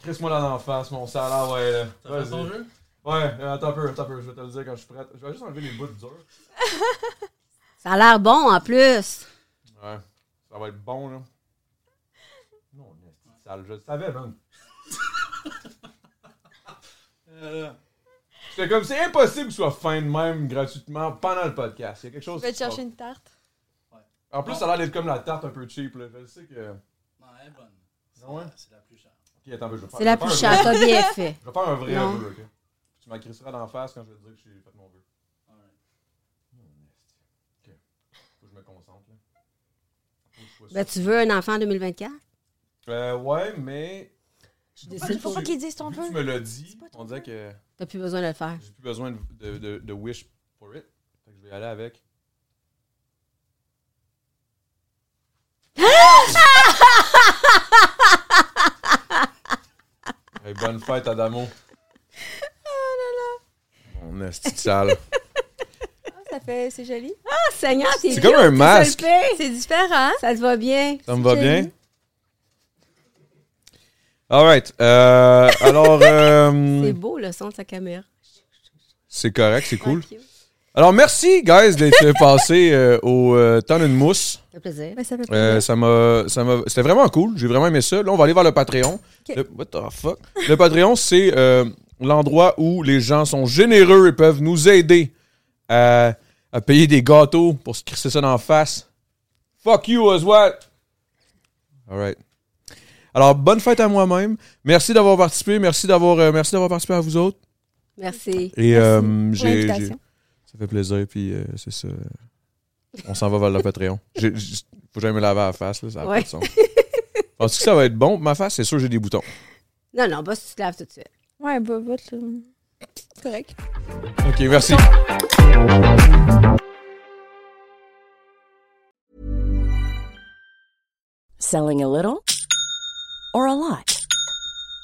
Crisse-moi là dans la face, mon salaire, ouais, là. Vas-y.
Ton vœu?
Ouais, euh, attends un peu, attends un peu. Je vais te le dire quand je suis prête. Je vais juste enlever les bouts durs.
Ça a l'air bon en plus.
Ouais. Ça va être bon, là. Non, mon esti de sale. Je le savais, man.
Euh,
C'est comme c'est impossible que soit fin de même gratuitement pendant le podcast. Il y a quelque
Je
chose.
vais
qui
te
se
chercher
passe.
une tarte.
En plus, ça a l'air d'être comme la tarte un peu cheap. Là. Je sais que. Ah
non, elle est bonne. C'est
Ouais.
la- c'est la plus chère.
Ok, attends, je vais faire-
C'est la
je vais
plus
faire un
chère.
vrai-
T'as bien fait.
Je vais faire un vrai
Non.
vœu, ok? Tu m'accrisseras d'en face quand je vais te dire que j'ai fait mon vœu. Mon esti. Ok. Faut que je me concentre, là. Faut que je sois
Ben, tu veux un enfant en 2024?
sûr. Euh, ouais, mais.
Je
Ah, Il
décide
faut
pour
pas
lui.
qu'ils disent ton
Vu que
vœu.
tu me l'as dit, on dirait que
T'as plus besoin de le faire.
j'ai plus besoin de, de, de- de wish for it. Fait que je vais y aller avec. Hey, bonne fête, Adamo. Oh là là. Mon esti de sale.
Ça fait, c'est joli.
Ah, Seigneur, t'es
C'est comme un masque.
C'est différent.
Ça te va bien?
Ça me va bien? All right. euh, alors,
C'est
euh,
beau le son de sa caméra.
c'est correct, c'est cool.
Thank you. Ça
Alors, merci, guys, d'être passé euh, au euh, temps d'une mousse.
fait plaisir.
Mais Ben, ça fait
Euh, ça m'a, ça m'a- c'était vraiment cool. J'ai vraiment aimé ça. Là, on va aller vers le Patreon.
Ok.
Le, what the fuck? Le Patreon, c'est euh, l'endroit où les gens sont généreux et peuvent nous aider à, à payer des gâteaux pour se crisser ça en face. Fuck you as well. All right. Alors, bonne fête à moi-même. Merci d'avoir participé. Merci d'avoir, euh, merci d'avoir participé à vous autres.
Merci.
Et euh, j'ai- j'ai,
l'invitation.
ça fait plaisir. Puis euh, c'est ça. On s'en va vers le Patreon. J'ai- j'ai- faut jamais me laver la face, là, ça n'a
Ouais.
pas de sens. Penses-tu que ça va être bon? Ma face, c'est sûr, j'ai des boutons.
Non, non, bah, si tu te laves tout de suite.
Ouais, bah, bah, c'est correct.
OK, merci.
Selling a little or a lot?